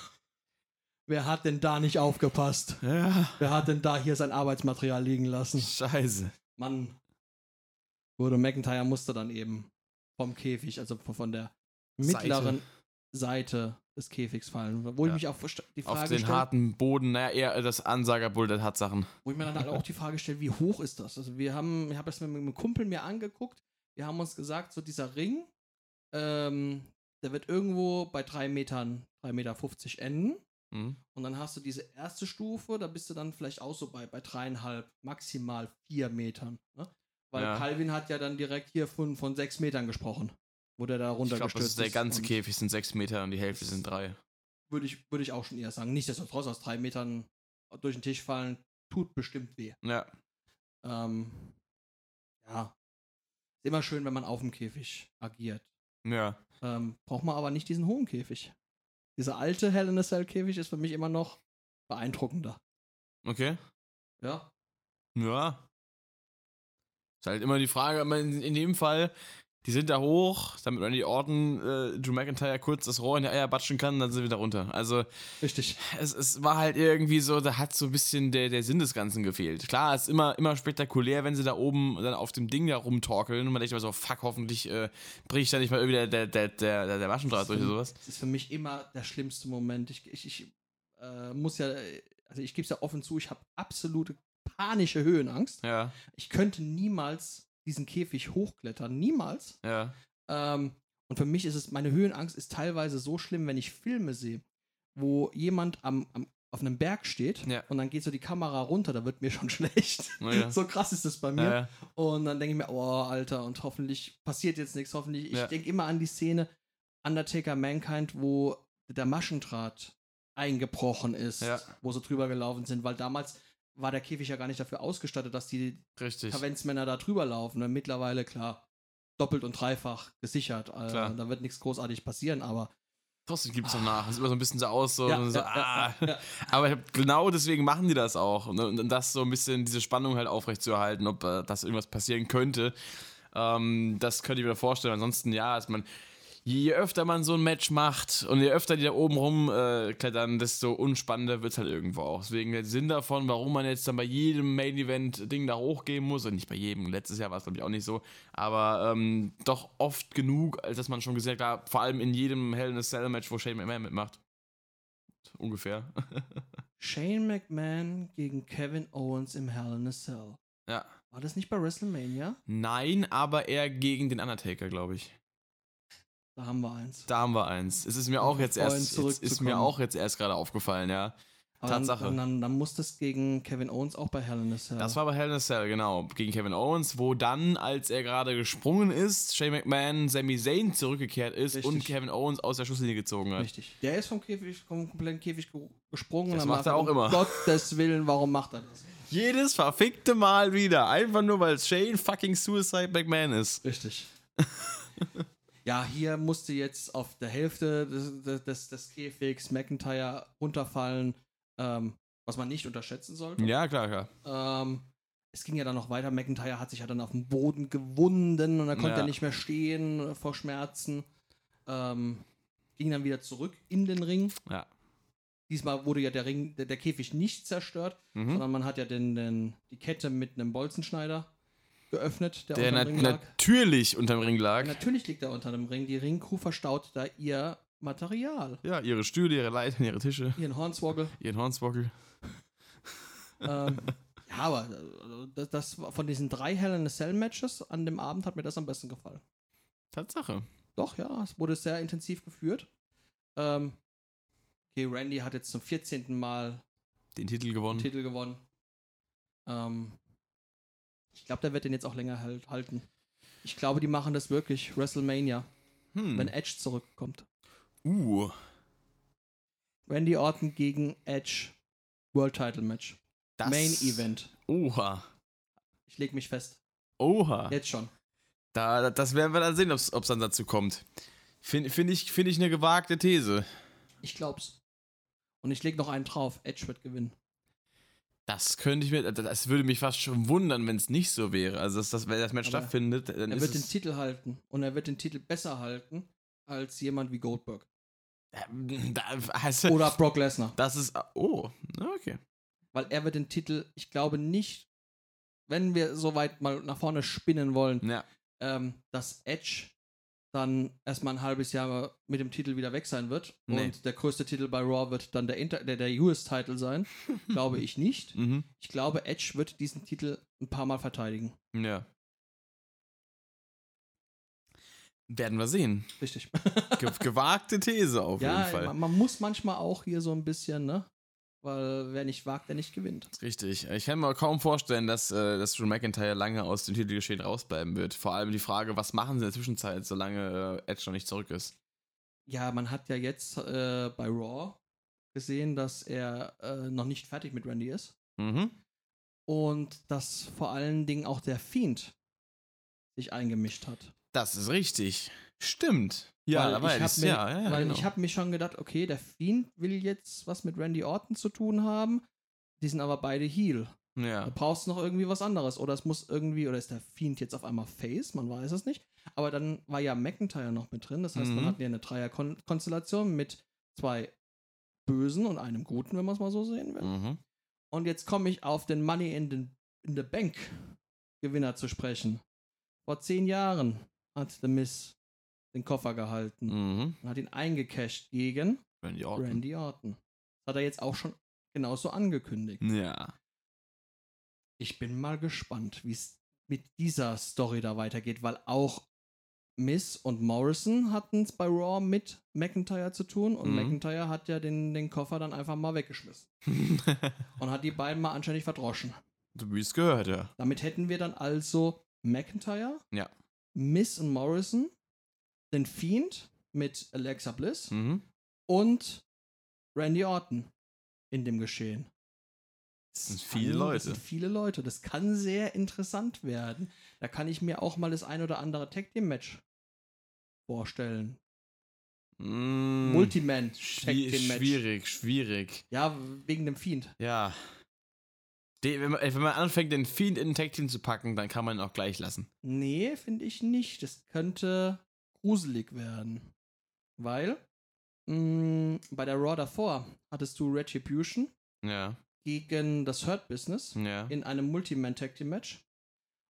B: Wer hat denn da nicht aufgepasst?
A: ja,
B: Wer hat denn da hier sein Arbeitsmaterial liegen lassen?
A: scheiße.
B: Mann. Wurde McIntyre musste dann eben vom Käfig, also von von der mittleren Seite, des Käfigs fallen. Wo
A: Ja.
B: ich mich auch versta- die
A: Auf
B: Frage
A: den
B: stelle,
A: harten Boden, naja, eher das Ansager-Bullet hat Sachen.
B: wo ich mir dann halt auch die Frage stelle, wie hoch ist das? Also wir haben, ich habe das mit einem Kumpel mir angeguckt, wir haben uns gesagt, so dieser Ring, ähm, der wird irgendwo bei 3 Metern, 3,50 Meter enden.
A: Mhm.
B: Und dann hast du diese erste Stufe, da bist du dann vielleicht auch so bei, bei dreieinhalb, maximal vier Metern. Ne? Weil
A: Ja.
B: Calvin hat ja dann direkt hier von, von sechs Metern gesprochen, wo der da
A: Ich glaube,
B: runtergestürzt
A: das ist der ganze
B: und
A: Käfig, sind sechs Meter und die Hälfte sind drei.
B: Würde ich, würde ich auch schon eher sagen. Nichtsdestotrotz aus drei Metern durch den Tisch fallen, tut bestimmt weh.
A: Ja,
B: Ähm, ja. Ist immer schön, wenn man auf dem Käfig agiert.
A: ja.
B: Ähm, braucht man aber nicht diesen hohen Käfig. Dieser alte Hell in a Cell Käfig ist für mich immer noch beeindruckender.
A: Okay.
B: Ja,
A: Ja. Ist halt immer die Frage, aber in, in dem Fall, die sind da hoch, damit Randy Orton äh, Drew McIntyre kurz das Rohr in die Eier batschen kann, dann sind wir da runter. Also,
B: richtig.
A: es, es war halt irgendwie so, da hat so ein bisschen der, der Sinn des Ganzen gefehlt. Klar, es ist immer, immer spektakulär, wenn sie da oben dann auf dem Ding da rumtorkeln und man denkt immer so, fuck, hoffentlich äh, bricht da nicht mal irgendwie der, der, der, der, der- der Maschendraht durch oder sowas.
B: Das ist für mich immer der schlimmste Moment. Ich, ich, ich äh, muss ja, äh, also ich gebe es ja offen zu, ich habe absolute panische Höhenangst.
A: Ja,
B: Ich könnte niemals diesen Käfig hochklettern, niemals.
A: ja,
B: Ähm, und für mich ist es, meine Höhenangst ist teilweise so schlimm, wenn ich Filme sehe, wo jemand am, am, auf einem Berg steht
A: Ja.
B: und dann geht so die Kamera runter, da wird mir schon schlecht.
A: Na ja.
B: So krass ist das bei mir.
A: ja, ja.
B: Und dann denke ich mir, oh, Alter, und hoffentlich passiert jetzt nichts, hoffentlich. Ich
A: Ja.
B: denke immer an die Szene Undertaker Mankind, wo der Maschendraht eingebrochen ist,
A: Ja.
B: wo sie drüber gelaufen sind, weil damals war der Käfig ja gar nicht dafür ausgestattet, dass die
A: richtig.
B: Kavenzmänner da drüber laufen. Ne? Mittlerweile, klar, doppelt und dreifach gesichert. Äh,
A: Klar.
B: Da wird nichts großartig passieren, aber
A: Trotzdem gibt es noch nach. Es sieht immer so ein bisschen so aus, so,
B: Ja,
A: so
B: ja, ja,
A: ah. Aber ich hab, genau deswegen machen die das auch. Ne? Und das so ein bisschen, diese Spannung halt aufrechtzuerhalten, ob äh, das irgendwas passieren könnte. Ähm, das könnte ich mir vorstellen. Ansonsten, ja, ist man. Je öfter man so ein Match macht und je öfter die da oben rumklettern, äh, klettern, desto unspannender wird es halt irgendwo auch. Deswegen der Sinn davon, warum man jetzt dann bei jedem Main-Event-Ding da hochgehen muss, und nicht bei jedem, letztes Jahr war es glaube ich auch nicht so, aber ähm, doch oft genug, als dass man schon gesagt hat, vor allem in jedem Hell in a Cell-Match, wo Shane McMahon mitmacht. Ungefähr.
B: Shane McMahon gegen Kevin Owens im Hell in a Cell.
A: ja.
B: War das nicht bei WrestleMania?
A: Nein, aber eher gegen den Undertaker, glaube ich.
B: Da haben wir eins.
A: Da haben wir eins. Es ist mir auch jetzt
B: Vorhin
A: erst, jetzt ist
B: zurückzukommen.
A: mir auch jetzt erst gerade aufgefallen, ja.
B: Aber dann-
A: Tatsache.
B: Dann, dann, dann musste es gegen Kevin Owens auch bei Hell in a Cell.
A: Das war bei Hell in a Cell, genau. Gegen Kevin Owens, wo dann, als er gerade gesprungen ist, Shane McMahon, Sami Zayn zurückgekehrt ist
B: Richtig.
A: und Kevin Owens aus der Schusslinie gezogen hat.
B: Richtig. Der ist vom Käfig, vom kompletten Käfig ge- gesprungen.
A: Das
B: und
A: macht er
B: danach-
A: auch
B: um
A: immer.
B: Gottes Willen, warum macht er das?
A: Jedes verfickte Mal wieder. Einfach nur, weil Shane fucking Suicide McMahon ist.
B: Richtig. ja, hier musste jetzt auf der Hälfte des, des- des, des Käfigs McIntyre runterfallen, ähm, was man nicht unterschätzen sollte.
A: Ja, klar, klar.
B: Ähm, es ging ja dann noch weiter. McIntyre hat sich ja dann auf den Boden gewunden und dann konnte
A: Ja.
B: er nicht mehr stehen äh, vor Schmerzen. Ähm, ging dann wieder zurück in den Ring.
A: Ja.
B: Diesmal wurde ja der Ring, der, der Käfig nicht zerstört,
A: Mhm.
B: sondern man hat ja den, den, die Kette mit einem Bolzenschneider geöffnet, der,
A: Der
B: unter
A: na
B: dem Ring lag.
A: natürlich unterm Ring lag.
B: Natürlich liegt er unter dem Ring. Die Ringcrew verstaut da ihr Material.
A: Ja, ihre Stühle, ihre Leitern, ihre Tische,
B: Ihren Hornswoggle.
A: ihren Hornswoggle.
B: ähm, ja, aber äh, das, das war von diesen drei Hell in a Cell Matches an dem Abend hat mir das am besten gefallen.
A: Tatsache.
B: Doch, ja, es wurde sehr intensiv geführt. Ähm, okay, Randy hat jetzt zum 14. Mal
A: Den Titel
B: den
A: gewonnen.
B: Titel gewonnen. Ähm, ich glaube, der wird den jetzt auch länger halt, halten. Ich glaube, die machen das wirklich. WrestleMania, wenn
A: Hm.
B: Edge zurückkommt.
A: Uh.
B: Randy Orton gegen Edge World Title Match.
A: Das
B: Main Event.
A: Oha.
B: Ich leg mich fest.
A: Oha.
B: Jetzt schon.
A: Da, das werden wir dann sehen, ob es dann dazu kommt. Finde find ich, find ich eine gewagte These.
B: Ich glaub's. Und ich leg noch einen drauf. Edge wird gewinnen.
A: Das könnte ich mir, das würde mich fast schon wundern, wenn es nicht so wäre. Also, dass das, wenn das Match
B: Aber
A: stattfindet, dann
B: Er
A: ist
B: wird den
A: es,
B: Titel halten. Und er wird den Titel besser halten als jemand wie Goldberg.
A: Ähm, da, also,
B: Oder Brock Lesnar.
A: das ist, oh, okay.
B: Weil er wird den Titel, ich glaube nicht, wenn wir so weit mal nach vorne spinnen wollen,
A: Ja,
B: ähm, dass Edge dann erstmal ein halbes Jahr mit dem Titel wieder weg sein wird.
A: Nee.
B: Und der größte Titel bei Raw wird dann der, Inter der, der US-Title sein. glaube ich nicht.
A: mhm.
B: Ich glaube, Edge wird diesen Titel ein paar Mal verteidigen.
A: ja. Werden wir sehen.
B: Richtig.
A: Ge gewagte These auf
B: ja,
A: jeden Fall.
B: Man, man muss manchmal auch hier so ein bisschen, ne? Weil wer nicht wagt, der nicht gewinnt.
A: Richtig. Ich kann mir kaum vorstellen, dass, äh, dass Drew McIntyre lange aus dem Titelgeschehen rausbleiben wird. Vor allem die Frage, was machen sie in der Zwischenzeit, solange äh, Edge noch nicht zurück ist.
B: Ja, man hat ja jetzt äh, bei Raw gesehen, dass er äh, noch nicht fertig mit Randy ist.
A: Mhm.
B: Und dass vor allen Dingen auch der Fiend sich eingemischt hat.
A: Das ist richtig. Stimmt. Ja,
B: Weil
A: da war
B: ich
A: ja
B: hab
A: das-
B: mir-
A: ja, ja, ja,
B: Weil
A: genau.
B: ich habe mir schon gedacht, okay, der Fiend will jetzt was mit Randy Orton zu tun haben. Die sind aber beide Heal.
A: ja.
B: Du brauchst noch irgendwie was anderes. Oder es muss irgendwie, oder ist der Fiend jetzt auf einmal Face? Man weiß es nicht. Aber dann war ja McIntyre noch mit drin. Das heißt, man
A: Mhm.
B: hat ja eine Dreierkonstellation mit zwei Bösen und einem Guten, wenn man es mal so sehen will.
A: Mhm.
B: Und jetzt komme ich auf den Money in, den, in the Bank Gewinner zu sprechen. Vor zehn Jahren hat The Miss den Koffer gehalten
A: Mhm.
B: und hat ihn eingecasht gegen
A: Randy Orton.
B: Randy Orton. Das hat er jetzt auch schon genauso angekündigt.
A: Ja.
B: Ich bin mal gespannt, wie es mit dieser Story da weitergeht, weil auch Miss und Morrison hatten es bei Raw mit McIntyre zu tun und
A: Mhm.
B: McIntyre hat ja den, den Koffer dann einfach mal weggeschmissen und hat die beiden mal anscheinend verdroschen.
A: du bist gehört, ja.
B: Damit hätten wir dann also McIntyre,
A: Ja.
B: Miss und Morrison, den Fiend mit Alexa Bliss
A: Mhm. und
B: und Randy Orton in dem Geschehen.
A: es sind viele
B: kann, Das
A: Leute.
B: sind viele Leute. Das kann sehr interessant werden. Da kann ich mir auch mal das ein oder andere Tag Team Match vorstellen.
A: Mm,
B: Multiman checkt
A: schwi
B: den Match.
A: schwierig, schwierig.
B: Ja, wegen dem Fiend.
A: Ja. Die, wenn, man, ey, wenn man anfängt, den Fiend in ein Tag Team zu packen, dann kann man ihn auch gleich lassen.
B: Nee, finde ich nicht. Das könnte gruselig werden. Weil mh, bei der Raw davor hattest du Retribution
A: Ja,
B: gegen das Hurt Business
A: ja.
B: in einem Multiman Tag Team Match.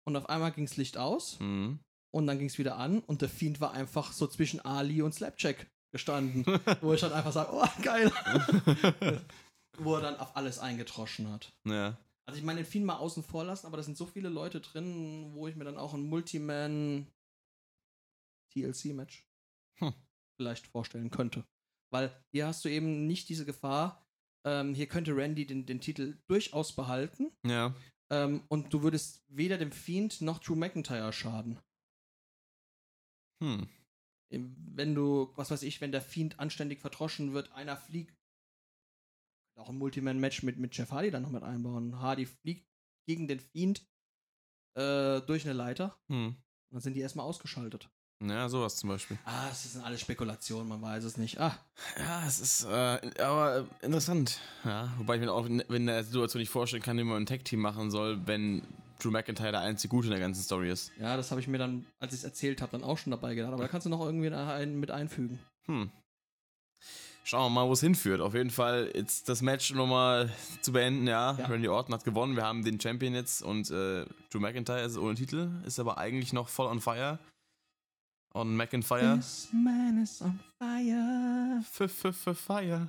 B: Und auf einmal ging es Licht aus
A: Mhm.
B: und dann ging es wieder an und der Fiend war einfach so zwischen Ali und Slapjack gestanden. wo ich dann einfach sage, oh, geil. wo er dann auf alles eingetroschen hat.
A: ja.
B: Also ich meine, den Fiend mal außen vor lassen, aber da sind so viele Leute drin, wo ich mir dann auch ein Multiman TLC-Match
A: Hm.
B: vielleicht vorstellen könnte. Weil hier hast du eben nicht diese Gefahr, ähm, hier könnte Randy den, den Titel durchaus behalten
A: Ja.
B: ähm, und du würdest weder dem Fiend noch Drew McIntyre schaden.
A: Hm.
B: Eben, Wenn du, was weiß ich, wenn der Fiend anständig verdroschen wird, einer fliegt, auch ein Multiman-Match mit, mit Jeff Hardy dann noch mit einbauen. Hardy fliegt gegen den Fiend äh, durch eine Leiter
A: Hm.
B: und dann sind die erstmal ausgeschaltet.
A: Ja, sowas zum Beispiel.
B: Ah, es sind alles Spekulationen, man weiß es nicht. Ah,
A: Ja, es ist äh, aber äh, interessant. Ja, wobei ich mir auch in, in der Situation nicht vorstellen kann, wie man ein Tech-Team machen soll, wenn Drew McIntyre der einzige Gute in der ganzen Story ist.
B: ja, das habe ich mir dann, als ich es erzählt habe, dann auch schon dabei gedacht. Aber da kannst du noch irgendwie einen mit einfügen.
A: Hm. Schauen wir mal, wo es hinführt. Auf jeden Fall jetzt das Match nochmal zu beenden, ja.
B: Ja.
A: Randy Orton hat gewonnen, wir haben den Champion jetzt und äh, Drew McIntyre ist ohne Titel, ist aber eigentlich noch voll on fire. On McIntyre.
B: This man is on fire.
A: Fire.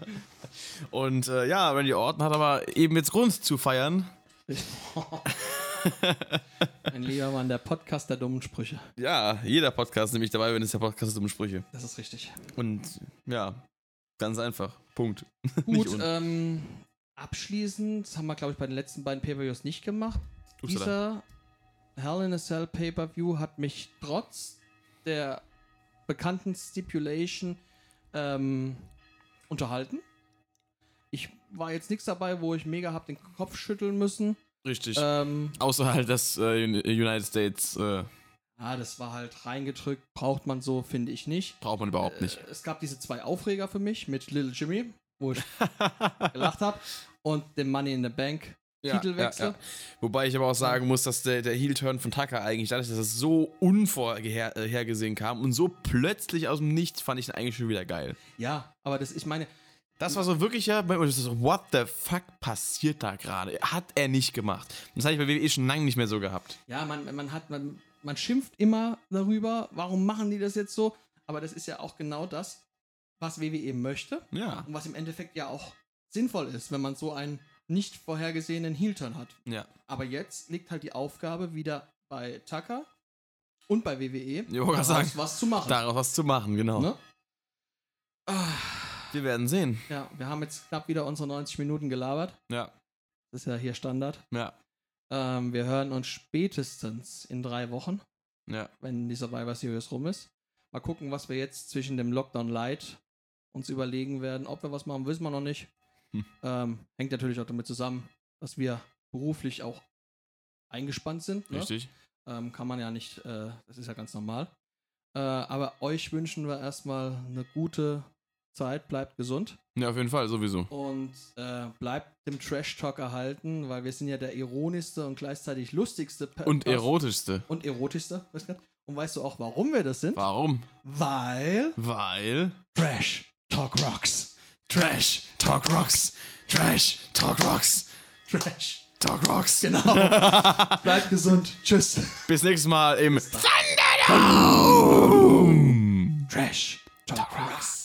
A: und äh, ja, Randy Orton hat aber eben jetzt Grund zu feiern.
B: Mein lieber Mann, der Podcast der dummen Sprüche.
A: Ja, jeder Podcast nämlich dabei, wenn es der Podcast ist um Sprüche.
B: Das ist richtig.
A: Und ja, ganz einfach. Punkt. Nicht
B: Gut,
A: un-
B: ähm, abschließend, das haben wir, glaube ich, bei den letzten beiden Pay-Per-Views nicht gemacht.
A: Upsala.
B: Dieser Hell in a Cell Pay-Per-View hat mich trotz der bekannten Stipulation ähm, unterhalten. Ich war jetzt nichts dabei, wo ich mega hab den Kopf schütteln müssen.
A: Richtig.
B: Ähm,
A: Außer halt das äh, United States äh,
B: ah, das war halt reingedrückt, braucht man so, finde ich nicht.
A: braucht man überhaupt nicht.
B: Äh, Es gab diese zwei Aufreger für mich mit Little Jimmy, wo ich gelacht habe, und dem Money in the Bank Titelwechsel.
A: Wobei ich aber auch sagen muss, dass der, der Heel-Turn von Tucker eigentlich, dadurch, dass das so unvorhergesehen kam und so plötzlich aus dem Nichts, fand ich ihn eigentlich schon wieder geil.
B: Ja, aber das, ich meine,
A: Das war so wirklich ja, das ist so, what the fuck passiert da gerade? Hat er nicht gemacht. Das hatte ich bei WWE schon lange nicht mehr so gehabt.
B: ja, man, man hat, man, man schimpft immer darüber, warum machen die das jetzt so? Aber das ist ja auch genau das, was WWE möchte
A: Ja.
B: und was im Endeffekt ja auch sinnvoll ist, wenn man so einen nicht vorhergesehenen Heel-Turn hat.
A: Ja.
B: Aber jetzt liegt halt die Aufgabe wieder bei Tucker und bei WWE,
A: Ich wollte gerade sagen,
B: daraus was zu machen.
A: daraus was zu machen, genau.
B: ne? Ah,
A: Wir werden sehen.
B: ja, wir haben jetzt knapp wieder unsere 90 Minuten gelabert.
A: Ja,
B: Das ist ja hier Standard.
A: ja,
B: Ähm, wir hören uns spätestens in drei Wochen.
A: ja.
B: wenn die Survivor Series rum ist. Mal gucken, was wir jetzt zwischen dem Lockdown Light uns überlegen werden. Ob wir was machen, wissen wir noch nicht.
A: Hm.
B: Ähm, hängt natürlich auch damit zusammen, dass wir beruflich auch eingespannt sind. Ne?
A: Richtig.
B: Ähm, kann man ja nicht, äh, das ist ja ganz normal. Äh, aber euch wünschen wir erstmal eine gute Zeit, bleibt gesund
A: Ja, auf jeden Fall, sowieso.
B: und äh, bleibt dem Trash Talk erhalten, weil wir sind ja der ironischste und gleichzeitig lustigste Pe-
A: Und erotischste.
B: und erotischste. weiß grad. Und weißt du auch, warum wir das sind?
A: Warum?
B: Weil
A: Weil.
B: Trash Talk Rocks.
A: Trash, Talk Rocks. Trash, Talk Rocks.
B: Trash.
A: Talk Rocks.
B: Genau. Bleibt gesund. Tschüss.
A: Bis nächstes Mal im Thunderdome.
B: Trash Talk Rocks.